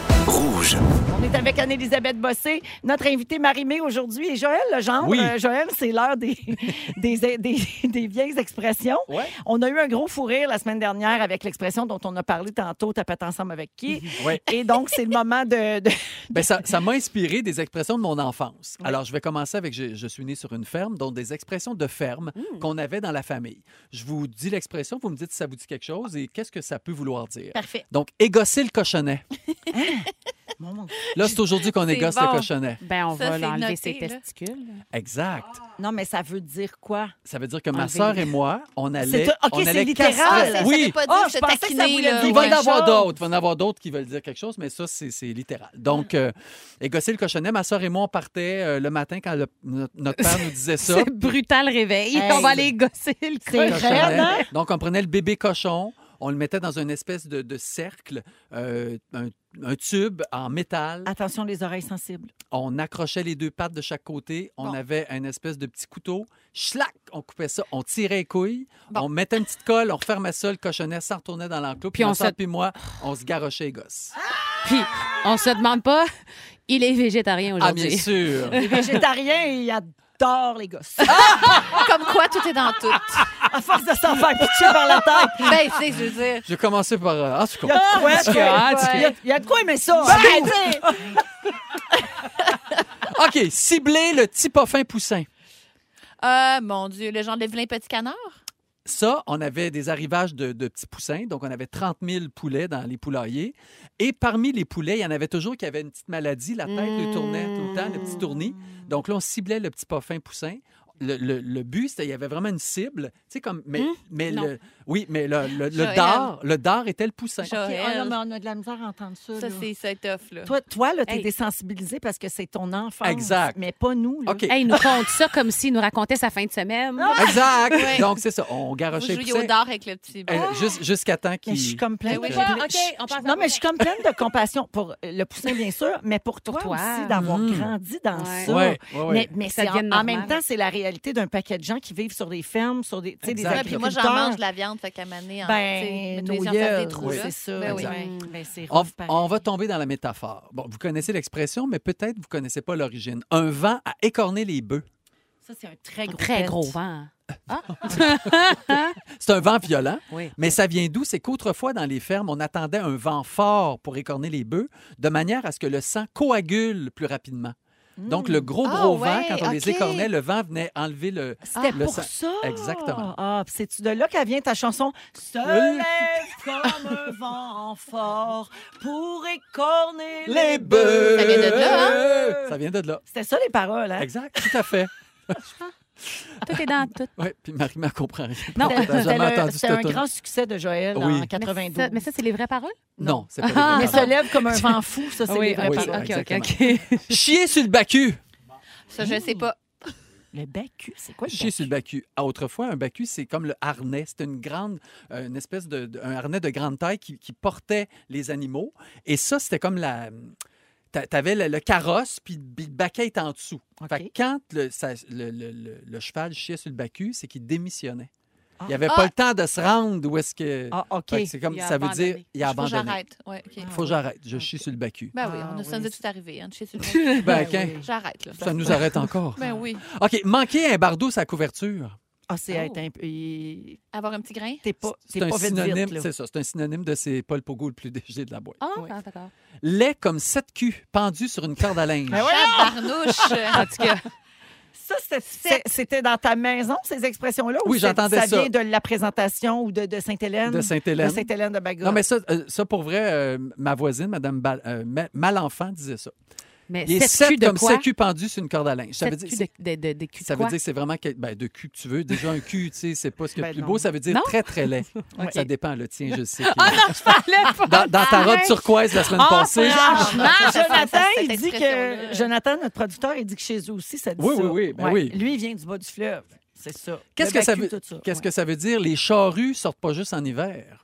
Speaker 1: On est avec Anne-Élisabeth Bossé, notre invitée Marie-Mé aujourd'hui. Et Joël Legendre,
Speaker 2: Oui.
Speaker 1: Euh, Joël, c'est l'heure des, [LAUGHS] des, des- des vieilles expressions.
Speaker 2: Ouais.
Speaker 1: On a eu un gros fou rire la semaine dernière avec l'expression dont on a parlé tantôt, t'as pas ensemble avec qui.
Speaker 2: Ouais.
Speaker 1: Et donc, c'est le moment de... de-
Speaker 2: Ben, ça, ça m'a inspiré des expressions de mon enfance. Alors, je vais commencer avec je, je suis né sur une ferme, donc des expressions de ferme qu'on avait dans la famille. Je vous dis l'expression, vous me dites si ça vous dit quelque chose et qu'est-ce que ça peut vouloir dire.
Speaker 4: Parfait.
Speaker 2: Donc, égosser le cochonnet.
Speaker 1: Mon- mon-
Speaker 2: Là, c'est aujourd'hui qu'on
Speaker 4: C'est
Speaker 2: égosse
Speaker 4: bon.
Speaker 2: le cochonnet.
Speaker 3: Ben, on
Speaker 4: Ça,
Speaker 3: va
Speaker 4: c'est
Speaker 3: l'enlever
Speaker 4: noté,
Speaker 3: ses
Speaker 4: là.
Speaker 3: testicules.
Speaker 2: Exact.
Speaker 1: Non, mais ça veut dire quoi?
Speaker 2: Ça veut dire que ma
Speaker 3: Enlever.
Speaker 2: sœur
Speaker 1: [LAUGHS]
Speaker 2: et moi, on allait.
Speaker 1: tout- OK,
Speaker 2: on
Speaker 1: Ah, c'est
Speaker 2: allait
Speaker 1: littéral.
Speaker 2: castrer-
Speaker 1: Ça, ça
Speaker 2: Oui.
Speaker 4: veut pas
Speaker 1: Oh,
Speaker 4: dire
Speaker 1: je
Speaker 4: se
Speaker 1: pensais que ça
Speaker 4: taquiner,
Speaker 1: voulait
Speaker 4: là,
Speaker 1: dire
Speaker 2: Il va
Speaker 1: ouais.
Speaker 2: y en avoir
Speaker 1: Chose.
Speaker 2: d'autres. Il va y en avoir d'autres qui veulent dire quelque chose, mais ça, c'est c'est littéral.
Speaker 1: Ah.
Speaker 2: Donc, euh, égosser le cochonnet, ma sœur et moi, on partait euh, le matin quand le- notre, notre père nous
Speaker 1: [LAUGHS]
Speaker 2: disait ça.
Speaker 3: C'est brutal réveil.
Speaker 1: Hey.
Speaker 3: On va aller gosser le
Speaker 1: C'est
Speaker 3: cochon.
Speaker 1: vrai.
Speaker 2: cochonnet.
Speaker 1: hein?
Speaker 2: Donc, on prenait le bébé cochon, on le mettait dans une espèce de, de cercle, euh, un, un tube en métal.
Speaker 1: Attention, les oreilles sensibles.
Speaker 2: On accrochait les deux pattes de chaque côté. On
Speaker 4: Bon.
Speaker 2: avait un espèce de petit couteau. Schlac! On coupait ça. On tirait les couilles.
Speaker 4: Bon.
Speaker 2: On mettait une petite colle. On refermait ça. Le cochonnet s'en retournait dans l'enclos. Puis,
Speaker 3: Puis on
Speaker 2: on
Speaker 3: se-
Speaker 2: puis moi, on se garochait les gosses.
Speaker 3: Puis, on se demande pas, il est végétarien
Speaker 2: Ah, bien
Speaker 3: aujourd'hui.
Speaker 2: sûr!
Speaker 1: Les végétariens, ils adorent les gosses.
Speaker 4: Comme quoi, tout est dans tout.
Speaker 1: [LAUGHS] À force de s'en faire pitcher par la tête.
Speaker 4: [LAUGHS] ben, tu sais, je veux dire.
Speaker 2: Je vais commencer par... euh, Ah, tu
Speaker 1: Il y a de quoi, toi.
Speaker 2: comprends.
Speaker 3: tu vois, tu
Speaker 1: Il y a- il y a de quoi aimer ça. hein?
Speaker 4: Ben, tu sais,
Speaker 2: [LAUGHS] OK, cibler le petit poffin poussin.
Speaker 4: Ah, mon Dieu, le genre de vilain petit canard.
Speaker 2: Ça, on avait des arrivages de, de petits poussins, donc on avait 30 000 poulets dans les poulaillers. Et parmi les poulets, il y en avait toujours qui avaient une petite maladie, la tête le tournait tout le temps, le petit tournis. Donc là, on ciblait le petit poffin poussin. Le, le- le but, c'était, il y avait vraiment une cible, tu sais, comme, mais, mais
Speaker 3: Non.
Speaker 2: le, oui, mais le, le, le
Speaker 4: Joël.
Speaker 2: dard, le dard était le poussin.
Speaker 1: OK, ah non,
Speaker 4: Joël.
Speaker 1: mais on a de la misère à entendre ça.
Speaker 4: Ça,
Speaker 1: là.
Speaker 4: c'est ça, est tough, là.
Speaker 1: Toi, toi là, t'es
Speaker 4: Hey.
Speaker 1: désensibilisé parce que c'est ton enfance.
Speaker 2: Exact.
Speaker 1: Mais pas nous, là.
Speaker 2: OK,
Speaker 3: [LAUGHS] Hey, il nous compte ça comme s'il nous racontait sa fin de semaine.
Speaker 2: exact.
Speaker 4: Ouais.
Speaker 2: Donc c'est ça, on
Speaker 1: Ah,
Speaker 4: Vous
Speaker 2: garochait les
Speaker 4: jouiez au
Speaker 2: poussins
Speaker 4: dard avec le petit.
Speaker 2: euh, jus- jusqu'à temps
Speaker 1: Mais
Speaker 2: qu'il...
Speaker 1: je suis comme pleine
Speaker 4: Mais oui,
Speaker 1: de...
Speaker 4: bon,
Speaker 1: je-
Speaker 3: OK, on passe
Speaker 1: je-
Speaker 3: à
Speaker 1: Non, mais je suis comme pleine de compassion pour euh, le poussin, bien sûr, mais pour toi,
Speaker 3: toi.
Speaker 1: aussi d'avoir
Speaker 2: Mhm.
Speaker 1: grandi dans
Speaker 3: Ouais.
Speaker 1: ça.
Speaker 2: Ouais, ouais, ouais.
Speaker 1: Mais, mais
Speaker 3: Ça
Speaker 1: c'est en,
Speaker 3: devient
Speaker 1: en
Speaker 3: normal.
Speaker 1: même temps, c'est la réalité d'un paquet de gens qui vivent sur des fermes, sur des, tu sais, des
Speaker 2: Exact.
Speaker 4: Ouais, puis moi, j'en
Speaker 1: agriculteurs.
Speaker 4: mange de la viande, fait qu'à maner, en, tu sais,
Speaker 1: ben,
Speaker 4: mettez
Speaker 1: nos
Speaker 4: les gens en face des
Speaker 1: yeux,
Speaker 4: trous, là.
Speaker 1: c'est ça.
Speaker 4: Ben oui.
Speaker 1: exact. Ben, c'est
Speaker 2: On,
Speaker 1: rough,
Speaker 2: on
Speaker 1: pareil.
Speaker 2: va tomber dans la métaphore. Bon, vous connaissez l'expression, mais peut-être vous ne connaissez pas l'origine. Un vent à écorner les bœufs.
Speaker 1: Ça, c'est un très gros.
Speaker 3: Très
Speaker 1: pet.
Speaker 3: gros vent.
Speaker 2: C'est un vent
Speaker 1: [LAUGHS]
Speaker 2: violent,
Speaker 3: Oui.
Speaker 2: mais ça vient d'où? C'est qu'autrefois, dans les fermes, on attendait un vent fort pour écorner les bœufs, de manière à ce que le sang coagule plus rapidement. Donc,
Speaker 1: Hmm.
Speaker 2: le gros,
Speaker 4: Ah
Speaker 2: gros vent,
Speaker 4: ouais,
Speaker 2: quand on
Speaker 4: ok.
Speaker 2: les écornait, le vent venait enlever le...
Speaker 1: C'était
Speaker 2: le
Speaker 1: pour
Speaker 2: sang.
Speaker 1: ça.
Speaker 2: Exactement.
Speaker 1: Ah, puis c'est-tu de là qu'elle vient ta chanson? Se lève comme un
Speaker 2: [LAUGHS]
Speaker 1: vent fort pour écorner les bœufs.
Speaker 4: Ça vient de là,
Speaker 2: Ça vient de là.
Speaker 1: C'était ça les paroles, hein?
Speaker 2: Exact, tout à fait.
Speaker 3: Tout est dans tout.
Speaker 2: Oui, puis Marie-Mère comprend rien.
Speaker 1: [LAUGHS]
Speaker 3: Non.
Speaker 2: t'as
Speaker 1: C'était
Speaker 2: jamais
Speaker 1: le-
Speaker 2: entendu
Speaker 1: c'était
Speaker 2: cette
Speaker 1: un
Speaker 2: tune.
Speaker 1: grand succès de Joël
Speaker 2: Oui.
Speaker 1: en 92.
Speaker 3: Mais ça, mais ça, c'est les vraies paroles?
Speaker 2: Non, c'est pas
Speaker 1: Ah, mais
Speaker 2: des
Speaker 1: se
Speaker 2: vraies
Speaker 1: lève comme un vent fou, ça, c'est
Speaker 3: Oui,
Speaker 1: les vraies
Speaker 2: Ah. oui,
Speaker 1: paroles.
Speaker 3: OK, OK,
Speaker 2: exactement.
Speaker 3: OK.
Speaker 2: paroles. Chier sur le bacu!
Speaker 4: Ça, je sais pas.
Speaker 1: Le bacu, c'est quoi le
Speaker 2: Chier
Speaker 1: bacu?
Speaker 2: sur le bacu. Ah, autrefois, un bacu, c'est comme le harnais. C'était une grande, euh, une espèce de, de- un harnais de grande taille qui, qui portait les animaux. Et ça, c'était comme la. t'a- T'avais le, le carrosse, puis le- puis le baquet était en dessous. Fait que
Speaker 1: OK.
Speaker 2: quand le, ça- le- le- le- le cheval chiait sur le bacu, c'est qu'il démissionnait.
Speaker 1: Ah.
Speaker 2: Il n'y avait
Speaker 4: Ah.
Speaker 2: pas le temps de se rendre où est-ce que.
Speaker 1: Ah, OK.
Speaker 2: Fait que C'est comme,
Speaker 3: Il a
Speaker 2: ça veut
Speaker 3: abandonné.
Speaker 2: dire, il a
Speaker 4: Faut que
Speaker 2: abandonné.
Speaker 4: j'arrête. Ouais, OK.
Speaker 2: Faut que j'arrête. Je chie sur le bacu.
Speaker 4: Ben oui,
Speaker 1: Ah,
Speaker 4: on nous
Speaker 1: oui.
Speaker 4: sommes tous arrivés. Hein,
Speaker 1: [LAUGHS]
Speaker 4: de chez sur le-
Speaker 2: Ben, quand-
Speaker 4: J'arrête, là.
Speaker 2: ça nous arrête encore.
Speaker 4: Ben oui.
Speaker 2: OK, manquer un bardeau, sa couverture.
Speaker 1: Ah, c'est
Speaker 4: Oh.
Speaker 1: être un peu. il-
Speaker 4: Avoir un petit grain?
Speaker 1: T'es pas, t'es
Speaker 2: C'est un
Speaker 1: pas vite, vite,
Speaker 2: synonyme,
Speaker 1: là.
Speaker 2: c'est ça, c'est un synonyme de c'est Paul Pogo le plus dégé de la boîte.
Speaker 4: Ah,
Speaker 1: Oui.
Speaker 4: d'accord.
Speaker 2: Lait comme 7 culs pendu sur une corde à linge.
Speaker 4: Tabarnouche! [LAUGHS] en tout cas,
Speaker 1: Ça, c'est- c'est- c'était dans ta maison, ces expressions-là? ou
Speaker 2: Oui,
Speaker 1: c'est-
Speaker 2: j'entendais
Speaker 1: Ça
Speaker 2: ça.
Speaker 1: vient de la présentation ou de, de Sainte-Hélène?
Speaker 2: De Sainte-Hélène.
Speaker 1: De Sainte-Hélène de Bagot.
Speaker 2: Non, mais ça, euh, ça pour vrai, euh, ma voisine, Mme Malenfant, disait ça.
Speaker 3: [LAUGHS] Mais
Speaker 2: Il est
Speaker 3: sept
Speaker 2: 7
Speaker 3: culs de
Speaker 2: comme
Speaker 3: quoi?
Speaker 2: 7 culs pendus sur une corde à linge. Ça veut
Speaker 3: Sept
Speaker 2: dire,
Speaker 3: culs de- de- de- des culs de
Speaker 2: ça veut
Speaker 3: quoi?
Speaker 2: dire que c'est vraiment quel- ben, de cul que tu veux. Déjà, un cul, tu sais, c'est pas ce qu'il y a
Speaker 1: Ben
Speaker 2: de plus
Speaker 1: non.
Speaker 2: beau. Ça veut dire
Speaker 3: Non?
Speaker 2: très, très laid.
Speaker 1: Ouais.
Speaker 2: Ça dépend, le tien, je sais.
Speaker 3: Lève pas.
Speaker 2: Dans, dans ta robe
Speaker 3: Arrête.
Speaker 2: turquoise la semaine
Speaker 3: Ah,
Speaker 2: passée.
Speaker 4: franchement,
Speaker 1: ah, Jonathan,
Speaker 4: cette
Speaker 1: il dit
Speaker 4: expression-là.
Speaker 1: que. Jonathan, notre producteur, il dit que chez eux aussi, ça dit
Speaker 2: Oui,
Speaker 1: ça.
Speaker 2: oui, oui, ben
Speaker 1: Ouais.
Speaker 2: oui.
Speaker 1: Lui, il vient du bas du fleuve. C'est ça.
Speaker 2: Qu'est-ce
Speaker 1: Le
Speaker 2: que ça
Speaker 1: Bacu,
Speaker 2: veut,
Speaker 1: tout ça.
Speaker 2: qu'est-ce
Speaker 1: Ouais.
Speaker 2: que ça veut dire? Les charrues sortent pas juste en hiver.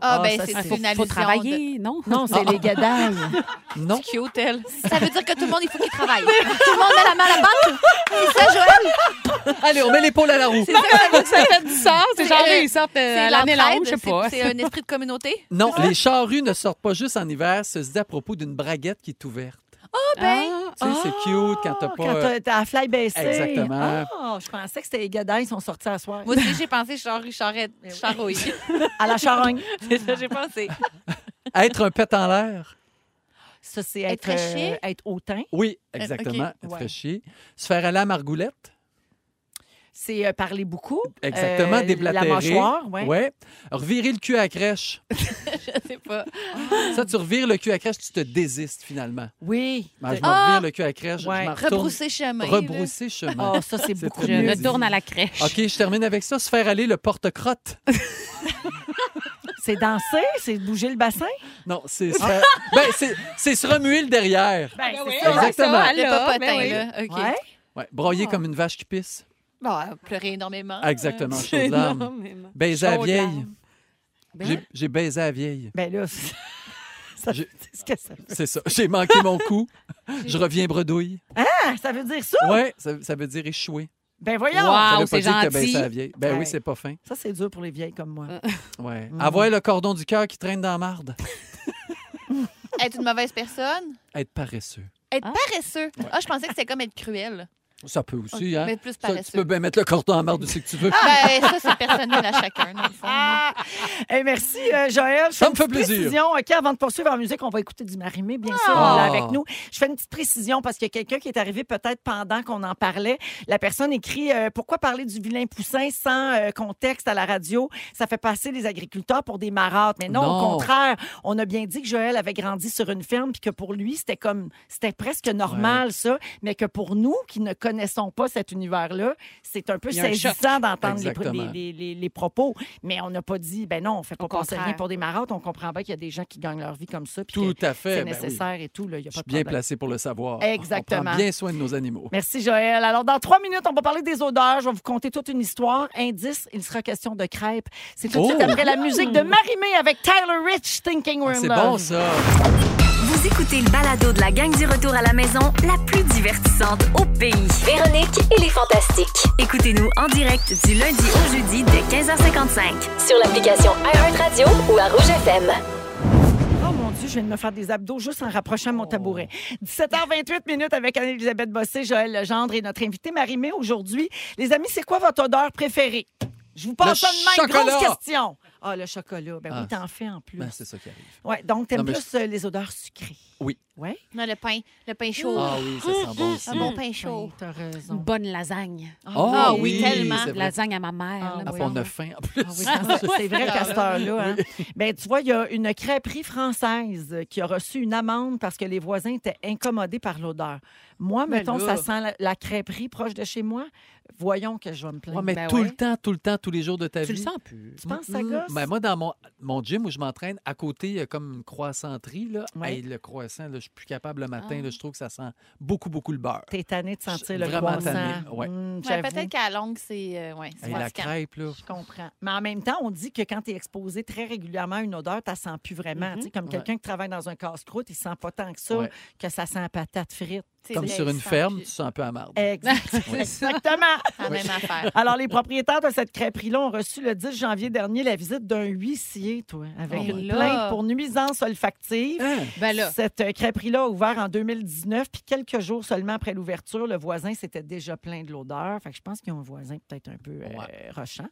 Speaker 4: ah,
Speaker 1: Ah,
Speaker 4: ben,
Speaker 1: ça,
Speaker 4: c'est
Speaker 1: c'est-
Speaker 3: Faut,
Speaker 4: une
Speaker 3: faut
Speaker 4: allusion. de-
Speaker 3: travailler, non? Ah.
Speaker 1: Non, c'est les gadailles.
Speaker 4: [LAUGHS]
Speaker 2: Non.
Speaker 4: Qui hôtel. Ça veut dire que tout le monde, il faut qu'il travaille. tout le monde met la main à la pâte. C'est ça, Joël?
Speaker 2: Allez, on met l'épaule à la roue.
Speaker 4: C'est ça,
Speaker 3: Ça fait du sens. C'est genre,
Speaker 4: euh,
Speaker 3: ils sortent euh, à
Speaker 4: c'est
Speaker 3: l'année longue,
Speaker 4: l'entraide,
Speaker 3: je sais
Speaker 4: c'est-
Speaker 3: pas.
Speaker 4: C'est un esprit de communauté.
Speaker 2: Non, les charrues ne sortent pas juste en hiver. Ça se dit à propos d'une braguette qui est ouverte.
Speaker 4: Ah, ben,
Speaker 2: Tu sais, c'est cute quand t'as
Speaker 1: Ah,
Speaker 2: pas... euh,
Speaker 1: Quand t'as- t'as la fly baissée.
Speaker 2: Exactement.
Speaker 1: Ah, je pensais que c'était les gadailles, ils sont sortis à soir.
Speaker 4: moi aussi, j'ai pensé Charlie Charrette, Charouille.
Speaker 1: À la [LAUGHS] charogne.
Speaker 4: c'est ça, j'ai pensé.
Speaker 1: Ah!
Speaker 2: Être un pet en l'air.
Speaker 1: Ça, c'est
Speaker 4: Être
Speaker 1: être, euh,
Speaker 4: chier.
Speaker 1: être hautain.
Speaker 2: Oui,
Speaker 4: ok,
Speaker 2: exactement. Être
Speaker 1: Eh, ouais.
Speaker 2: chier. Se faire aller à margoulette.
Speaker 1: C'est euh, parler beaucoup.
Speaker 2: Exactement,
Speaker 1: Euh,
Speaker 2: déblatérer.
Speaker 1: La mâchoire, oui.
Speaker 2: Ouais. Revirer le cul à la crèche.
Speaker 4: Je sais pas.
Speaker 2: Ça, tu revires le cul à la crèche, tu te désistes finalement.
Speaker 1: Oui.
Speaker 2: Ben, je m'en
Speaker 4: Ah!
Speaker 2: revire le cul à la crèche,
Speaker 1: Ouais.
Speaker 2: je m'en retourne.
Speaker 4: Rebrousser chemin. là.
Speaker 2: Rebrousser chemin.
Speaker 1: Ah, ça, c'est
Speaker 2: C'est
Speaker 1: beaucoup
Speaker 2: très
Speaker 3: Je
Speaker 1: mieux.
Speaker 2: bien dit.
Speaker 3: retourne à la crèche.
Speaker 1: Oh,
Speaker 2: [LAUGHS] OK, je termine avec ça. Se faire aller le porte-crotte.
Speaker 1: C'est danser, c'est bouger le bassin.
Speaker 2: Non,
Speaker 1: [LAUGHS]
Speaker 2: c'est se faire- ben, c'est- c'est se remuer le derrière.
Speaker 1: Ben, c'est
Speaker 2: ça. Exactement.
Speaker 3: Ça,
Speaker 4: Le
Speaker 3: là,
Speaker 4: papotin,
Speaker 3: ben oui.
Speaker 4: là. OK.
Speaker 1: Ouais.
Speaker 2: Ouais,
Speaker 1: Ah.
Speaker 2: broyer comme une vache qui pisse.
Speaker 4: Bon, pleurer énormément.
Speaker 2: Exactement,
Speaker 3: C'est
Speaker 1: [LAUGHS]
Speaker 2: chose d'âme.
Speaker 3: énormément.
Speaker 2: Baiser à
Speaker 3: Chaude
Speaker 2: vieille.
Speaker 3: larme.
Speaker 2: J'ai- J'ai baisé à vieille.
Speaker 1: Ben là, [LAUGHS] c'est- ça,
Speaker 2: Je-
Speaker 1: c'est ce que ça, veut-
Speaker 2: C'est ça. J'ai manqué mon
Speaker 1: [LAUGHS]
Speaker 2: coup. Je reviens bredouille.
Speaker 1: Ah, ça veut dire ça?
Speaker 2: Ouais, ça, ça veut dire échouer.
Speaker 1: Ben voyons.
Speaker 3: Wow.
Speaker 2: ça veut
Speaker 3: c'est
Speaker 2: pas dire que t'as
Speaker 3: gentil.
Speaker 2: baissé à vieille. Ben
Speaker 1: Ouais. Mm.
Speaker 2: oui, c'est pas fin.
Speaker 1: Ça, c'est dur pour les vieilles comme moi.
Speaker 2: Ouais. Avoir le cordon du cœur qui traîne dans la marde. Ah.
Speaker 4: Être une mauvaise personne.
Speaker 2: Être paresseux.
Speaker 4: Être paresseux. Ah, je pensais que c'était comme être cruel.
Speaker 2: Ça peut aussi, hein?
Speaker 4: Mais plus
Speaker 2: Ça, tu
Speaker 4: paresseux.
Speaker 2: peux bien mettre le cordon en marde aussi que tu veux.
Speaker 1: Ah,
Speaker 4: Ben, ça, c'est personnel à chacun, dans le fond.
Speaker 1: [LAUGHS] Eh, merci, euh, Joël. Je fais
Speaker 2: Ça me
Speaker 1: une
Speaker 2: fait
Speaker 1: petite
Speaker 2: plaisir.
Speaker 1: Précision. OK, avant de poursuivre en musique, on va écouter du Marimé, bien sûr,
Speaker 2: Ah.
Speaker 1: on l'a avec nous. Je fais une petite précision parce qu'il y a quelqu'un qui est arrivé peut-être pendant qu'on en parlait. La personne écrit euh, Pourquoi parler du vilain poussin sans euh, contexte à la radio Ça fait passer les agriculteurs pour des marates. Mais non,
Speaker 2: Non.
Speaker 1: au contraire, on a bien dit que Joël avait grandi sur une ferme puis que pour lui, c'était comme c'était presque normal ça, mais que pour nous qui ne connaissons pas cet univers-là, c'est un peu
Speaker 3: Il y a un choc.
Speaker 1: saisissant d'entendre les,
Speaker 2: Exactement.
Speaker 1: les- les- les- les propos. Mais on n'a pas dit, ben non, on fait pas passer
Speaker 3: contraire.
Speaker 1: rien pour des marates. On comprend bien qu'il y a des gens qui gagnent leur vie comme ça. puis
Speaker 2: Tout
Speaker 1: que
Speaker 2: à fait.
Speaker 1: C'est
Speaker 2: Ben oui.
Speaker 1: nécessaire et tout. là, Il y a
Speaker 2: Je
Speaker 1: pas
Speaker 2: suis
Speaker 1: de
Speaker 2: bien
Speaker 1: problème.
Speaker 2: placé pour le savoir.
Speaker 1: Exactement.
Speaker 2: On prend bien soin de nos animaux.
Speaker 1: Merci, Joël. Alors, dans trois minutes, on va parler des odeurs. Je vais vous conter toute une histoire. Indice, il sera question de crêpes. C'est tout de suite
Speaker 2: Oh!
Speaker 1: après la musique de Marimé avec Tyler Rich, Thinking We're
Speaker 2: Ah,
Speaker 1: in
Speaker 2: c'est
Speaker 1: Love.
Speaker 2: bon, ça.
Speaker 5: Vous écoutez le balado de la gang du retour à la maison, la plus divertissante au pays.
Speaker 6: Véronique et les Fantastiques.
Speaker 5: Écoutez-nous en direct du lundi au jeudi dès 15h55.
Speaker 6: Sur l'application iHeartRadio ou à Rouge FM.
Speaker 1: Oh mon Dieu, je viens de me faire des abdos juste en rapprochant mon tabouret.
Speaker 2: Oh.
Speaker 1: 17h28 minutes avec Anne-Elisabeth Bossé, Joël Legendre et notre invité Marie-Mé aujourd'hui. Les amis, c'est quoi votre odeur préférée? Je vous
Speaker 2: Le
Speaker 1: pose ça de même.
Speaker 2: chocolat.
Speaker 1: Grosse question. Ah, le chocolat. Ben oui,
Speaker 2: Ah.
Speaker 1: t'en fais en plus.
Speaker 2: Ben, c'est ça qui arrive.
Speaker 1: Ouais, donc, t'aimes
Speaker 2: Non, mais
Speaker 1: plus euh, les odeurs sucrées.
Speaker 2: Oui.
Speaker 1: Ouais.
Speaker 4: Non, le pain. Le pain chaud.
Speaker 2: Ah oui, ça sent bon aussi.
Speaker 4: Un bon pain chaud.
Speaker 1: Oui, t'as
Speaker 3: Une
Speaker 1: raison.
Speaker 3: bonne lasagne.
Speaker 4: hum, Ah
Speaker 2: Oh,
Speaker 4: oui, tellement.
Speaker 2: c'est vrai.
Speaker 3: Lasagne à ma mère.
Speaker 1: Ah,
Speaker 3: là,
Speaker 2: Ah,
Speaker 1: oui.
Speaker 2: on a faim en plus.
Speaker 1: Ah oui, quand c'est c'est vrai qu'à cette heure-là, hein. ben, tu vois, il y a une crêperie française qui a reçu une amende parce que les voisins étaient incommodés par l'odeur.
Speaker 2: Ben
Speaker 1: Moi,
Speaker 4: Mais
Speaker 1: mettons,
Speaker 4: là.
Speaker 1: ça sent la, la crêperie proche de chez moi. Voyons que je vais me plaindre.
Speaker 2: [LAUGHS] Ouais, mais
Speaker 3: Ben
Speaker 2: tout
Speaker 3: ouais.
Speaker 2: le temps, tout le temps, tous les jours de ta
Speaker 3: Tu
Speaker 2: vie.
Speaker 3: le sens plus.
Speaker 1: Tu penses que ça gosse?
Speaker 2: Ben, moi, dans mon, mon gym où je m'entraîne, à côté, il y a comme une croissanterie. Là.
Speaker 1: Ouais.
Speaker 2: Hey, le croissant, là, je suis plus capable le matin. là, je trouve que ça sent beaucoup, beaucoup le beurre.
Speaker 1: T'es tanné de sentir le
Speaker 2: Vraiment
Speaker 1: croissant.
Speaker 2: tannée, ouais.
Speaker 1: Hum,
Speaker 4: Ouais,
Speaker 1: j'avoue.
Speaker 4: Peut-être qu'à la longue, c'est euh, ouais, c'est
Speaker 2: Hey, la
Speaker 4: fatigant.
Speaker 2: crêpe, là.
Speaker 1: Je comprends. Mais en même temps, on dit que quand tu es exposé très régulièrement à une odeur, tu sens plus vraiment. Tu sais, Comme
Speaker 2: Mm-hmm. Ouais.
Speaker 1: quelqu'un qui travaille dans un casse-croûte, il sent pas tant que ça,
Speaker 2: Ouais. [LAUGHS]
Speaker 1: que ça sent la patate frite.
Speaker 4: C'est
Speaker 2: Comme
Speaker 4: vrai,
Speaker 2: sur
Speaker 4: ils
Speaker 2: une
Speaker 4: sentent
Speaker 2: ferme, tu
Speaker 4: plus.
Speaker 2: sens un peu à marde.
Speaker 1: Euh, [LAUGHS] Exact- Exactement.
Speaker 4: La même affaire.
Speaker 1: Alors, les propriétaires de cette crêperie-là ont reçu le 10 janvier dernier la visite d'un huissier, toi, avec
Speaker 4: Ben
Speaker 1: une
Speaker 4: là.
Speaker 1: plainte pour nuisance olfactive.
Speaker 2: Hein?
Speaker 3: Ben là,
Speaker 1: Cette euh, crêperie-là a ouvert en 2019, puis quelques jours seulement après l'ouverture, le voisin s'était déjà plaint de l'odeur. Fait que je pense qu'ils ont un voisin peut-être un peu euh, rochant.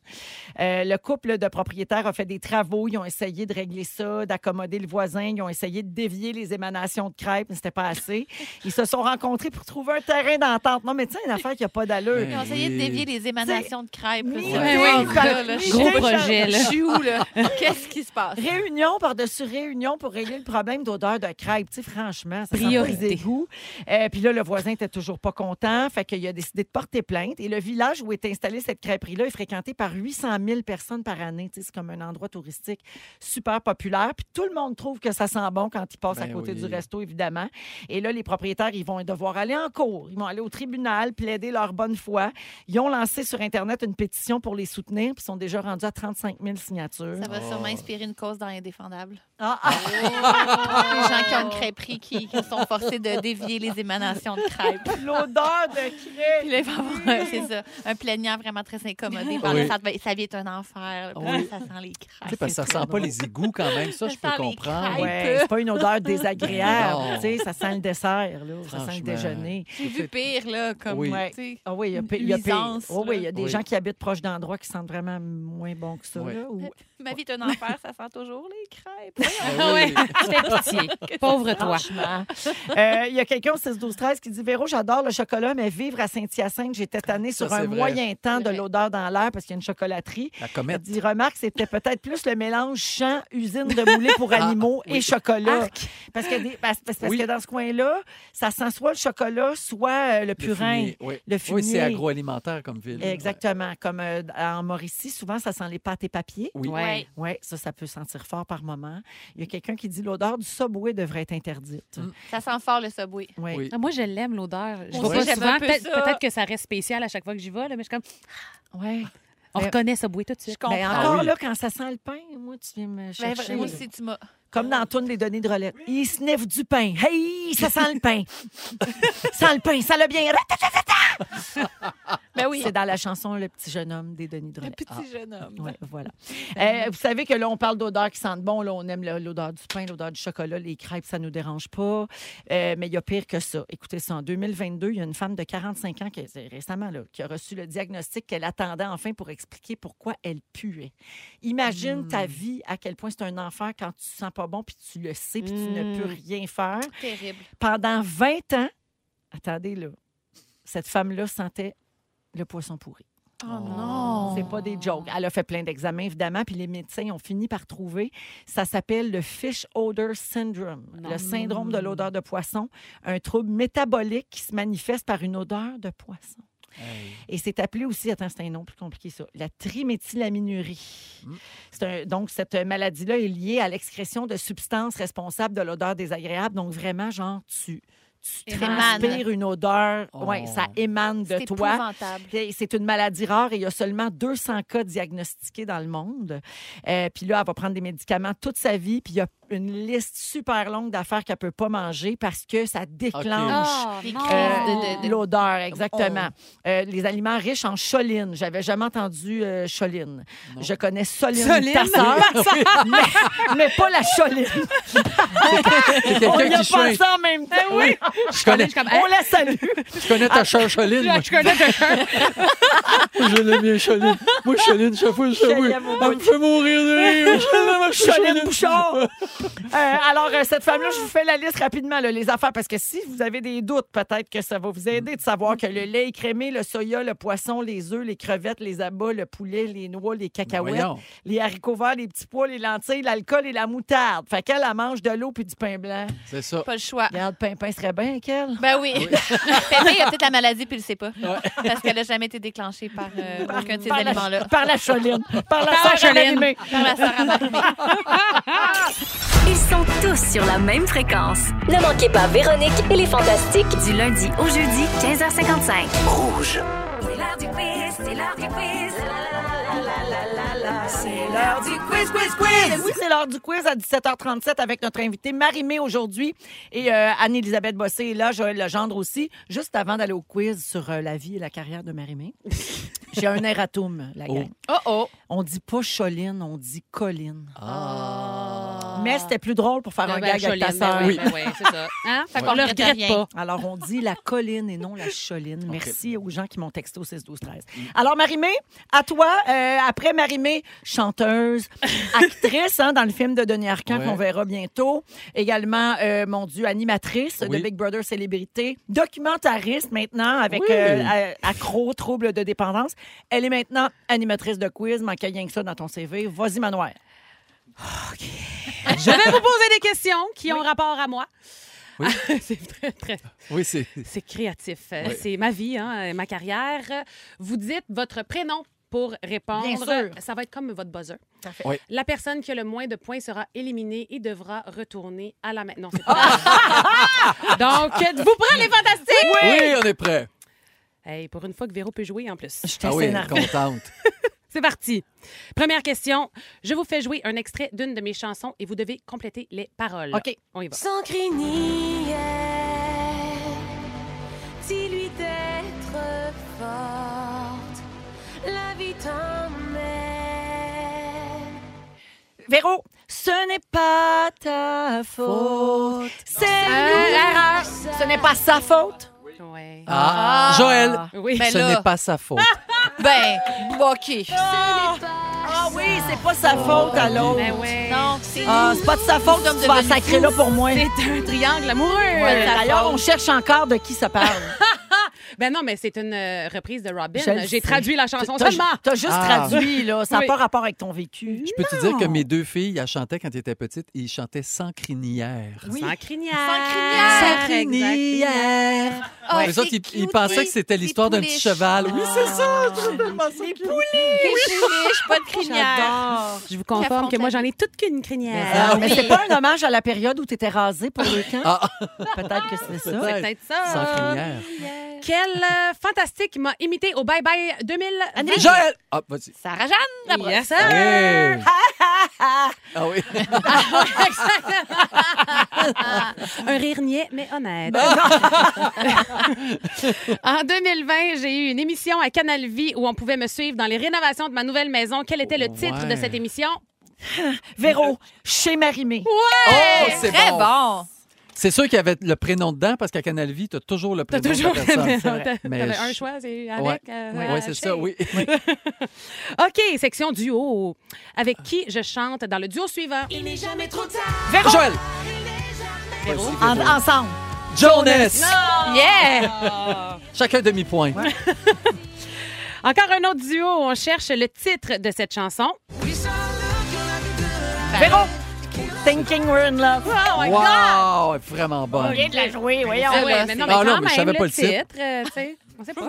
Speaker 1: Euh, le couple de propriétaires a fait des travaux. Ils ont essayé de régler ça, d'accommoder le voisin. Ils ont essayé de dévier les émanations de crêpes, mais c'était pas assez. Ils se sont rencontrés pour trouver un terrain d'entente. Non, mais tu sais, une affaire qui a pas d'allure.
Speaker 4: Ils ont essayé de dévier les émanations de crêpes. là,
Speaker 1: Ni
Speaker 4: sur
Speaker 3: idée.
Speaker 4: le
Speaker 3: Oui,
Speaker 4: corps,
Speaker 1: oui.
Speaker 4: là. Je
Speaker 3: gros
Speaker 4: sais pas,
Speaker 3: projet, là.
Speaker 4: Je suis où, là? [LAUGHS] Qu'est-ce qui se passe?
Speaker 1: Réunion par-dessus réunion pour régler le problème d'odeur de crêpes. Tu sais, franchement, ça sent pas
Speaker 3: Priorité.
Speaker 1: les égouts. Euh, puis là, le voisin était toujours pas content. Fait qu'il a décidé de porter plainte. Et le village où est installée cette crêperie-là est fréquenté par 800 000 personnes par année. Tu sais, c'est comme un endroit touristique super populaire. Puis tout le monde trouve que ça sent bon quand ils passent à
Speaker 2: Ben
Speaker 1: côté
Speaker 2: oui.
Speaker 1: du resto, évidemment. Et là, les propriétaires, ils vont devoir aller en cours. Ils vont aller au tribunal, plaider leur bonne foi. Ils ont lancé sur Internet une pétition pour les soutenir. Puis ils sont déjà rendus à 35 000 signatures.
Speaker 4: Ça va
Speaker 2: Oh.
Speaker 4: sûrement inspirer une cause dans Indéfendable.
Speaker 1: Ah, ah.
Speaker 2: Ah!
Speaker 4: Les gens qui ont une crêperie qui, qui sont forcés de dévier les émanations de crêpes.
Speaker 1: L'odeur de
Speaker 4: Puis
Speaker 1: crêpes.
Speaker 4: là, il va avoir, un- c'est ça, un plaignant vraiment très incommodé. par
Speaker 2: Oui.
Speaker 4: le- ça, va- sa vie est un enfer. là. Puis là, Ça sent les
Speaker 2: Tu
Speaker 4: crêpes.
Speaker 2: sais, parce que ça sent pas les égouts quand même, ça,
Speaker 4: Ça
Speaker 2: je peux
Speaker 4: sent les
Speaker 2: comprendre.
Speaker 4: crêpes.
Speaker 1: Ouais, c'est pas une [LAUGHS] odeur désagréable.
Speaker 2: Non.
Speaker 1: tu sais, ça sent le dessert, là, ça sent le
Speaker 2: Franchement.
Speaker 1: déjeuner.
Speaker 4: J'ai vu pire, là, comme,
Speaker 2: Oui.
Speaker 4: tu sais.
Speaker 1: Ah oui, il y a, pi- il y a pire.
Speaker 4: Nuisance,
Speaker 1: Oh oui, il y a des
Speaker 2: là.
Speaker 1: gens
Speaker 2: Oui.
Speaker 1: qui habitent proche d'endroits qui sentent vraiment moins bon que ça.
Speaker 2: Oui.
Speaker 1: là, [LAUGHS] ou-
Speaker 4: Ma vie est un enfer, ça sent toujours les crêpes.
Speaker 2: Ah [LAUGHS] oui.
Speaker 3: tu fais pitié. Pauvre toi.
Speaker 1: Franchement. Euh, Il y a quelqu'un au 6 12 13 qui dit Véro, j'adore le chocolat, mais vivre à Saint-Hyacinthe, j'étais tannée
Speaker 2: Ça,
Speaker 1: sur un
Speaker 2: c'est vrai.
Speaker 1: moyen temps
Speaker 4: C'est
Speaker 1: de
Speaker 4: vrai.
Speaker 1: l'odeur dans l'air parce qu'il y a une chocolaterie.
Speaker 2: La
Speaker 1: Elle
Speaker 2: comète.
Speaker 1: dit remarque, c'était peut-être plus le mélange champ, usine de moulés
Speaker 2: [LAUGHS]
Speaker 1: pour animaux et chocolat. Parce que, des- parce, parce- parce
Speaker 2: Ah, Oui.
Speaker 1: que dans ce coin-là, ça sent soit le chocolat, soit euh, le
Speaker 2: le
Speaker 1: purin.
Speaker 2: fumier, Oui,
Speaker 1: Le
Speaker 2: Oui,
Speaker 1: fumier.
Speaker 2: c'est agroalimentaire comme ville.
Speaker 1: Exactement. Comme euh, en Mauricie, souvent, ça sent les pâtes et papiers.
Speaker 2: Oui.
Speaker 3: Ouais.
Speaker 1: Oui, ça, ça peut sentir fort par moment. Il y a quelqu'un qui dit l'odeur du subway devrait être interdite.
Speaker 2: Mm.
Speaker 4: Ça sent fort le subway.
Speaker 1: Ouais.
Speaker 2: Oui.
Speaker 3: Ah, Moi, je l'aime, l'odeur. Je
Speaker 4: Moi
Speaker 3: vois
Speaker 2: aussi,
Speaker 3: pas
Speaker 4: j'aime
Speaker 3: souvent.
Speaker 4: un peu
Speaker 3: Peut-être
Speaker 4: ça.
Speaker 3: peut-être que ça reste spécial à chaque fois que j'y vais, là, mais je suis comme,
Speaker 1: Ouais.
Speaker 3: on
Speaker 1: Mais-
Speaker 3: reconnaît ce bruit tout de suite.
Speaker 1: Ben,
Speaker 4: comprends.
Speaker 1: encore
Speaker 2: Ah oui.
Speaker 1: là, quand ça sent le pain, moi, tu viens me
Speaker 4: Ben,
Speaker 1: chercher.
Speaker 4: moi aussi, tu m'as.
Speaker 1: Comme dans Tourne des données de relève. Il sniffe du pain. Hey, ça sent le pain. sent le pain, ça le bien.
Speaker 4: Ben oui.
Speaker 1: C'est dans la chanson Le petit jeune homme des Denis de
Speaker 4: Un
Speaker 1: relève.
Speaker 4: petit jeune homme.
Speaker 1: Ouais, voilà. Euh, vous savez que là, on parle d'odeurs qui sentent bon. Là, on aime le- l'odeur du pain, l'odeur du chocolat, les crêpes, ça nous dérange pas. Euh, mais il y a pire que ça. Écoutez ça, en 2022, il y a une femme de 45 ans, qui, c'est récemment, là, qui a reçu le diagnostic qu'elle attendait enfin pour expliquer pourquoi elle puait. Imagine ta vie, à quel point c'est un enfer quand tu te sens pas bon, puis tu le sais, puis tu ne
Speaker 3: Mm.
Speaker 1: peux rien faire.
Speaker 4: Terrible.
Speaker 1: Pendant 20 ans, attendez là, cette femme-là sentait le poisson pourri.
Speaker 4: Oh
Speaker 2: non.
Speaker 1: C'est pas des jokes. Elle a fait plein d'examens, évidemment, puis les médecins ont fini par trouver. Ça s'appelle le fish odor syndrome,
Speaker 3: Non.
Speaker 1: le syndrome de l'odeur de poisson, un trouble métabolique qui se manifeste par une odeur de poisson.
Speaker 2: Hey.
Speaker 1: Et c'est appelé aussi, attends, c'est un nom plus compliqué ça, la triméthylaminurie.
Speaker 2: Mm.
Speaker 1: C'est un- donc, cette maladie-là est liée à l'excrétion de substances responsables de l'odeur désagréable. Donc, vraiment, genre, tu, tu
Speaker 4: Émane.
Speaker 1: transpires une odeur,
Speaker 2: Oh.
Speaker 1: ouais, ça émane de
Speaker 4: C'est
Speaker 1: toi.
Speaker 4: épouvantable.
Speaker 1: Puis C'est une maladie rare et il y a seulement 200 cas diagnostiqués dans le monde. Euh, puis là, elle va prendre des médicaments toute sa vie. Puis il y a une liste super longue d'affaires qu'elle ne peut pas manger parce que ça déclenche
Speaker 4: Oh! Des Oh!
Speaker 3: non.
Speaker 4: crises de-
Speaker 1: euh,
Speaker 4: de- de-
Speaker 1: l'odeur, exactement. Euh, les aliments riches en choline. J'avais jamais entendu euh, choline.
Speaker 2: Non.
Speaker 1: Je connais soline,
Speaker 3: Soline,
Speaker 1: ta sœur, [LAUGHS] mais, mais pas la choline.
Speaker 2: C'est
Speaker 1: On y
Speaker 2: quelqu'un
Speaker 1: a
Speaker 2: qui chouine.
Speaker 1: pensé en même temps. Oui,
Speaker 2: Je connais,
Speaker 3: Je suis comme,
Speaker 1: on la salue.
Speaker 4: [LAUGHS]
Speaker 2: je connais ta chère Choline. Moi,
Speaker 3: Hey, [LAUGHS] [LAUGHS] je connais quelqu'un.
Speaker 2: Moi, je l'aime bien, Choline. Moi, Choline, chaque fois, je sais, oui.
Speaker 1: l'aime au
Speaker 2: Elle me fait mourir de rire. Je l'aime, ma
Speaker 1: Choline
Speaker 2: Choline.
Speaker 1: Bouchard. Euh, alors, euh, cette femme-là, je vous fais la liste rapidement, là, les affaires, parce que si vous avez des doutes, peut-être que ça va vous aider de savoir que le lait écrémé, le soya, le poisson, les œufs, les crevettes, les abats, le poulet, les noix, les cacahuètes,
Speaker 2: Ben Voyons.
Speaker 1: les haricots verts, les petits pois, les lentilles, l'alcool et la moutarde. Fait qu'elle, elle mange de l'eau puis du pain blanc.
Speaker 2: C'est ça.
Speaker 4: Pas le choix.
Speaker 1: Regarde, pain, pain serait bien qu'elle.
Speaker 4: Ben oui. [LAUGHS] Pépé, il y a peut-être la maladie, puis il le sait pas. Parce qu'elle n'a jamais été déclenchée par euh, aucun de ces
Speaker 1: Par la-
Speaker 4: aliments-là.
Speaker 1: Par la choline. Par la
Speaker 3: Par la
Speaker 1: sœur à
Speaker 3: choline.
Speaker 1: l'allumée.
Speaker 4: Par la sœur à Marie.
Speaker 5: Ils sont tous sur la même fréquence.
Speaker 6: Ne manquez pas Véronique et les Fantastiques.
Speaker 5: Du lundi au jeudi, 15h55. Rouge. C'est l'heure du quiz, c'est l'heure du quiz. La, la, la, la, la, la, la, la.
Speaker 1: C'est l'heure du quiz, quiz, quiz! Oui, c'est l'heure du quiz à 17h37 avec notre invité Marie-Mé aujourd'hui. Et euh, Anne-Élisabeth Bossé est là, Joël Legendre aussi. Juste avant d'aller au quiz sur euh, la vie et la carrière de Marie-Mé, j'ai un erratum, la
Speaker 2: Oh.
Speaker 1: gang.
Speaker 4: Oh, oh.
Speaker 1: On dit pas Choline, on dit Colline.
Speaker 4: Ah.
Speaker 1: Mais c'était plus drôle pour faire
Speaker 3: Ben,
Speaker 1: un
Speaker 3: ben,
Speaker 1: gag
Speaker 3: Jolene,
Speaker 1: avec ta
Speaker 3: ben
Speaker 1: sœur.
Speaker 3: oui, ben oui, c'est ça. Hein? Fait
Speaker 4: Ouais.
Speaker 3: qu'on le
Speaker 4: On regrette
Speaker 3: regrette
Speaker 4: rien.
Speaker 3: pas.
Speaker 1: Alors, on dit la colline et non la choline. Merci aux gens qui m'ont texté au 6 12 13
Speaker 2: Mm.
Speaker 1: Alors, Marimé, à toi, euh, après Marimé,
Speaker 2: [LAUGHS]
Speaker 1: chanteuse, actrice hein, dans le film de Denis Arcand
Speaker 2: Ouais.
Speaker 1: qu'on verra bientôt. Également, euh, mon Dieu, animatrice
Speaker 2: Oui.
Speaker 1: de Big Brother Célébrité, documentariste maintenant avec
Speaker 2: Oui.
Speaker 1: euh, a- accro, trouble de dépendance. Elle est maintenant animatrice de quiz. Manquait rien que ça dans ton CV. Vas-y, Manoir.
Speaker 3: Je vais vous poser des questions qui ont rapport à moi. [LAUGHS] c'est très, très,
Speaker 2: Oui, c'est.
Speaker 3: c'est créatif. Euh,
Speaker 2: Oui.
Speaker 3: C'est ma vie, hein, euh, ma carrière. Vous dites votre prénom pour répondre.
Speaker 1: Bien sûr.
Speaker 3: Ça va être comme votre buzzer.
Speaker 2: Oui.
Speaker 3: La personne qui a le moins de points sera éliminée et devra retourner à la main. Non, c'est pas [LAUGHS] Donc, êtes-vous prêts, les fantastiques?
Speaker 2: Oui, on est prêt.
Speaker 3: Hey, pour une fois que Véro peut jouer en plus.
Speaker 1: Je
Speaker 2: Ah oui, elle est contente.
Speaker 3: C'est parti. Première question. Je vous fais jouer un extrait d'une de mes chansons et vous devez compléter les paroles.
Speaker 1: OK.
Speaker 3: On y va.
Speaker 6: dis-lui d'être forte, la vie t'emmène.
Speaker 1: Véro, ce n'est pas ta faute. C'est une erreur. Ce n'est pas sa faute.
Speaker 3: Ouais.
Speaker 2: Ah, Joël,
Speaker 3: Oui.
Speaker 4: Ben
Speaker 2: ce
Speaker 4: là.
Speaker 2: n'est pas sa faute.
Speaker 4: Ben, OK.
Speaker 1: Ah oui, c'est pas sa
Speaker 2: Oh,
Speaker 1: faute à l'autre.
Speaker 3: [LAUGHS] Ben ouais.
Speaker 4: Non, c'est
Speaker 1: Ah, c'est pas de sa faute
Speaker 4: Nous
Speaker 1: si tu vas
Speaker 4: sommes
Speaker 1: sacrer là pour moi.
Speaker 4: C'est un triangle amoureux.
Speaker 1: Ouais,
Speaker 4: Ta
Speaker 1: D'ailleurs,
Speaker 4: faute.
Speaker 1: on cherche encore de qui ça parle.
Speaker 3: Ben non, mais c'est une euh, reprise de Robin.
Speaker 1: Je le sais.
Speaker 3: J'ai traduit la chanson
Speaker 1: T'as-
Speaker 3: seulement.
Speaker 1: T'as juste
Speaker 2: Ah.
Speaker 1: traduit, là. Ça n'a
Speaker 3: Oui.
Speaker 1: pas rapport avec ton vécu.
Speaker 2: Je peux te dire que mes deux filles, elles chantaient quand elles étaient petites et ils chantaient sans crinière.
Speaker 3: Sans crinière.
Speaker 4: Sans
Speaker 2: crinière.
Speaker 4: Oh,
Speaker 2: les autres,
Speaker 4: c'est
Speaker 2: ils,
Speaker 4: cute,
Speaker 2: ils pensaient
Speaker 4: oui.
Speaker 2: que c'était
Speaker 4: Des
Speaker 2: l'histoire d'un
Speaker 4: pouliches. Ah.
Speaker 2: petit cheval. Oui, c'est ça.
Speaker 4: Des pouliches, [LAUGHS] pas de crinière.
Speaker 3: Je vous confirme que moi, j'en ai toute qu'une crinière.
Speaker 1: Ah, mais c'est pas un hommage à la période où t'étais rasé pour le camp?
Speaker 2: Ah.
Speaker 1: Peut-être que
Speaker 2: [LAUGHS]
Speaker 1: c'est ça.
Speaker 2: Peut-être.
Speaker 3: Peut-être
Speaker 2: Sans
Speaker 3: ça.
Speaker 2: crinière.
Speaker 3: Quel euh, fantastique m'a imité au Bye Bye 2000.
Speaker 2: Joël! Ah, vas-y.
Speaker 4: Sarah Jeanne, la brosse.
Speaker 3: Yes,
Speaker 2: Ah Hey. ah oui.
Speaker 3: Un rire niais, mais honnête.
Speaker 2: Ah!
Speaker 3: [LAUGHS] en 2020, j'ai eu une émission à Canal Vie où on pouvait me suivre dans les rénovations de ma nouvelle maison. Quel était le
Speaker 2: Oh, Ouais.
Speaker 3: titre de cette émission? [LAUGHS]
Speaker 1: Véro, chez Marimé.
Speaker 2: Oh, c'est
Speaker 4: Très
Speaker 2: bon.
Speaker 4: bon.
Speaker 2: C'est sûr qu'il y avait le prénom dedans parce qu'à Canal Vie, tu as toujours le
Speaker 3: T'as
Speaker 2: prénom. de la
Speaker 3: toujours
Speaker 2: personne.
Speaker 3: T'avais
Speaker 2: Mais
Speaker 3: un
Speaker 2: je-
Speaker 3: choix, c'est
Speaker 2: Ouais.
Speaker 3: avec. euh,
Speaker 2: Oui,
Speaker 3: euh,
Speaker 2: c'est
Speaker 3: chez.
Speaker 2: ça, oui.
Speaker 3: OK, section duo. Avec qui je chante dans le duo suivant?
Speaker 2: Joël!
Speaker 1: En- ensemble.
Speaker 2: Jonas!
Speaker 4: Yeah.
Speaker 2: Chacun demi-point.
Speaker 3: Encore un autre duo. On cherche le titre de cette chanson.
Speaker 1: Véro, thinking we're in love.
Speaker 2: wow! Elle est vraiment bonne.
Speaker 1: de la jouer, voyons.
Speaker 4: Ah ouais,
Speaker 3: Euh, mais non,
Speaker 4: c'est-
Speaker 3: mais
Speaker 2: Ah non,
Speaker 3: quand
Speaker 2: mais je
Speaker 3: même,
Speaker 2: savais pas le
Speaker 3: titre. euh, tu
Speaker 2: [LAUGHS]
Speaker 3: sais, on sait pas.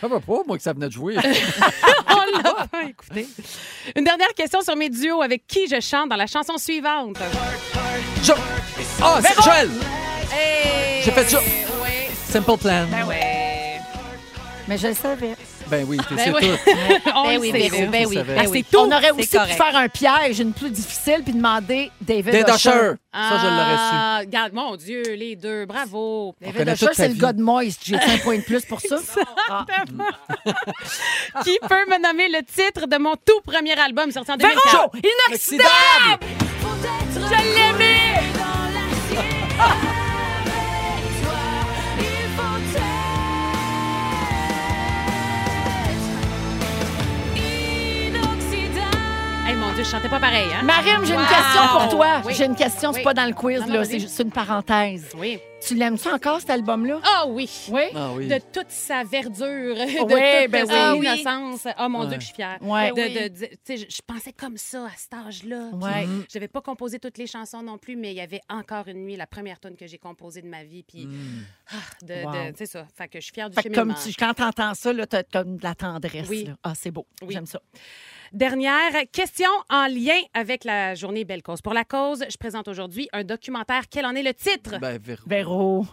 Speaker 2: Ça va pas, moi, que ça venait de jouer.
Speaker 3: On l'a pas écouté. Une dernière question sur mes duos. Avec qui je chante dans la chanson suivante?
Speaker 2: Jo- Ah, c'est Joël! J'ai fait ça. Simple Plan. Ben oui,
Speaker 1: Mais je le savais.
Speaker 2: t'es
Speaker 3: Ben
Speaker 2: c'est
Speaker 3: oui.
Speaker 2: tout.
Speaker 3: On
Speaker 4: Ben
Speaker 3: le
Speaker 4: oui,
Speaker 3: sait.
Speaker 4: Véro, ben oui.
Speaker 2: Vous savez.
Speaker 4: ben
Speaker 1: Ah,
Speaker 4: oui.
Speaker 1: c'est tout. On aurait
Speaker 4: C'est
Speaker 1: aussi pu
Speaker 4: correct.
Speaker 1: faire un piège, une plus difficile, puis demander David
Speaker 2: Dead
Speaker 1: Usher.
Speaker 2: Usher. Ça, je l'aurais su. Ah.
Speaker 3: Ah, regarde, mon Dieu, les deux, bravo.
Speaker 2: On
Speaker 1: David
Speaker 2: connaît
Speaker 1: Usher,
Speaker 2: toute sa
Speaker 1: c'est le
Speaker 2: vie.
Speaker 1: gars de Moist. J'ai un point de plus pour ça. Ah.
Speaker 3: [LAUGHS] Qui peut me nommer le titre de mon tout premier album sorti en 2004?
Speaker 1: Véro, inoxydable!
Speaker 6: Je l'aimais! Dans l'acier avec toi, il faut être inoxydable.
Speaker 3: Hey, mon Dieu, je chantais pas pareil, hein?
Speaker 1: Marim, j'ai une
Speaker 3: Wow.
Speaker 1: question pour toi.
Speaker 3: Oui.
Speaker 1: J'ai une question, c'est
Speaker 3: Oui.
Speaker 1: pas dans le quiz,
Speaker 3: Non, non,
Speaker 1: là.
Speaker 3: vas-y.
Speaker 1: C'est juste une parenthèse.
Speaker 3: Oui.
Speaker 1: Tu l'aimes-tu encore, cet album-là?
Speaker 3: Ah oui.
Speaker 1: Oui.
Speaker 2: Ah oui.
Speaker 3: De toute sa verdure, de
Speaker 1: Ouais,
Speaker 3: toute
Speaker 1: ben
Speaker 3: son
Speaker 4: oui.
Speaker 3: innocence. Ah, mon Dieu,
Speaker 2: Ouais.
Speaker 3: que je suis fière.
Speaker 1: Ouais. Ben
Speaker 3: De-
Speaker 4: Oui.
Speaker 3: de- de- tu sais, je, je pensais comme ça à cet âge-là.
Speaker 1: Ouais.
Speaker 2: Mm-hmm.
Speaker 3: Puis Je n'avais pas composé toutes les chansons non plus, mais il y avait encore une nuit, la première tune que j'ai composée de ma vie. Puis,
Speaker 2: Mm.
Speaker 3: ah, de,
Speaker 1: Wow.
Speaker 3: de- tu sais ça. Fait que je suis fière du
Speaker 1: Fait que
Speaker 3: cheminement.
Speaker 1: comme tu, quand t'entends ça, là, t'as comme de la tendresse.
Speaker 3: Oui.
Speaker 1: là. Ah, c'est beau.
Speaker 3: Oui.
Speaker 1: J'aime ça.
Speaker 3: Dernière question en lien avec la journée Belle Cause. Pour la cause, je présente aujourd'hui un documentaire. Quel en est le titre?
Speaker 2: Ben, Véro.
Speaker 1: Véro.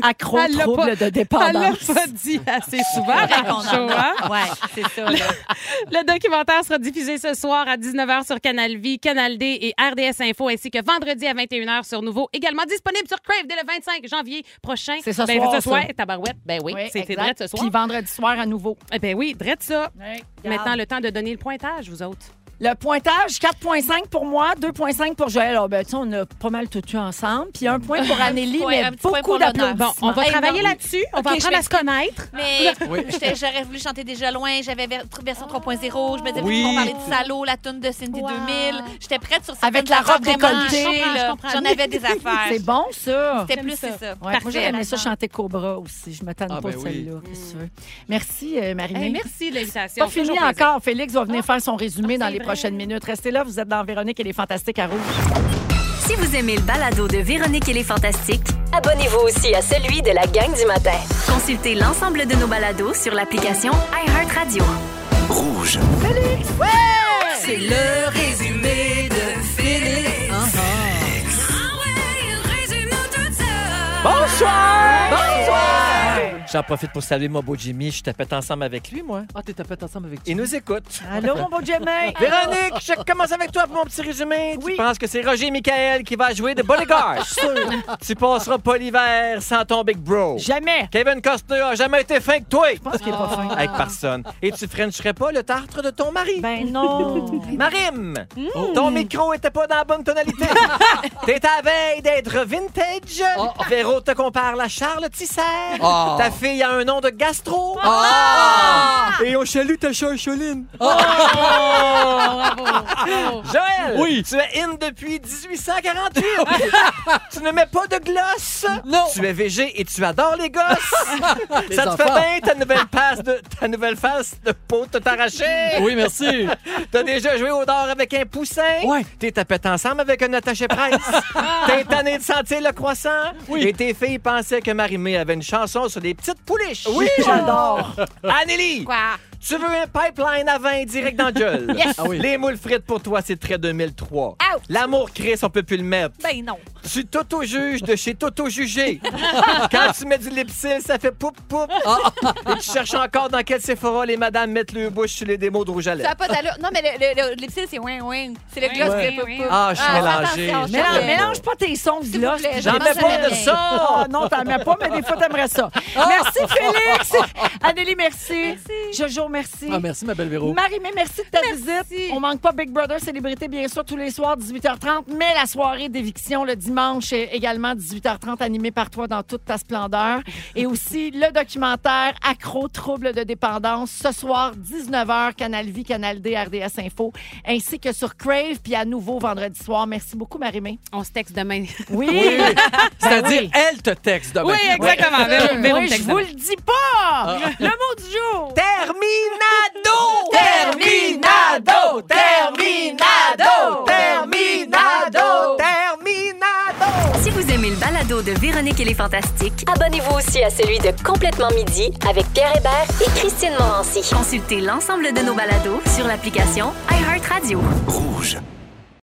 Speaker 1: Accro
Speaker 9: Elle l'a
Speaker 1: trouble
Speaker 9: pas-
Speaker 1: de
Speaker 2: bah.
Speaker 9: Elle l'a
Speaker 1: dépendance.
Speaker 9: pas dit assez
Speaker 2: [LAUGHS]
Speaker 9: souvent, Rachel, hein?
Speaker 4: Ouais, c'est ça. là. [LAUGHS]
Speaker 3: Le documentaire sera diffusé ce soir à 19h sur Canal Vie, Canal D et RDS Info, ainsi que vendredi à 21h sur Nouveau, également disponible sur Crave dès le 25 janvier prochain.
Speaker 1: C'est ce
Speaker 3: ben,
Speaker 1: soir,
Speaker 3: Ce soir,
Speaker 1: ça.
Speaker 3: tabarouette. Ben oui,
Speaker 1: Oui,
Speaker 3: c'était
Speaker 1: exact.
Speaker 3: drette ce soir.
Speaker 1: Puis vendredi soir à nouveau.
Speaker 3: Eh Ben oui, drette ça. Maintenant,
Speaker 1: Maintenant,
Speaker 3: le temps de donner le pointage, vous autres.
Speaker 1: le pointage, 4,5 pour moi, 2,5 pour Joël. Ah, ben, tu sais, on a pas mal tout eu ensemble. Puis un point pour Amélie,
Speaker 4: Ouais,
Speaker 1: mais
Speaker 4: un petit point
Speaker 1: beaucoup
Speaker 4: pour l'honneur.
Speaker 1: d'applaudissements.
Speaker 3: On va
Speaker 4: Hey,
Speaker 3: travailler
Speaker 4: non.
Speaker 3: là-dessus. On va
Speaker 4: Ok, je
Speaker 3: apprendre à
Speaker 4: vais-
Speaker 3: se connaître.
Speaker 4: Mais
Speaker 2: Oui.
Speaker 4: j'étais- j'aurais voulu chanter déjà loin. J'avais ver- version 3.0. Je me disais,
Speaker 2: Oui.
Speaker 4: on parlait de salaud, la tune de Cindy 2000. J'étais prête sur cette
Speaker 1: Avec la robe décolletée,
Speaker 3: je comprends.
Speaker 4: J'en avais [LAUGHS] des affaires.
Speaker 1: C'est bon, ça.
Speaker 4: C'était plus, c'est ça.
Speaker 1: Ouais, moi, j'aurais aimé ça chanter Cobra aussi. Je m'attends
Speaker 2: Ah,
Speaker 1: pas
Speaker 2: ben
Speaker 1: à
Speaker 2: oui.
Speaker 1: celle-là. Qu'est-ce que tu veux? Merci, euh, Marie.
Speaker 3: Hey, merci de l'invitation.
Speaker 1: Pas fini
Speaker 3: Toujours plaisir.
Speaker 1: encore. Félix va venir faire son résumé dans
Speaker 4: c'est
Speaker 1: les
Speaker 4: vrai.
Speaker 1: prochaines minutes. Restez là, vous êtes dans Véronique et les Fantastiques à Rouge.
Speaker 5: Si vous aimez le balado de Véronique et les Fantastiques,
Speaker 10: Abonnez-vous aussi à celui de la gang du matin.
Speaker 5: consultez l'ensemble de nos balados sur l'application iHeartRadio.
Speaker 9: C'est le résumé de Félix.
Speaker 8: Bonsoir! Bonsoir! J'en profite pour saluer mon beau Jimmy. Je tapette ensemble avec lui, moi.
Speaker 2: Ah, t'es tapette ensemble avec
Speaker 8: Il nous écoute.
Speaker 1: Allô, mon beau Jemma.
Speaker 8: Véronique, je commence avec toi pour mon petit résumé. Tu penses que c'est Roger Michael qui va jouer
Speaker 1: [LAUGHS]
Speaker 8: de bodyguard. tu passeras pas l'hiver sans ton big bro.
Speaker 1: Jamais.
Speaker 8: Kevin Costner a jamais été fin que toi.
Speaker 1: Je pense qu'il est pas fin.
Speaker 8: Avec personne. Et tu frencherais pas le tartre de ton mari.
Speaker 1: Ben non.
Speaker 8: Marim,
Speaker 2: Hmm.
Speaker 8: ton micro était pas dans la
Speaker 2: [LAUGHS]
Speaker 8: bonne tonalité. T'es à la veille d'être vintage.
Speaker 2: Ah,
Speaker 8: Véro te compare à Charles Tisser.
Speaker 2: Oh.
Speaker 8: Ta fille a un nom de gastro.
Speaker 2: Ah.
Speaker 8: Et on chalue ta chancholine. [LAUGHS] Joël,
Speaker 2: Oh, Oui.
Speaker 8: tu es in depuis 1848.
Speaker 2: [LAUGHS]
Speaker 8: tu ne mets pas de gloss.
Speaker 2: Non.
Speaker 8: Tu es végé et tu adores les gosses.
Speaker 2: [LAUGHS] Les
Speaker 8: Ça te fait
Speaker 2: enfants.
Speaker 8: bien ta nouvelle, passe de, ta nouvelle face de peau de t'arracher.
Speaker 2: Oui, merci.
Speaker 8: [LAUGHS] T'as déjà joué au dard avec un poussin.
Speaker 2: Ouais.
Speaker 8: T'es tapette ensemble avec un attaché presse.
Speaker 2: [LAUGHS]
Speaker 8: T'es tanné de sentir le croissant.
Speaker 2: Oui.
Speaker 8: Et tes filles pensaient que Marie-Mé avait une chanson sur des petites pouliches. [LAUGHS]
Speaker 1: Oui, j'adore.
Speaker 8: Anneli,
Speaker 4: Quoi?
Speaker 8: tu veux un pipeline à vin direct dans
Speaker 4: [LAUGHS]
Speaker 8: le gueule.
Speaker 2: Ah oui.
Speaker 8: Les moules frites pour toi, c'est très 2003.
Speaker 4: Ouch.
Speaker 8: L'amour Chris, on peut plus le mettre.
Speaker 4: Ben non.
Speaker 8: Tu t'auto-juges de chez
Speaker 4: [LAUGHS]
Speaker 8: Toto-jugé. Quand tu mets du lipsil, ça fait poup poup.
Speaker 4: Ah.
Speaker 8: Et tu cherches encore dans quel Sephora les madames mettent le bouche sur les démos de rouge à
Speaker 4: Ça n'a
Speaker 8: lèvres.
Speaker 4: pas d'allure. Non, mais le- le- le- l'ipsil, c'est wing wing. C'est le gloss que
Speaker 3: Ouais. Oui,
Speaker 4: peut
Speaker 3: oui.
Speaker 8: Ah, je suis mélangée.
Speaker 1: Mélange,
Speaker 4: mélangé.
Speaker 1: mélange pas tes sons,
Speaker 4: S'il
Speaker 1: là.
Speaker 4: vous plaît,
Speaker 8: J'en
Speaker 4: pense
Speaker 8: mets
Speaker 4: à
Speaker 8: pas de
Speaker 4: rien.
Speaker 8: ça!
Speaker 1: Ah non, t'en mets pas, mais des fois, t'aimerais ça. Merci, Félix. Anneli, merci. Jojo, merci.
Speaker 2: Ah, merci, ma belle Véro.
Speaker 1: Marie-Mé, merci de ta visite. On manque pas Big Brother Célébrité, bien sûr, tous les soirs, 18h30, mais la soirée d'éviction le dimanche est également 18h30, animée par toi dans toute ta splendeur. Et aussi le documentaire Accro, trouble de dépendance, ce soir, 19h, Canal Vie, Canal D, RDS Info, ainsi que sur Crave, puis à nouveau vendredi soir. Merci beaucoup, Marie-Mé.
Speaker 3: On se texte demain.
Speaker 1: Oui!
Speaker 2: C'est-à-dire,
Speaker 1: oui.
Speaker 2: elle te texte demain.
Speaker 3: Oui, exactement. Véro- Véro Ah.
Speaker 1: Oui,
Speaker 3: me
Speaker 1: je
Speaker 3: texte
Speaker 1: vous
Speaker 3: demain.
Speaker 1: le dis pas! Le mot du jour!
Speaker 8: Terminado!
Speaker 1: Terminado! Terminado!
Speaker 8: Terminado! Terminado!
Speaker 5: Si vous aimez le balado de Véronique et les Fantastiques,
Speaker 10: Abonnez-vous aussi à celui de Complètement Midi avec Pierre Hébert et Christine Morancy.
Speaker 5: consultez l'ensemble de nos balados sur l'application iHeartRadio.